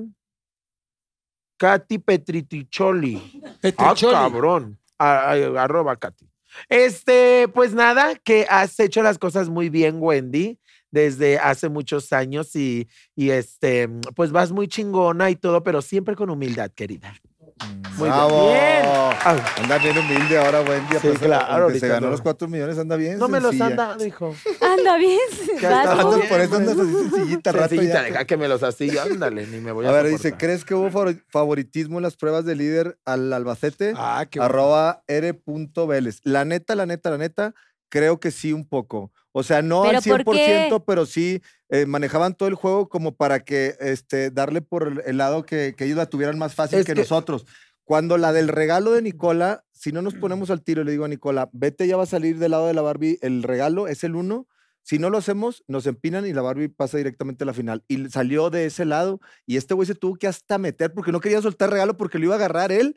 Katy Petriticholi.
Petruccioli.
Ah, cabrón. A- a- arroba Katy. Este, pues nada, que has hecho las cosas muy bien, Wendy. desde hace muchos años y, y este, pues vas muy chingona y todo, pero siempre con humildad, querida. Muy
Mm, ¡Bravo!
bien. Ay,
Anda bien humilde ahora, buen día.
Sí,
pues,
claro,
aunque
ahorita
se ganó
no.
los 4 millones, anda bien.
no me los
sencilla.
han dado, hijo.
Anda bien.
Ya está,
vas tú.
Anda, por eso andas así sencillita, rato ya.
Sencillita, deja que me los así, ándale, ni me voy a
A ver, dice,
soportar.
¿crees que hubo favor- favoritismo en las pruebas de líder al Albacete?
Ah, qué bueno.
arroba r.vélez. La neta, la neta, la neta, creo que sí un poco. O sea, no al
¿Pero por
100%,
qué?
pero sí eh, manejaban todo el juego como para que este, darle por el- el lado que, que ellos la tuvieran más fácil
Es
que,
que-
nosotros. Cuando la del regalo de Nicola, si no nos ponemos al tiro, le digo a Nicola, vete, ya va a salir del lado de la Barbie el regalo, es el uno. Si no lo hacemos, nos empinan y la Barbie pasa directamente a la final. Y l- salió de ese lado y este güey se tuvo que hasta meter porque no quería soltar regalo porque lo iba a agarrar él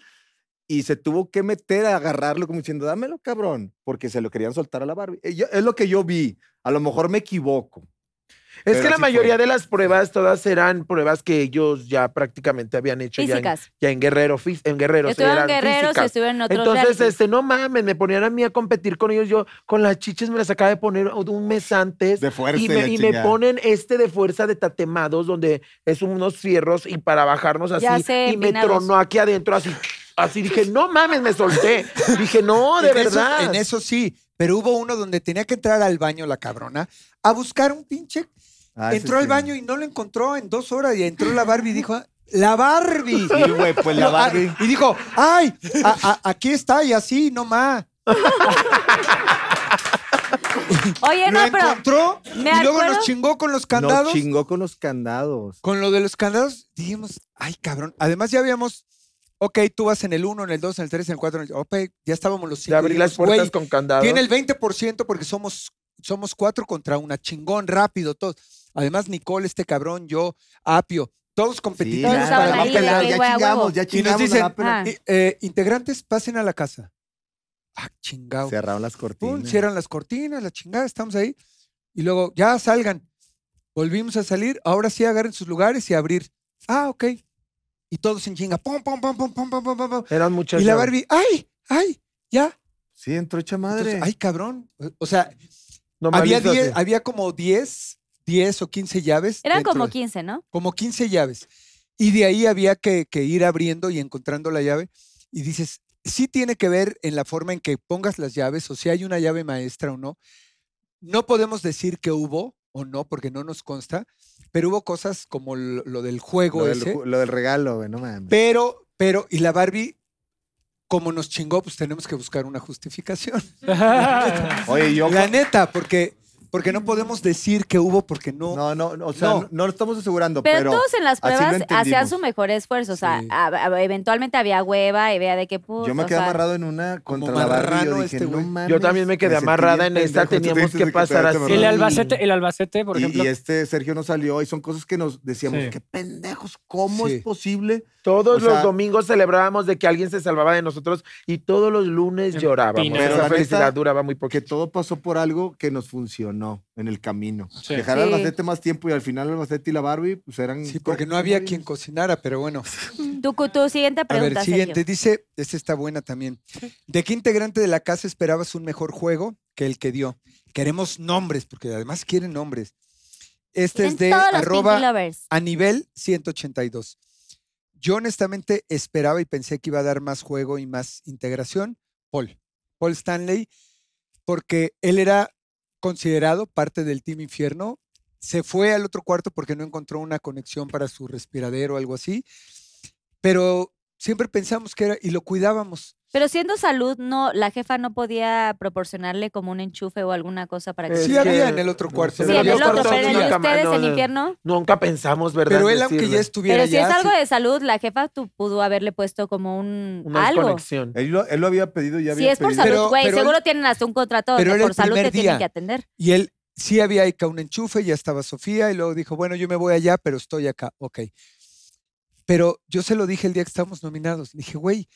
y se tuvo que meter a agarrarlo como diciendo, dámelo, cabrón, porque se lo querían soltar a la Barbie. Eh, yo- es lo que yo vi. A lo mejor me equivoco.
Es
Pero
que la
así
mayoría
fue.
de las pruebas, todas eran pruebas que ellos ya prácticamente habían hecho ya en,
Físicas.
ya en Guerrero, fí- en Guerrero, sí,
Estuvieron
eran
guerreros y
físicas.
estuvieron en otros
Entonces,
realities.
este, no mames, me ponían a mí a competir con ellos. Yo con las chiches me las acaba de poner un mes antes.
De fuerza
y
y
me,
la
y me
chingada.
ponen este de fuerza de tatemados, donde es unos fierros y para bajarnos así.
Ya sé,
y me
empinados.
tronó aquí adentro así. Así dije, no mames, me solté. Dije, no, de
en eso-
verdad.
en eso sí, pero hubo uno donde tenía que entrar al baño la cabrona a buscar un pinche
Ah, ese
entró al
sí.
baño y no lo encontró en dos horas. Y entró la Barbie y dijo, "Ah, ¡La Barbie!
Sí, güey, pues la
No, ah,
Barbie.
y dijo, ¡ay! a- a- aquí está y así, no más.
Oye,
Lo
no, pero
encontró
me
y luego
acuerdo-
nos chingó con los
Nos
candados.
chingó con los candados.
con lo de los candados dijimos, ¡ay, cabrón! Además ya habíamos, ok, tú vas en el 1, en el 2, en el 3, en el 4, en el... Ok, ya estábamos los 5.
De abrir las puertas con candado.
Tiene el 20% porque somos, somos cuatro contra una. Chingón, rápido, todos. Además, Nicole, este cabrón, yo, Apio, todos
Sí,
competitivos
Todos
ya,
estaban
para no
ahí de
pelar,
que,
ya
güey, a huevo.
chingamos, ya
Y nos
chingamos.
dicen,
ah,
Ah.
"I- eh, integrantes, pasen a la casa. Ah, chingado.
Cerraron las cortinas.
Pum, cierran las cortinas, la chingada, estamos ahí. Y luego, ya salgan. Volvimos a salir, ahora sí agarren sus lugares y abrir. Ah, ok. Y todos en chinga. Pum, pum, pum, pum, pum, pum, pum, pum, pum.
Eran muchas.
Y la Barbie, ay, ay, ya.
Sí, entró hecha madre.
Entonces, ay, cabrón. O sea,
Nomás
había,
le hizo
10
así.
había como 10, 10 o 15 llaves.
eran
dentro
como
de-
15, ¿no?
como 15 llaves. Y de ahí había que, que ir abriendo y encontrando la llave. Y dices, sí tiene que ver en la forma en que pongas las llaves o si hay una llave maestra o no. No podemos decir que hubo o no, porque no nos consta, pero hubo cosas como lo, lo del juego
Lo del,
ese.
ju- lo del regalo, güey, no mames.
Pero, pero, y la Barbie, como nos chingó, pues tenemos que buscar una justificación.
Oye, yo.
La neta, porque, porque no podemos decir que hubo porque no.
No, no, no, o sea,
No.
no, no lo estamos asegurando,
Pero,
pero.
todos en las
así lo
pruebas hacían
entendimos.
su mejor esfuerzo. O sea,
Sí.
a- a- eventualmente había hueva y vea de qué puto.
Yo me quedé amarrado en una
Como
contra la barra.
marrano
Yo,
este
dije,
güey.
no mames.
Yo también me quedé
sentí
amarrada
bien
en esta,
pendejo. Tú
teníamos
dices
que
te
pasar
quedaste
así.
El
amarrado.
Albacete, el Albacete, por
Y-
ejemplo.
Y, este Sergio no salió y son cosas que nos decíamos,
Sí.
qué pendejos, ¿cómo
Sí.
es posible?
Todos
O sea-
los domingos celebrábamos de que alguien se salvaba de nosotros y todos los lunes llorábamos.
Empinado.
Pero
Esa
la neta-
felicidad duraba muy
Porque
poquito.
todo pasó por algo que nos funcionó en el camino.
Sí.
Dejar
Sí.
al Albacete más tiempo y al final Albacete y la Barbie pues eran...
Sí, porque no había quien cocinara, pero bueno.
Tu, tu siguiente
A
pregunta,
ver, siguiente.
Sergio.
Dice, esta está buena también. ¿De qué integrante de la casa esperabas un mejor juego que el que dio? Queremos nombres, porque además quieren nombres. Este
Quieren
es de
todos los Pinky
arroba
Lovers.
a nivel 182. Yo honestamente esperaba y pensé que iba a dar más juego y más integración. Paul. Paul Stanley, porque él era considerado parte del Team Infierno. Se fue al otro cuarto porque no encontró una conexión para su respiradero o algo así. Pero siempre pensamos que era, y lo cuidábamos.
Pero siendo salud, no, la jefa no podía proporcionarle como un enchufe o alguna cosa para que.
Es
Sí
que-
había en el otro cuarto.
Sí,
Sí,
pero
en el
había
otro,
cortado
pero en el de
una
ustedes,
mano
el
de-
infierno.
Nunca pensamos, ¿verdad?
Pero
en
él, aunque
decirle
ya estuviera
Pero si
allá,
es algo
sí-
de salud, la jefa tú, pudo haberle puesto como un
Una
algo.
conexión.
Él lo, él lo había pedido y ya
Si
había
es por
pedido. pues,
salud,
Pero-
güey,
pero él-
seguro tienen hasta un contrato
pero
que
era el
por salud te
primer
tienen
día.
que atender.
Y él sí había ahí que un enchufe, ya estaba Sofía, y luego dijo, bueno, yo me voy allá, pero estoy acá, ok. Pero yo se lo dije el día que estábamos nominados. Le dije, güey,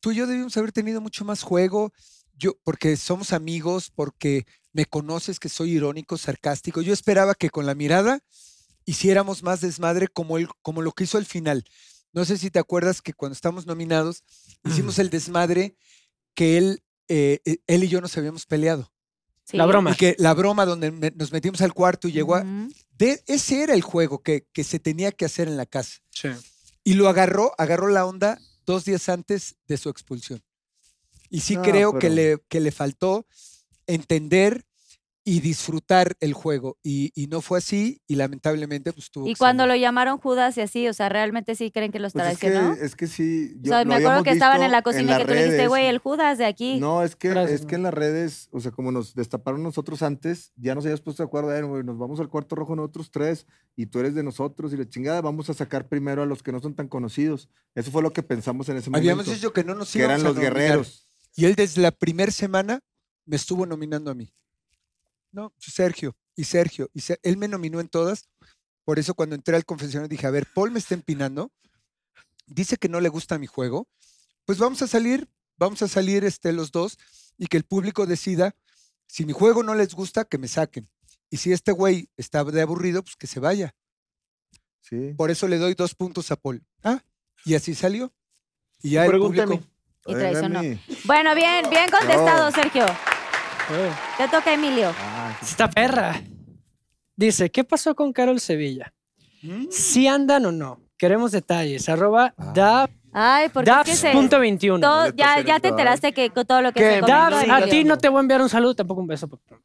tú y yo debimos haber tenido mucho más juego, yo, porque somos amigos, porque me conoces que soy irónico, sarcástico. Yo esperaba que con la mirada hiciéramos más desmadre como, el, como lo que hizo al final. No sé si te acuerdas que cuando estamos nominados e, hicimos el desmadre que él, eh, eh, él y yo nos habíamos peleado.
Sí.
La broma.
Y que la broma donde me- nos metimos al cuarto y llegó a...
Ujú.
de- ese era el juego que, que se tenía que hacer en la casa.
Sí.
Y lo agarró, agarró la onda dos días antes de su expulsión. Y sí
No,
creo que,
pero-
le, que le faltó entender y disfrutar el juego. Y, y no fue así y lamentablemente pues tuvo
Y
que
cuando
salir.
lo llamaron Judas y así, o sea, realmente sí creen que los
Pues es,
traicionó.
que, es que sí.
o sea,
lo
me acuerdo
habíamos
que estaban en
visto
la cocina y
las
que tú le dijiste,
redes.
güey, el Judas de aquí.
No, es que,
Gracias,
es que en las redes, o sea, como nos destaparon nosotros antes, ya nos habíamos puesto de acuerdo, "Eh, güey, nos vamos al cuarto rojo nosotros tres y tú eres de nosotros y la chingada, vamos a sacar primero a los que no son tan conocidos. Eso fue lo que pensamos en ese momento.
Habíamos dicho que no nos
que
íbamos
eran
a
los
nominar.
guerreros.
Y él desde la primera semana me estuvo nominando a mí. No, Sergio y Sergio. Y Ser- él me nominó en todas. Por eso cuando entré al confesionario dije, a ver, Paul me está empinando. Dice que no le gusta mi juego. Pues vamos a salir, vamos a salir este, los dos y que el público decida si mi juego no les gusta, que me saquen. Y si este güey está de aburrido, pues que se vaya.
Sí.
Por eso le doy dos puntos a Paul. Ah, y así salió. Y ya el
Pregúntame.
público...
Y
Oigan,
traicionó.
Emi.
Bueno, bien, bien contestado,
No.
Sergio.
Oh.
Te toca, Emilio.
Ah,
Esta perra. Dice, ¿qué pasó con Carol Sevilla?
Mm.
¿Si andan o no? Queremos detalles. Arroba daf-
Ay, porque es que se-
dafs.21.
todo-
No le
ya,
toquen
ya
el
te
corazón.
enteraste que con todo lo que
¿Qué?
se comentó,
Dafs, a
Emilio.
ti no te voy a enviar un saludo, tampoco un beso. porque-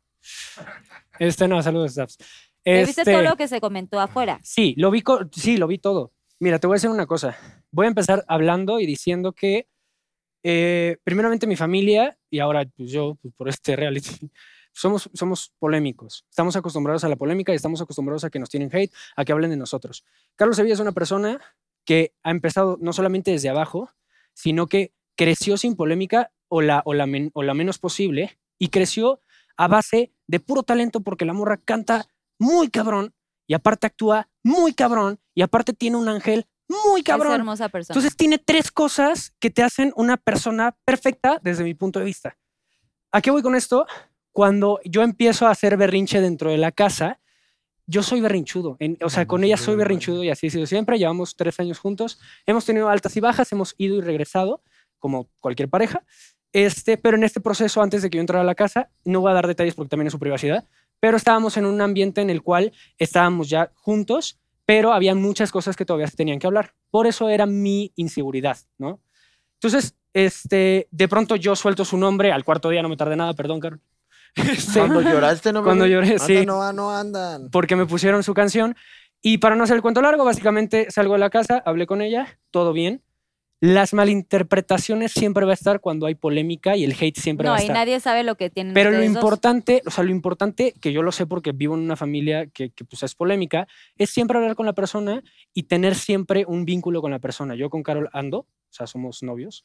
Este no, saludos, Dafs.
¿Te viste todo
Este,
lo que se comentó afuera?
Sí, lo vi, co- sí, lo vi todo. Mira, te voy a decir una cosa. Voy a empezar hablando y diciendo que eh, primeramente mi familia y ahora pues, yo pues, por este reality somos, somos polémicos. Estamos acostumbrados a la polémica y estamos acostumbrados a que nos tienen hate, a que hablen de nosotros. Carlos Sevilla es una persona que ha empezado no solamente desde abajo, sino que creció sin polémica o la, o la, men- o la menos posible y creció a base de puro talento porque la morra canta muy cabrón y aparte actúa muy cabrón y aparte tiene un ángel muy
Esa
cabrón.
hermosa persona.
Entonces tiene tres cosas que te hacen una persona perfecta desde mi punto de vista. ¿A qué voy con esto? Cuando yo empiezo a hacer berrinche dentro de la casa, yo soy berrinchudo. en- o sea, con ella soy berrinchudo y así ha sido siempre. Llevamos tres años juntos. Hemos tenido altas y bajas, hemos ido y regresado, como cualquier pareja. Este, pero en este proceso, antes de que yo entrara a la casa, no voy a dar detalles porque también es su privacidad, pero estábamos en un ambiente en el cual estábamos ya juntos pero había muchas cosas que todavía se tenían que hablar. Por eso era mi inseguridad, ¿no? Entonces, este, de pronto yo suelto su nombre, al cuarto día no me tardé nada, perdón, Carol. Este,
Cuando lloraste, Ah, no me
cuando lloré, sí,
no, no andan.
porque me pusieron su canción. Y para no hacer el cuento largo, básicamente salgo de la casa, hablé con ella, todo bien. Las malinterpretaciones siempre va a estar cuando hay polémica y el hate siempre va
no,
a
y
estar.
nadie sabe lo que tienen
Pero lo
ustedes dos.
importante, o sea, lo importante que yo lo sé porque vivo en una familia que, que, pues es polémica, es siempre hablar con la persona y tener siempre un vínculo con la persona. Yo con Carol ando, o sea, somos novios.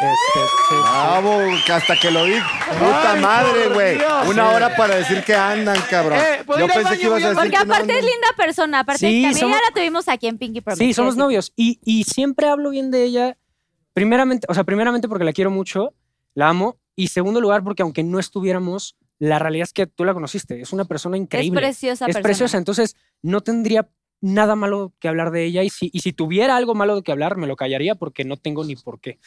Este, sí,
Bravo, que hasta que lo vi. Puta
Ay,
madre,
por
güey.
Dios.
Una hora para decir que andan, cabrón.
Eh, ¿puedo
Yo
ir al
pensé
baño,
que ibas a
voy
decir
al
Porque
que no
aparte es
andan.
linda persona, aparte
Sí,
también
somos-
ya la tuvimos aquí en Pinky Promise.
Sí, somos
quiero decir.
novios. Y, y siempre hablo bien de ella, primeramente, o sea, primeramente porque la quiero mucho, la amo, y segundo lugar porque aunque no estuviéramos, la realidad es que tú la conociste, es una persona increíble.
Es preciosa
es
persona.
preciosa. Entonces, no tendría nada malo que hablar de ella. Y si, y si tuviera algo malo de que hablar, me lo callaría porque no tengo ni por qué.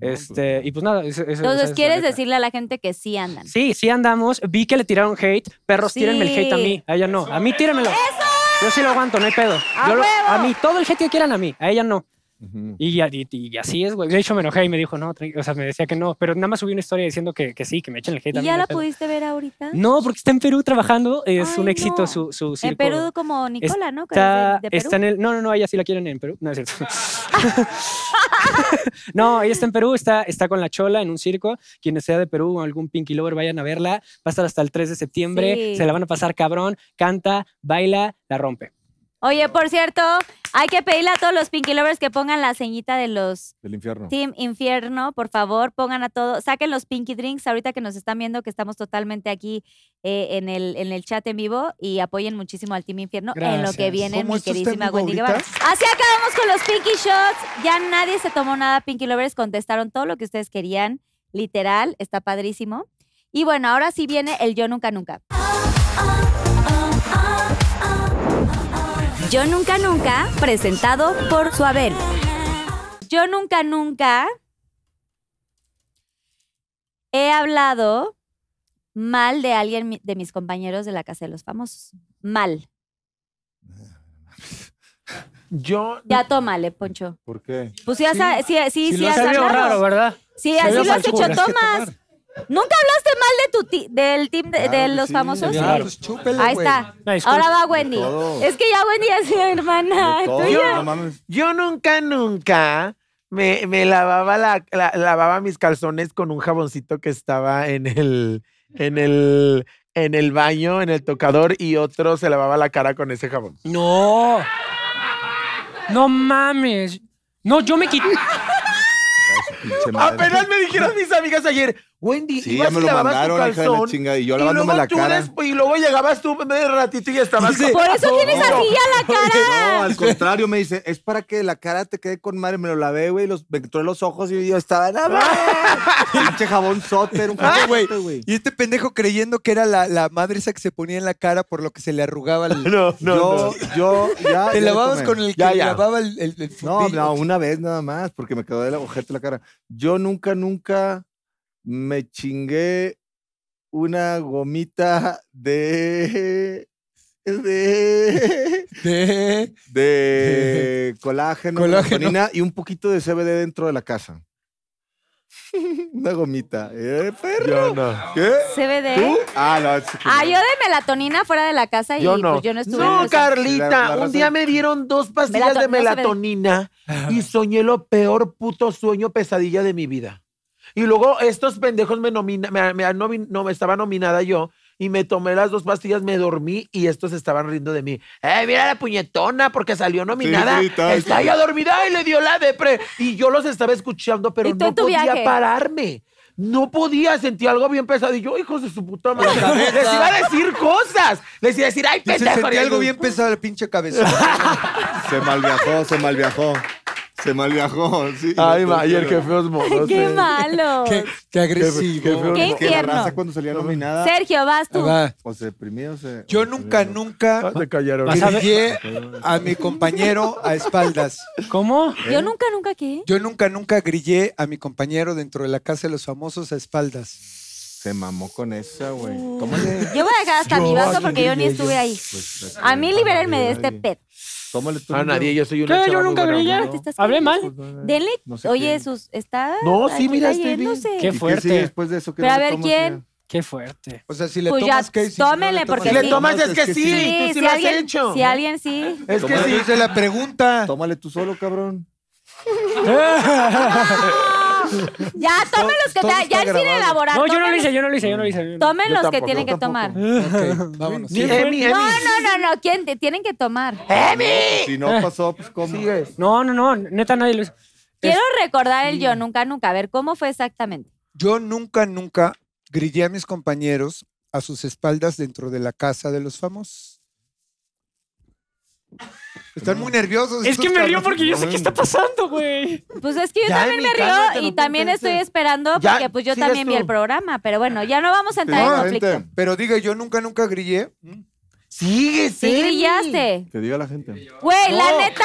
Este, y pues nada, eso, eso- esa es
Entonces,
la
¿quieres
neta.
decirle a la gente que sí andan?
Sí, sí andamos. Vi que le tiraron hate. Perros, tírenme el hate a
Sí.
mí. A ella no. A mí tírenmelo. Yo sí lo aguanto, no hay pedo.
¡A
Yo lo- a
huevo!
mí, todo el hate que quieran a mí. A ella no.
Ujú.
Y, ya- y- y así es, güey. De hecho, me enojé y me dijo, no, tranqui- o sea, me decía que no. Pero nada más subí una historia diciendo que, que sí, que me echen el hate. a
¿Y
mí,
ya
no
la
hay pedo.
pudiste ver ahorita?
No, porque está en Perú trabajando. Es
Ay,
un éxito
no.
su, su
En
circo.
Perú como Nicola, ¿no? Que
Está,
es de- de Perú.
está en el. No, no, no, ella sí la quieren en Perú. No es cierto. no, ella está en Perú, está, está con la Chola en un circo. Quienes sea de Perú o algún Pinky Lover, vayan a verla. Va a estar hasta el 3 de septiembre.
Sí.
Se la van a pasar cabrón. Canta, baila, la rompe.
Oye, por cierto, hay que pedirle a todos los Pinky Lovers que pongan la ceñita de los
Del infierno.
Team Infierno, por favor, pongan a todos, saquen los Pinky Drinks ahorita que nos están viendo, que estamos totalmente aquí eh, en, el, en el chat en vivo y apoyen muchísimo al Team Infierno en lo que
Gracias.
viene
¿Cómo
mi
esto está en
queridísima
vivo
Wendy
ahorita?
Guevara. Así acabamos con los Pinky Shots, ya nadie se tomó nada, Pinky Lovers contestaron todo lo que ustedes querían, literal, está padrísimo. Y bueno, ahora sí viene el Yo Nunca Nunca. Yo Nunca Nunca, presentado por Suabel. Yo nunca, nunca he hablado mal de alguien mi- de mis compañeros de la Casa de los Famosos. Mal.
Yo.
Ya tómale, Poncho.
¿Por qué?
Pues sí, has- sí, sí, sí,
lo
has
hace algo
hablado.
raro, ¿verdad?
Sí, así
vio
lo has
falso.
hecho, Tomás. Nunca hablaste mal de tu ti- del team de, de
Claro que
los
sí,
famosos.
claro.
Pues chúpele,
Ahí
güey.
está.
Una disculpa.
Ahora va Wendy.
todo.
Es que ya Wendy es mi hermana.
De todo,
tuya.
no mames.
Yo nunca, nunca me, me lavaba, la, la- lavaba mis calzones con un jaboncito que estaba en el, en el, en el baño, en el tocador, y otro se lavaba la cara con ese jabón.
No. No mames. No, yo me quité.
Pinche madre.
Apenas Ah, me dijeron mis amigas ayer, Wendy,
Sí,
ibas
ya me
y
lo
lavabas tu
mandaron, hija de la
calzón,
chingada. Y yo
y
lavándome
luego
la
tú
cara.
después- y luego llegabas tú medio ratito y estabas.
Dice,
como-
Por eso tienes así a la cara.
No, al contrario, me dice, es para que la cara te quede con madre. Me lo lavé, güey, los, me entró en los ojos y yo estaba, nada Pinche jabón sote, era un
Ah, güey.
jabonote, güey.
Y este pendejo creyendo que era la, la madre esa que se ponía en la cara por lo que se le arrugaba. El,
No, no,
yo, yo, ya.
te
ya
lavabas
tomé.
con el que
Ya, ya.
lavaba el, el, el
No,
fundillo.
no, una vez nada más, porque me quedó de la ojete la cara. Yo nunca, nunca me chingué una gomita de. de.
De-
de colágeno,
Colágeno.
melatonina y un poquito de CBD dentro de la casa. una gomita. ¿Eh,
Yo
perro?
no.
¿Qué? ¿Tú?
CBD.
Ah, no. es que
Ah,
no.
yo de melatonina fuera de la casa y
Yo no.
pues yo no estuve. en
No,
eso.
Carlita,
La- la
un
razón-
día me dieron dos pastillas
Melato-
de
no se ve.
melatonina y soñé lo peor puto sueño pesadilla de mi vida. Y luego estos pendejos me nomina, me, me- no, no, estaba nominada yo y me tomé las dos pastillas, me dormí y estos estaban riendo de mí. ¡Eh, mira la puñetona porque salió nominada!
sí, está-
está ya dormida y le dio la depre. Y yo los estaba escuchando, pero
¿Y tú en
no
tu
podía
viaje?
pararme. No podía, sentí algo bien pesado. Y yo, hijos de su puta madre, les iba a decir cosas. Les iba a decir, ay,
Dice,
pendejo.
sentí
y
algo
yo,
bien pesado el pinche cabezón.
Se malviajó, se malviajó. Se malviajó, sí.
Ay,
No,
ma, y el que feos monos.
Qué
eh.
malo.
qué, qué agresivo.
Qué
Que la
infierno.
raza cuando salía nominada
Sergio, vas tú.
Va.
o se deprimía o se...
Yo
o se
nunca,
deprimía.
Ah,
nunca
Te callaron.
Vas a ver-
humillé a mi compañero a espaldas.
¿Cómo?
Yo nunca, nunca qué.
Yo nunca, nunca grillé a mi compañero dentro de la casa de los famosos a espaldas.
Se mamó con esa, güey. ¿Cómo le...?
Yo voy a dejar hasta
Yo
mi vaso
aquí
porque yo ni
grillé,
estuve
yo-
ahí.
Pues,
A mí libérenme de este
nadie.
pet.
Tómale tú.
A Ah, nadie, yo soy una
¿Qué?
chava
Yo
muy
nunca
buena
grillé.
onda.
Te estás
Hablé mal.
Disculpa.
Denle,
No sé
oye,
quién.
sus, está.
No, sí,
aquí
mira, estoy bien.
cayéndose.
Qué
¿Y qué
fuerte.
sigue después de eso? ¿Qué
Pero
no
a
le
ver,
tomas,
¿quién?
ya?
Qué fuerte.
O sea, si le
Pues ya,
tomas, ¿qué? Y si no,
tómele,
le tomas,
porque
Si
sí.
le tomas es que sí,
Sí,
tú sí
si
lo has
alguien,
hecho.
si alguien sí.
Es que
Toma-
sí.
Yo hice la pregunta.
Tómale tú solo, cabrón.
Ya, tomen los que
todo
te,
está
ya el sin
grabado.
elaborar.
No, yo no lo
tomen-
hice, yo no lo hice, yo no lo hice. yo no-
Tomen
Yo
los que
tampoco,
tienen
yo
que tomar.
tampoco.
Ok, vámonos.
Ni Emi, Emi.
No, no, no, no. ¿Quién te tienen que
Eh,
tomar?
Si no pasó, pues cómo.
Sigue.
No, no, no, neta nadie lo hizo.
Quiero recordar el yo nunca, nunca. A ver, ¿cómo fue exactamente?
Yo nunca, nunca grillé a mis compañeros a sus espaldas dentro de la casa de los famosos. Están muy nerviosos.
Es
estos
que me río
cabrones.
porque yo sé qué está pasando, güey.
Pues es que yo
Ya,
también
Emi,
me río
cálmate,
y
no
también
compenses.
estoy esperando
Ya,
porque pues yo
sigues
también vi
tú.
el programa. Pero bueno, ya no vamos a entrar en
No,
conflicto.
Pero diga, yo nunca, nunca grillé. ¿Mm?
Sigue,
Sí,
Emi.
grillaste.
Que diga la gente.
Güey, la
No.
neta,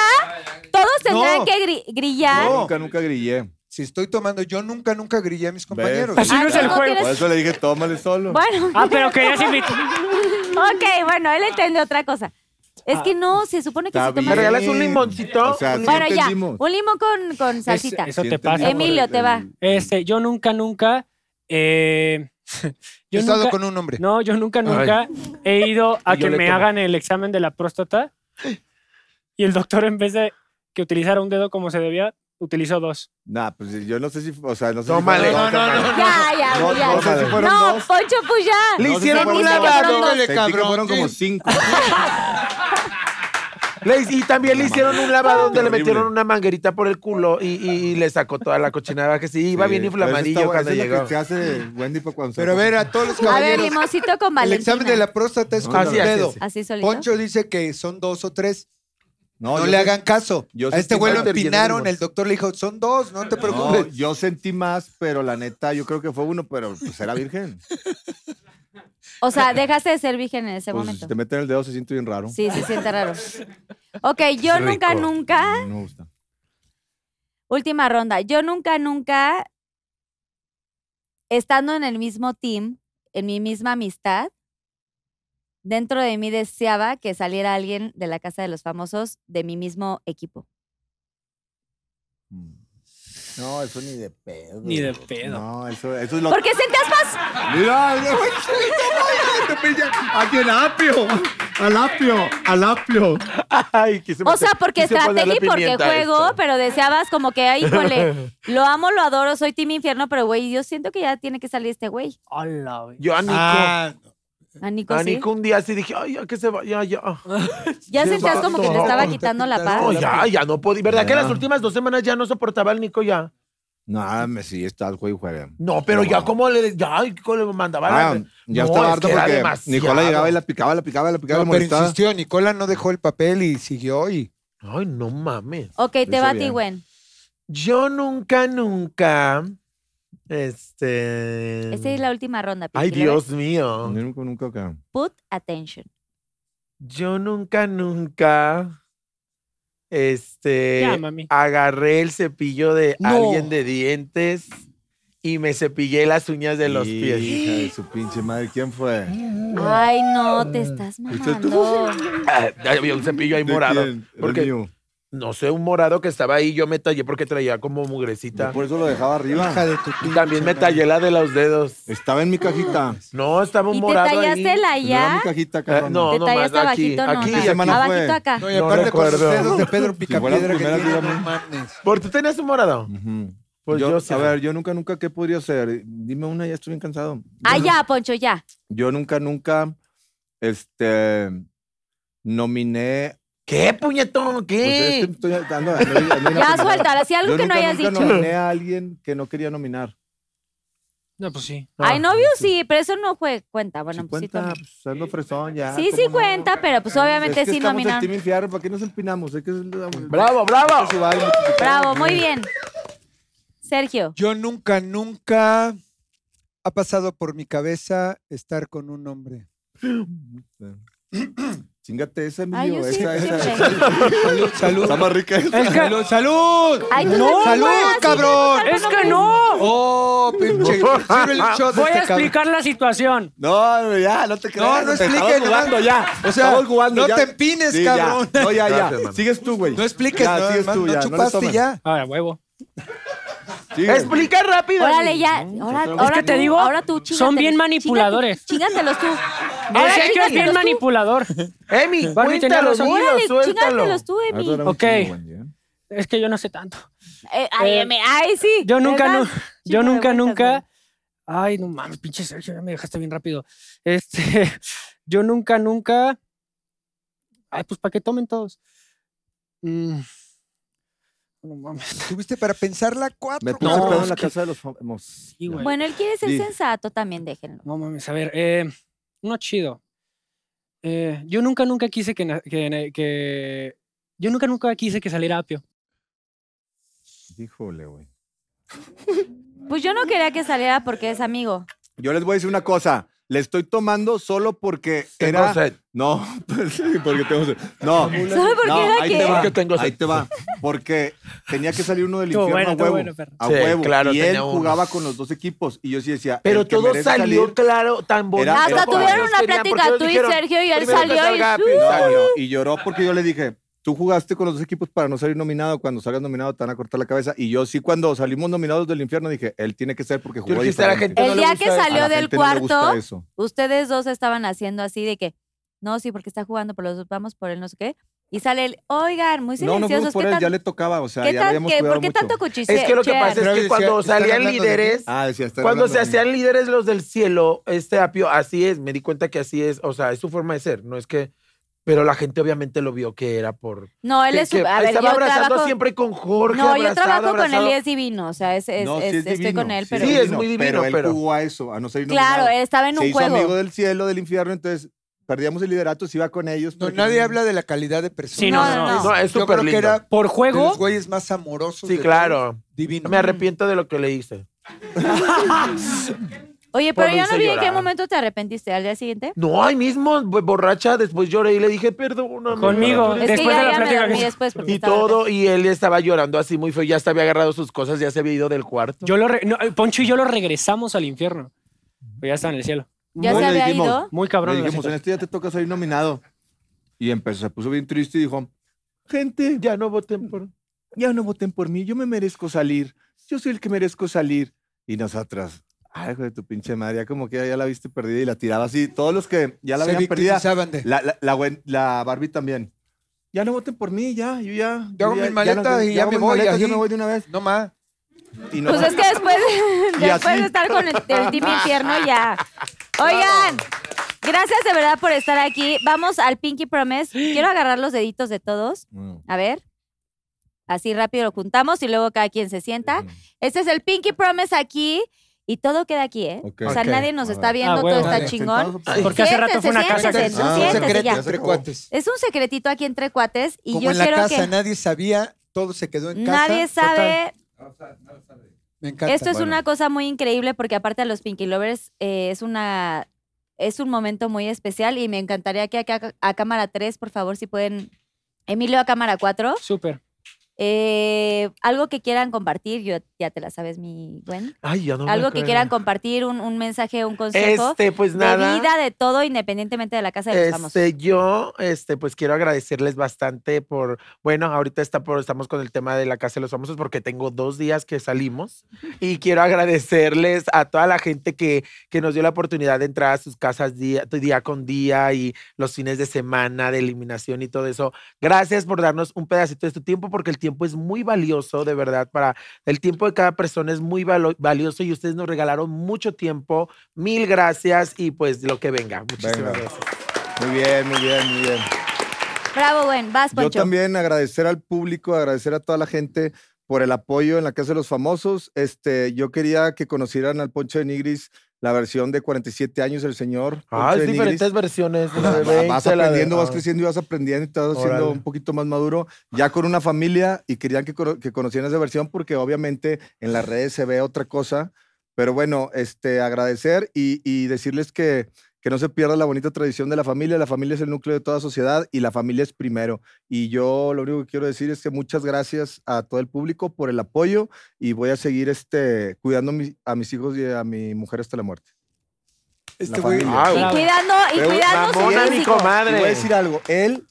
todos tendrán
No.
que gri- grillar.
Yo Nunca, nunca grillé.
Si estoy tomando, yo nunca, nunca grillé a mis compañeros.
Así
Ah,
no es el
no
juego.
tienes-
Por eso le dije, tómale solo.
Bueno,
Ah, pero querías invitar.
ok, bueno, él entendió otra cosa. Es que no, se supone que
Está
se toma.
bien.
¿Me regalas un limoncito?
O sea, sí
Bueno, ya,
entendimos.
un limón con, con salsita.
Es- Eso
Sí
te pasa.
entendimos
Emilio,
el-
te va.
el-
Este, yo nunca, nunca. eh,
Yo he
yo
estado
nunca,
con un hombre.
No, yo nunca, nunca he ido a
Y yo
Ah, que
le
me
tomo.
hagan el examen de la próstata y el doctor en vez de que utilizara un dedo como se debía, utilizó dos.
Nah, pues yo no sé si. O sea, no sé
Tómale.
si. fueron-
No, no, no,
Ya, ya,
No,
ya.
no sé si fueron
No,
dos.
Poncho, pues ya.
Le
No, sí
hicieron
fueron
un
dos.
lavado.
Tómale,
Sentí que
cabrón,
fueron como
sí.
cinco.
Le- y también le hicieron un lavado donde le
Horrible.
metieron una manguerita por el culo y, y- y le sacó toda la cochinada que sí, iba
Sí,
bien
pero eso está
inflamadillo
bueno,
cuando
eso es lo
llegó.
que Se hace Wendy para cuando se-
Pero a ver, a todos los
A ver,
caballeros.
limoncito con
el
Valentina.
examen de la próstata es con
Así,
un
así,
dedo.
así.
Así solito.
Poncho dice que son dos o tres. No,
yo
le
sé-
hagan caso.
yo
A
sé
este
que
güey lo
no te entiendo,
empinaron,
Limón.
el doctor le dijo, son dos, no te preocupes.
No, yo sentí más, pero la neta, yo creo que fue uno, pero pues era virgen.
O sea, dejaste de ser virgen en ese
Pues, si
momento.
te meten el dedo se siente bien raro.
Sí, se siente raro. Ok, yo nunca, nunca.
No me gusta.
Última ronda. Yo nunca, nunca. Estando en el mismo team, en mi misma amistad, dentro de mí deseaba que saliera alguien de la casa de los famosos de mi mismo equipo.
No, eso ni de pedo.
Ni de pedo.
No, eso, eso es lo
¿Por qué sentías más?
Mira, mira, güey, te pilla. aquí el apio, al apio, al apio.
Ay, quise
O
meter-
sea, porque
quise ponerle
estrategia y porque
pimienta a
juego,
esto.
pero deseabas como que, ay, híjole, lo amo, lo adoro, soy Team Infierno, pero güey, yo siento que ya tiene que salir este güey.
Hola, güey.
Yo a Nico,
Ah,
A Nico,
a
sí.
Nico un día sí dije, ay, ya que se va, ya, ya.
Ya
Sí,
sentías como que te
vato.
estaba quitando la paz.
No, Pues ya, ya no podía. ¿Verdad que
Ya.
las últimas dos semanas ya no soportaba al Nico ya?
No, me sí, estás, güey, juega.
No, pero ya como le, ya como le mandaba la-
Ah, ya
No,
estaba
es
harto
que era
porque
demasiado.
Nicola llegaba y la picaba, la picaba, la picaba,
no,
la
pero
molestaba.
insistió, Nicola no dejó el papel y siguió y
Ay, no mames.
Ok, te
hizo
va a ti,
bien.
Gwen.
Yo nunca, nunca, este...
Esta es la última ronda.
Ay,
Pinky, ¿lo ves?
Dios mío.
Nunca, nunca, acá.
Put attention.
Yo nunca, nunca, este...
Ya, mami.
agarré el cepillo de
No.
alguien de dientes y me cepillé las uñas de los pies.
Hija de su pinche madre, ¿quién fue?
Ay, no, te estás
¿Viste tú?
mamando.
Ah, había un cepillo ahí
¿De
morado.
quién? ¿Del
Porque-
mío?
No sé, un morado que estaba ahí, yo me tallé porque traía como
Yo
mugrecita.
Por eso lo dejaba arriba.
hija de tu
Y
pinche Eh.
también me
madre.
tallé la de los dedos.
Estaba en mi cajita.
No, estaba un
¿Y te
morado
tallaste
ahí.
la
Era mi
allá?
cajita,
Eh,
cabrón.
no,
¿Te
no más,
tallaste
aquí,
abajito? No,
aquí,
no,
esa mano
abajito
fue.
acá.
No, y
No
aparte con los
recuerdo.
dedos de Pedro Picapiedra que
primera
tiene,
ayuda,
no
¿no?
mames.
¿Por tú tenías un morado?
Ujú.
Pues yo,
yo,
sí.
a ver, yo nunca, nunca, ¿qué podría ser? Dime una, ya estoy bien cansado.
Ah,
Yo-
ya, Poncho, ya.
Yo nunca, nunca, este, nominé.
¿Qué, puñetón?
pues, es
¿Qué?
que estoy dando- ando- ando- ando-
Ya, suéltala. Si algo
Yo
que no
nunca,
hayas
nunca
dicho.
nominé a alguien que no quería nominar.
No, pues sí.
Ay, novio sí, pero eso no fue cuenta. Bueno,
sí
pues sí
cuenta,
también.
pues, ando fresón ya.
Sí, sí
¿cómo no?
cuenta, pero pues obviamente
Es que
sí
estamos en
nominaron.
Team Infierno, ¿para qué nos empinamos? Es que es-
¡Bravo, bravo!
se vale multiplicar.
Bravo, muy bien. Sergio,
Yo nunca, nunca ha pasado por mi cabeza estar con un hombre.
Chingate esa,
Ay,
Emilio.
yo sí,
esa, esa,
siempre.
Salud, salud.
Está más rica esa.
Salud, salud.
Ay, tú
no,
no
salud,
tomas,
cabrón.
sí, tú
¡Es que no!
Oh, pinche. Sirve el shot de
Voy a
este cabrón.
explicar la situación.
No, no, ya, no te creas.
No, no
te
expliques,
Estamos
nomás.
jugando ya.
O sea,
estamos jugando,
no
ya.
te empines,
Sí, ya.
cabrón.
No, ya, ya.
Gracias, mano.
Sigues tú, güey.
No expliques,
Ya,
no,
sigues
hermano,
tú,
no
ya. No le
chupaste
tomes.
ya.
Ah, huevo.
Sigue.
¡Explica rápido!
órale ya. Ahora, ahora
que te
tú,
digo,
ahora tú,
son bien
chíngatelos,
manipuladores.
Chíngatelos tú.
El
Ahora
Sergio es bien
chíngatelos tú.
manipulador.
Emi,
Barbie tenía
cuéntalo,
razón.
dilo,
Órale,
suéltalo.
chíngatelos tú,
Ah,
Emi.
tú eres un
Ok.
chingo, güey, ¿eh?
Es que yo no sé tanto.
Eh, ay,
Eh,
Emi, ay, sí.
Yo nunca,
¿verdad?
nu- yo
Chingo de
nunca,
vueltas, güey.
nunca. Ay, no mames, pinche Sergio, ya me dejaste bien rápido. Este, yo nunca, nunca. Ay, pues para que tomen todos. Mm, No mames.
Tuviste para pensarla cuatro.
Me puse
cabrón.
pedo en
es
la
que-
casa de los famosos.
Sí, güey.
Bueno, él quiere ser
Sí.
sensato también, déjenlo.
No mames, a ver, eh, uno chido. Eh, yo nunca, nunca quise que, na- que, na- que- Yo nunca, nunca quise que saliera Apio.
Híjole, güey.
Pues yo no quería que saliera porque es amigo.
Yo les voy a decir una cosa. Le estoy tomando solo porque
Tengo
era.
sed.
No, pues, sí, porque tengo sed. No.
¿Sabes por qué
no,
era
ahí
que?
te va.
Porque tengo
ahí
sed.
te va. Porque tenía que salir uno del
Estuvo
infierno
bueno,
a
estuvo
huevo.
bueno, perro.
a
Sí,
huevo.
claro,
y él
tenía uno.
jugaba con los dos equipos. Y yo sí decía.
Pero
el que
todo
merece
salió
salir-
claro, tan bonito.
Era-
Hasta
era
como
tuvieron
ellos
una
querían,
plática
porque ellos
tú y
dijeron,
Sergio y él
"Primero que
salió y
salga,
¡uh!
pues,
No,
salió".
no, Y lloró porque yo le dije, tú jugaste con los dos equipos para no salir nominado. Cuando salgas nominado te van a cortar la cabeza. Y yo sí, cuando salimos nominados del infierno, dije, él tiene que ser porque
Tú
jugó
dijiste a la gente,
diferente".
El
no le
día
gusta
que
eso.
A la
salió del
gente no le gusta
cuarto,
eso.
ustedes dos estaban haciendo así de que, no, sí, porque está jugando por los dos, vamos por el no sé qué. Y sale el, oigan, muy
No, no
silenciosos.
fuimos por
¿qué
él,
tan-
ya le tocaba. O sea,
¿qué
ya
tan-
le habíamos
qué-
cuidado
¿Por qué
mucho.
tanto cuchicheo?
Es que lo que pasa
Pero
Pues es que
decía,
cuando
están
salían
hablando de-
líderes,
Ah, decía, están
cuando
hablando
se
de mí.
hacían líderes los del cielo, este apio, así es, me di cuenta que así es, o sea, es su forma de ser, no es que... Pero la gente obviamente lo vio que era por...
No, él
que-
es... su-
que
A ver,
estaba
yo
abrazando
trabajo...
siempre con Jorge,
no, yo
abrazado,
trabajo con él
abrazado.
y es divino. O sea, es, es-
No, sí
es-
es
estoy
divino,
con él,
sí
pero...
Sí, es muy divino,
él
pero-
jugó a eso, a no salir
claro,
nominado.
él estaba en
se
un
hizo amigo
juego.
del cielo, del infierno, entonces perdíamos el liderato, se iba con ellos.
No,
pero-
nadie habla de la calidad de persona.
Sí, no, No, no, no.
no, es
Yo creo
superlindo.
que era
Por
de
juego,
los güeyes más amorosos.
Sí,
de todos.
claro.
Divino.
Me arrepiento de lo que le hice.
Oye,
Pues
pero
lo
yo
hice
no vi en qué
llorar.
momento te arrepentiste. ¿Al día siguiente?
No, ahí mismo, bo- borracha, después lloré y le dije, perdóname.
Conmigo.
perdóname".
Es que
Después
ya,
de
ya
la
me
plática que
dormí
se-
después porque
Y
estaba
todo, y él estaba llorando así muy feo, ya se había agarrado sus cosas, ya se había ido del cuarto.
yo lo re- no, Poncho y yo lo regresamos al infierno. Pero ya está en el cielo.
Ya
No,
se
le
había
dijimos,
ido.
Muy
Le
cabrón. la
dijimos, en
situación.
este ya te toca salir nominado. Y empezó, se puso bien triste y dijo, gente,
Ya no voten por.
ya no voten por mí, yo me merezco salir, yo soy el que merezco salir. Y nosotras, ay, hijo de tu pinche madre, ya como que ya la viste perdida y la tiraba así. Todos los que ya la
se
habían perdida,
victimizaban de.
la, la, la Gwen- la Barbie también. Ya no voten por mí, ya, yo ya.
Yo hago
ya-
mis maletas
no-
y ya
hago
me
mis
voy,
maletas, yo
así.
me voy de una vez.
No más.
Y no,
Pues es que después,
Y
después
así.
de estar con el, el team infierno ya. Oigan, gracias de verdad por estar aquí. Vamos al Pinky Promise. Quiero agarrar los deditos de todos.
Mm.
A ver. Así rápido lo juntamos y luego cada quien se sienta. Este es el Pinky Promise aquí y todo queda aquí, ¿eh?
Ok.
O sea,
Ok.
nadie nos
A
está
ver.
viendo,
Ah,
todo
huevo.
está
Dale.
chingón.
Porque hace rato fue una casa que-
siéntense,
Ah,
un
siéntense
secreto
ya.
entre cuates.
Es un secretito aquí entre cuates y
Como
yo
en la
quiero
casa
que
nadie sabía, todo se quedó en casa.
nadie sabe.
Me encanta.
Esto es
bueno.
una cosa muy increíble porque aparte a los Pinky Lovers eh, es una es un momento muy especial y me encantaría que acá a cámara 3, por favor, si pueden Emilio a cámara 4,
Súper.
eh, algo que quieran compartir, yo ya te la sabes mi Gwen.
Ay, ya no me
Algo que
acuerdo.
quieran compartir, un, un mensaje, un consejo
Este, pues nada.
de vida, de todo, independientemente de la casa de los famosos.
Este, yo, este, pues quiero agradecerles bastante por, bueno, ahorita está por, estamos con el tema de la Casa de los Famosos porque tengo dos días que salimos y quiero agradecerles a toda la gente que, que nos dio la oportunidad de entrar a sus casas día, día con día y los fines de semana de eliminación y todo eso. Gracias por darnos un pedacito de tu tiempo porque el tiempo es muy valioso, de verdad, para el tiempo de cada persona es muy valo- valioso y ustedes nos regalaron mucho tiempo. Mil gracias y pues lo que venga. Muchísimas
Venga.
gracias.
Muy bien, muy bien, muy bien.
Bravo, Gwen, vas,
Yo
Poncho.
también agradecer al público, agradecer a toda la gente por el apoyo en la Casa de los Famosos. Este, yo quería que conocieran al Poncho de Nigris, la versión de 47 años del señor.
Ah,
Poncho
es
de Nigris.
diferentes versiones. de la de
Ah, Va-
20,
Vas
la de-
aprendiendo, vas
ah.
creciendo y vas aprendiendo y te vas haciendo
Órale.
un poquito más maduro, ya con una familia y querían que, cono- que conocieran esa versión porque obviamente en las redes se ve otra cosa. Pero bueno, este, agradecer y, y decirles que, que no se pierda la bonita tradición de la familia. La familia es el núcleo de toda sociedad y la familia es primero. Y yo lo único que quiero decir es que muchas gracias a todo el público por el apoyo y voy a seguir este, cuidando mi- a mis hijos y a mi mujer hasta la muerte.
Este
la
güey.
familia.
Ah,
Y
Bravo.
cuidando, y
Pero,
cuidando su
Mamona, mi
físico.
Y voy a
comadre.
decir algo. Él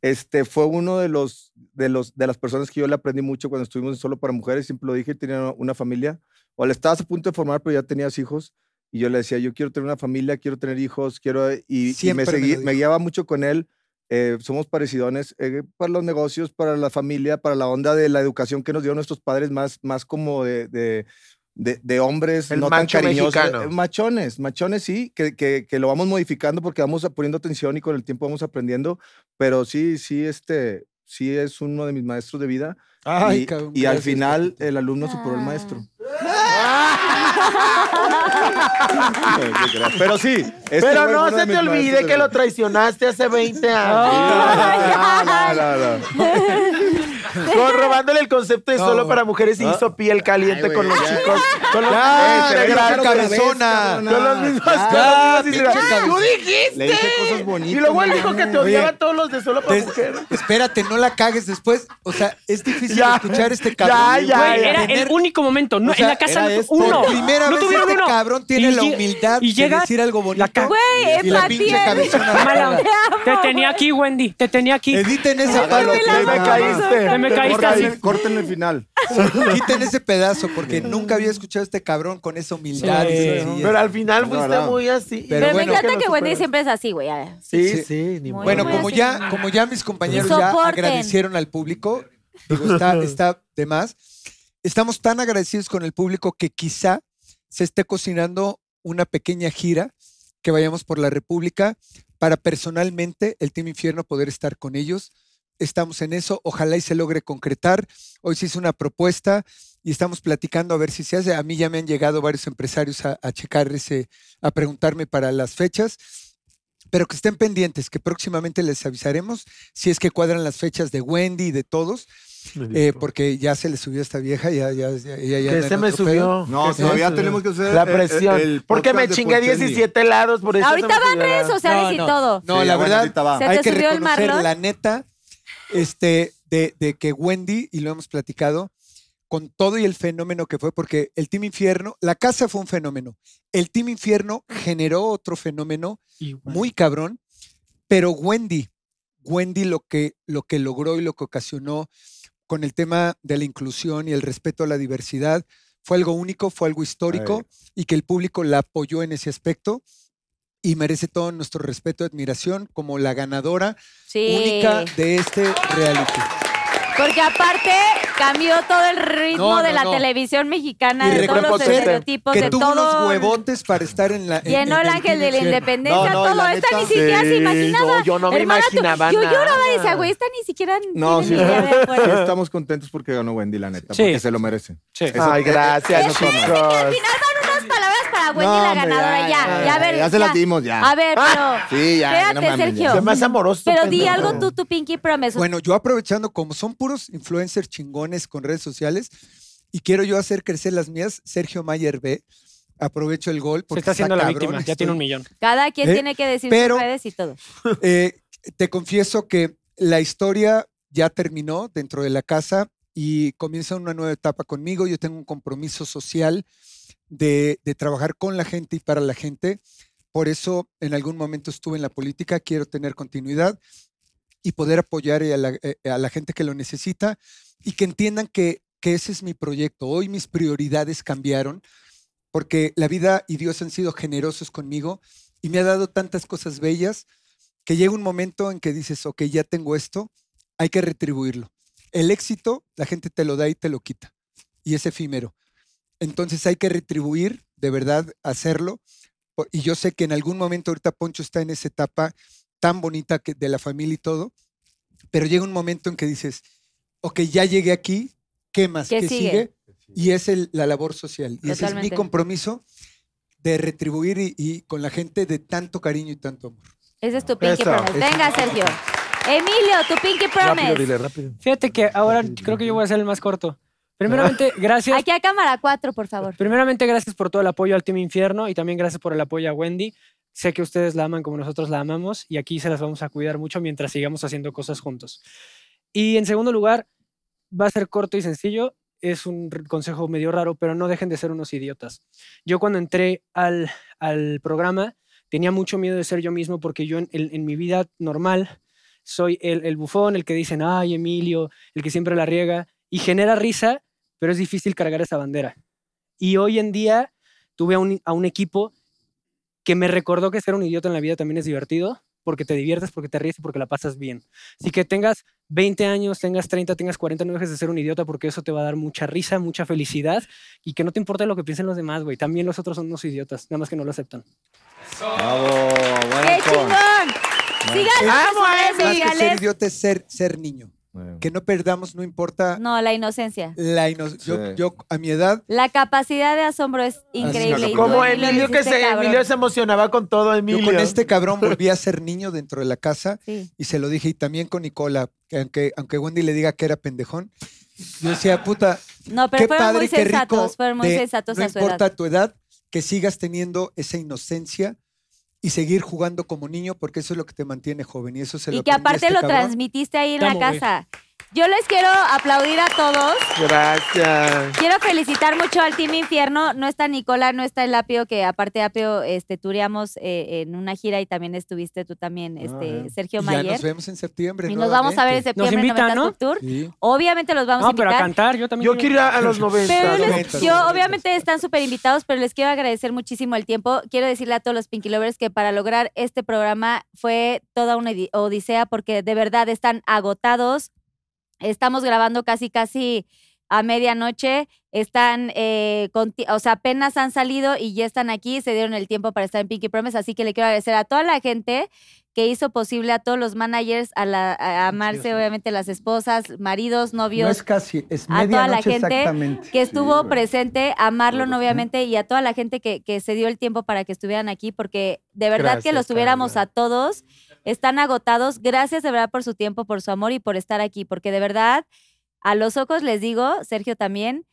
este, fue uno de los, de los de las personas que yo le aprendí mucho cuando estuvimos en Solo para Mujeres. Siempre lo dije, tenía una- una familia. O le estabas a punto de formar, pero ya tenías hijos. Y yo le decía, yo quiero tener una familia, quiero tener hijos, quiero... Y, y
Siempre
me,
me
seguí-
lo dijo.
me guiaba mucho con él. Eh, somos parecidones eh, para los negocios, para la familia, para la onda de la educación que nos dio nuestros padres, más, más como de, de, de- de hombres
El
no tan
macho
cariñosos.
mexicano.
Eh, Machones, machones sí, que, que, que lo vamos modificando porque vamos poniendo atención y con el tiempo vamos aprendiendo. Pero sí, sí, este, sí es uno de mis maestros de vida.
Ay,
y,
cabrón,
y al
gracias.
final el alumno superó al maestro. Pero sí. este
Pero
fue
no
uno de
se
mis
te
maestros
olvide
de
que lo
vida.
traicionaste hace 20 años.
No, no, no, no.
Con- robándole el concepto de
No.
solo para mujeres y hizo piel caliente
Ay,
con los
güey, ya.
chicos. Con los,
Ya,
Eh,
te
se
ve
ve
la
gran-
cara otra vez,
cabezona.
cabrona.
con los mismos.
Ya,
con los mismos-
pinche cabezona.
¡Tú dijiste!
Le dije cosas
Y
bonitas.
luego él
no,
dijo que te
no.
odiaba
Oye,
a todos los de solo para
Des-
mujeres.
espérate, no la cagues después. O sea, es difícil
Ya,
escuchar este
ya,
cabrón.
ya,
Güey,
ya.
era el
Tener-
único momento. No,
o sea,
en la casa
era esto.
uno.
Por primera
no
vez
tuvieron
este
uno.
cabrón tiene
Y
la
lle-
humildad
y llega
de decir algo bonito.
la ca-
Güey,
y la
Epa,
pinche
bien.
cabezona.
Mala onda.
Te
Te
Ah,
amo,
tenía
güey.
aquí, Wendy. Te tenía aquí.
Editen esa
Hágalo,
parte.
play,
Me
nada más.
caíste.
Te me caíste así.
Córtenle- Córtenle el final.
Quiten ese pedazo porque nunca había escuchado a este cabrón con esa humildad.
Sí.
y
Sí.
sencillez.
Pero al final
No,
fuiste
no.
muy así.
Pero
Pero, me
bueno,
encanta que,
lo
Wendy
superas.
siempre es así, güey.
Ah,
a ver.
Sí,
Sí.
sí, ni
Muy
Bueno,
buena
como
señal.
ya, como ya mis compañeros ya
Soporten.
agradecieron al público, digo, está, está de más. Estamos tan agradecidos con el público que quizá se esté cocinando una pequeña gira que vayamos por la República para personalmente el Team Infierno poder estar con ellos. Estamos en eso, ojalá y se logre concretar. Hoy se hizo una propuesta y estamos platicando a ver si se hace. A mí ya me han llegado varios empresarios a, a checar ese, a preguntarme para las fechas, pero que estén pendientes, que próximamente les avisaremos si es que cuadran las fechas de Wendy y de todos, eh, porque ya se le subió a esta vieja, ya, ya, ya, ya-
Pues,
ya
que
anda
se
en
me
otro pedo.
subió.
No,
Que se me
todavía
subió.
tenemos que hacer
la
el- el-
presión.
Eh, el
porque me
podcast de
chingué
Poncho de Nigris.
17 helados por eso.
Ahorita van redes
eso.
sociales y todo.
No,
Sí,
la
bueno,
verdad,
ahorita va.
se-
Ah, hay
te
que
subió el
reconocer
marrón?
la neta este, de, de que Wendy, y lo hemos platicado, con todo y el fenómeno que fue, porque el Team Infierno, la casa fue un fenómeno. El Team Infierno generó otro fenómeno
Y, bueno,
muy cabrón, pero Wendy, Wendy lo que, lo que logró y lo que ocasionó con el tema de la inclusión y el respeto a la diversidad fue algo único, fue algo histórico y que el público la apoyó en ese aspecto y merece todo nuestro respeto y admiración como la ganadora
Sí.
única de este reality.
Porque aparte cambió todo el ritmo
No,
de
no,
la
no.
televisión mexicana,
Y
de todos los
reconocer
estereotipos,
que
Pues de
tuvo
todo.
unos huevotes para estar en la... en-
Llenó
en
el ángel de la
infierno.
independencia,
No, no,
todo.
la
Esta ni
neta,
siquiera se imaginaba.
no, yo no me
Hermana, tú-
imaginaba
Yo
nada.
lloraba de esa güey, esta ni siquiera
No,
tiene
sí.
ni idea de
Sí,
acuerdo.
estamos contentos porque ganó Wendy, la neta,
Sí.
porque se lo merece.
sí.
Eso-
Ay, gracias,
eso-
Al
chicos.
final van unas palabras para Wendy,
No,
la
hombre,
ganadora, ya. Ya, a ver.
ya se las dimos, ya.
A ver, pero.
sí, ya.
Espérate,
no mames, ya.
Sergio.
Se me hace amoroso. este
Pero di
pendejo.
algo tú, tu Pinky Promise.
Bueno, yo aprovechando, como son puros influencers chingones con redes sociales y quiero yo hacer crecer las mías, Sergio Mayer B, aprovecho el gol
Se
porque
está haciendo la
cabrón,
víctima, ya
estoy-
tiene un millón.
Cada quien
Eh,
tiene que decir
pero-
sus redes y todo.
Eh, te confieso que la historia ya terminó dentro de la casa y comienza una nueva etapa conmigo. Yo tengo un compromiso social de, de trabajar con la gente y para la gente. Por eso en algún momento estuve en la política, quiero tener continuidad y poder apoyar a la, eh, a la gente que lo necesita y que entiendan que, que ese es mi proyecto. Hoy mis prioridades cambiaron porque la vida y Dios han sido generosos conmigo y me ha dado tantas cosas bellas que llega un momento en que dices, ok, ya tengo esto, hay que retribuirlo. El éxito, la gente te lo da y te lo quita, y es efímero. Entonces hay que retribuir, de verdad, hacerlo. po- Y yo sé que en algún momento ahorita Poncho está en esa etapa tan bonita que, de la familia y todo, pero llega un momento en que dices, ok, ya llegué aquí, ¿qué más?
¿Qué
¿Qué,
sigue?
sigue? Y es el- la labor social. Y ese es mi
Totalmente.
compromiso de retribuir y- y con la gente de tanto cariño y tanto amor.
Ese es tu Pinky
Eso.
Promise. Venga, Sergio. Emilio, tu Pinky
Rápido,
Promise.
dile, rápido.
Fíjate que ahora creo que yo voy a ser el más corto. Primeramente, gracias.
Aquí a cámara 4, por favor.
Primeramente, gracias por todo el apoyo al Team Infierno y también gracias por el apoyo a Wendy. Sé que ustedes la aman como nosotros la amamos y aquí se las vamos a cuidar mucho mientras sigamos haciendo cosas juntos. Y en segundo lugar, va a ser corto y sencillo. Es un r- consejo medio raro, pero no dejen de ser unos idiotas. Yo cuando entré al, al programa tenía mucho miedo de ser yo mismo porque yo en, en- en mi vida normal soy el, el bufón, el que dicen, ay, Emilio, el que siempre la riega y genera risa, pero es difícil cargar esa bandera. Y hoy en día tuve a un, a un equipo que me recordó que ser un idiota en la vida también es divertido, porque te diviertes, porque te ríes y porque la pasas bien. Así que tengas 20 años, tengas 30, tengas 40, no dejes de ser un idiota porque eso te va a dar mucha risa, mucha felicidad y que no te importe lo que piensen los demás, güey. También los otros son unos idiotas, nada más que no lo aceptan.
Bravo, bueno,
¡Qué
con-
chingón! Síganos
¡Vamos,
en sus redes
Más que ser
sociales.
idiota es ser, ser niño.
Bueno.
Que no perdamos, no importa
No, la inocencia.
la inoc-
Sí.
Yo, yo a mi edad,
La capacidad de asombro es increíble.
Así
y
es.
tú,
Como
lo
Emilio que
hiciste,
se,
cabrón.
Emilio se emocionaba con todo, Emilio.
yo con este cabrón volví a ser niño dentro de la casa
Sí.
y se lo dije. Y también con Nicola, que aunque, aunque Wendy le diga que era pendejón, yo decía, puta,
No, pero
qué
fueron
padre,
muy
qué rico.
sensatos. Fueron muy
de
sensatos
no
a su
importa
edad.
tu edad, que sigas teniendo esa inocencia y seguir jugando como niño, porque eso es lo que te mantiene joven. Y eso se lo
Y que
aprendí a
aparte
este
lo
cabrón.
transmitiste ahí en
Te
la
amo, güey.
casa. Yo les quiero aplaudir a todos.
Gracias.
Quiero felicitar mucho al Team Infierno. No está Nicola, no está el Apio, que aparte Apio este, tureamos eh, en una gira y también estuviste tú también, este, Sergio
Ah, eh. Y ya
Mayer.
nos vemos en septiembre.
Y nos vamos a ver en
nuevamente.
septiembre en
invitan,
Noventas
¿no?
Pop Tour.
¿eh? Sí.
Obviamente los vamos a
No, pero a
invitar.
cantar, yo también.
Yo quiero ir a, a los 90.
Pero yo, les-
Noventas,
yo
noventas.
obviamente están súper invitados, pero les quiero agradecer muchísimo el tiempo. Quiero decirle a todos los Pinky Lovers que para lograr este programa fue toda una odi- odisea porque de verdad están agotados. Estamos grabando casi, casi a medianoche. Están, eh, conti- o sea, apenas han salido y ya están aquí. Se dieron el tiempo para estar en Pinky Promise. Así que le quiero agradecer a toda la gente que hizo posible a todos los managers, a, la, a- a Marce, obviamente las esposas, maridos, novios,
casi, es
a toda la gente
exactamente.
que estuvo presente, a Marlon obviamente y a toda la gente que, que se dio el tiempo para que estuvieran aquí, porque de verdad que
Gracias,
los tuviéramos
Carla.
a todos. Están agotados. Gracias de verdad por su tiempo, por su amor y por estar aquí, porque de verdad a los ojos les digo, Sergio también,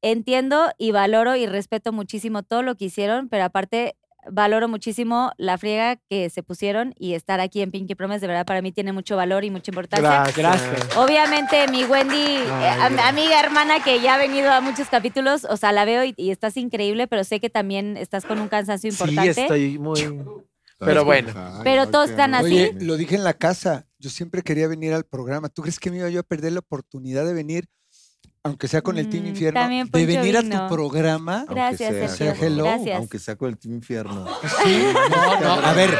entiendo y valoro y respeto muchísimo todo lo que hicieron, pero aparte valoro muchísimo la friega que se pusieron y estar aquí en Pinky Promise, de verdad, para mí tiene mucho valor y mucha importancia.
Gracias.
Obviamente, mi Wendy, eh, am- amiga, hermana, que ya ha venido a muchos capítulos, o sea, la veo y, y estás increíble, pero sé que también estás con un cansancio importante.
Sí, estoy muy...
Pero bueno. pues,
Pero todos están así.
Oye, lo dije en la casa. Yo siempre quería venir al programa. ¿Tú crees que me iba yo a perder la oportunidad de venir, aunque sea con el Team
Mm,
Infierno,
también
de
Poncho
venir a
vino.
tu programa?
Aunque
Gracias,
sea,
Sergio.
sea hello,
Gracias.
Aunque sea con el Team Infierno.
No, no, a ver.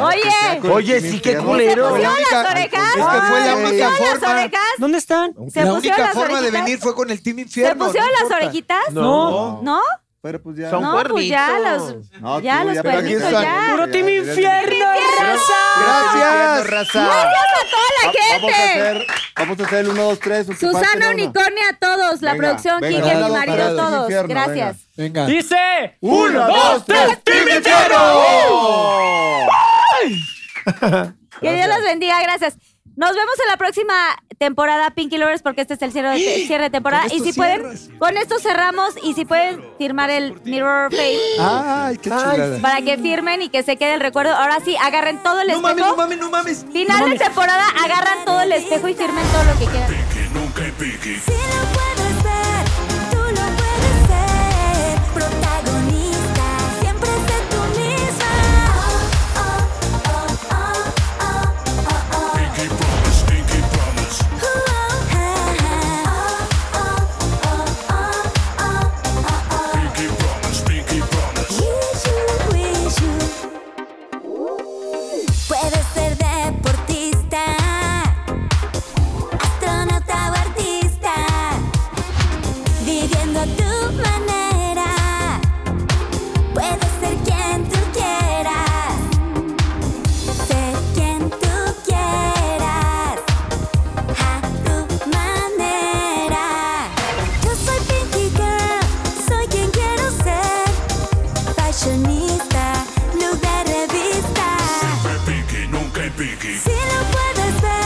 Oye,
Oye, sí, qué
¿se
culero.
Fue la
pusieron
única-
las orejas?
Es que fue la
¿Se
única
pusieron las
forma.
orejas?
¿Dónde están?
¿Se
La
pusieron
única
las
forma de
orejitas?
venir fue con el Team
¿Se
Infierno.
pusieron
no
las
importa.
orejitas?
No.
No.
¿No?
Pero pues ya.
Son
No, pues ya los...
No,
ya
tú,
los
pero aquí
perritos,
están.
ya.
¡Puro Team Infierno, raza!
Gracias.
¡Gracias a toda la
Va-
gente!
Vamos a hacer, vamos a hacer el 1, 2, 3.
Susana Unicornia a todos, la
Venga,
producción,
venga,
Kike, mi
parado,
marido,
parado,
todos.
infierno,
Gracias.
Venga.
Dice...
1, 2, 3. ¡Team Infierno!
Que Dios los bendiga, gracias. Nos vemos en la próxima temporada, Pinky Lovers, porque este es el cierre de, cierre de temporada.
¡Eh! Con
Y
esto
si
cierras.
pueden, con esto cerramos. Y si pueden firmar el Mirror Fame
Ay, qué chulada.
para que firmen y que se quede el recuerdo. Ahora sí, agarren todo el
No mames, no
espejo.
mames, no mames.
Final de temporada, agarran todo el espejo y firmen todo lo que quieran.
Piki, nunca hay piqui.
Silhouette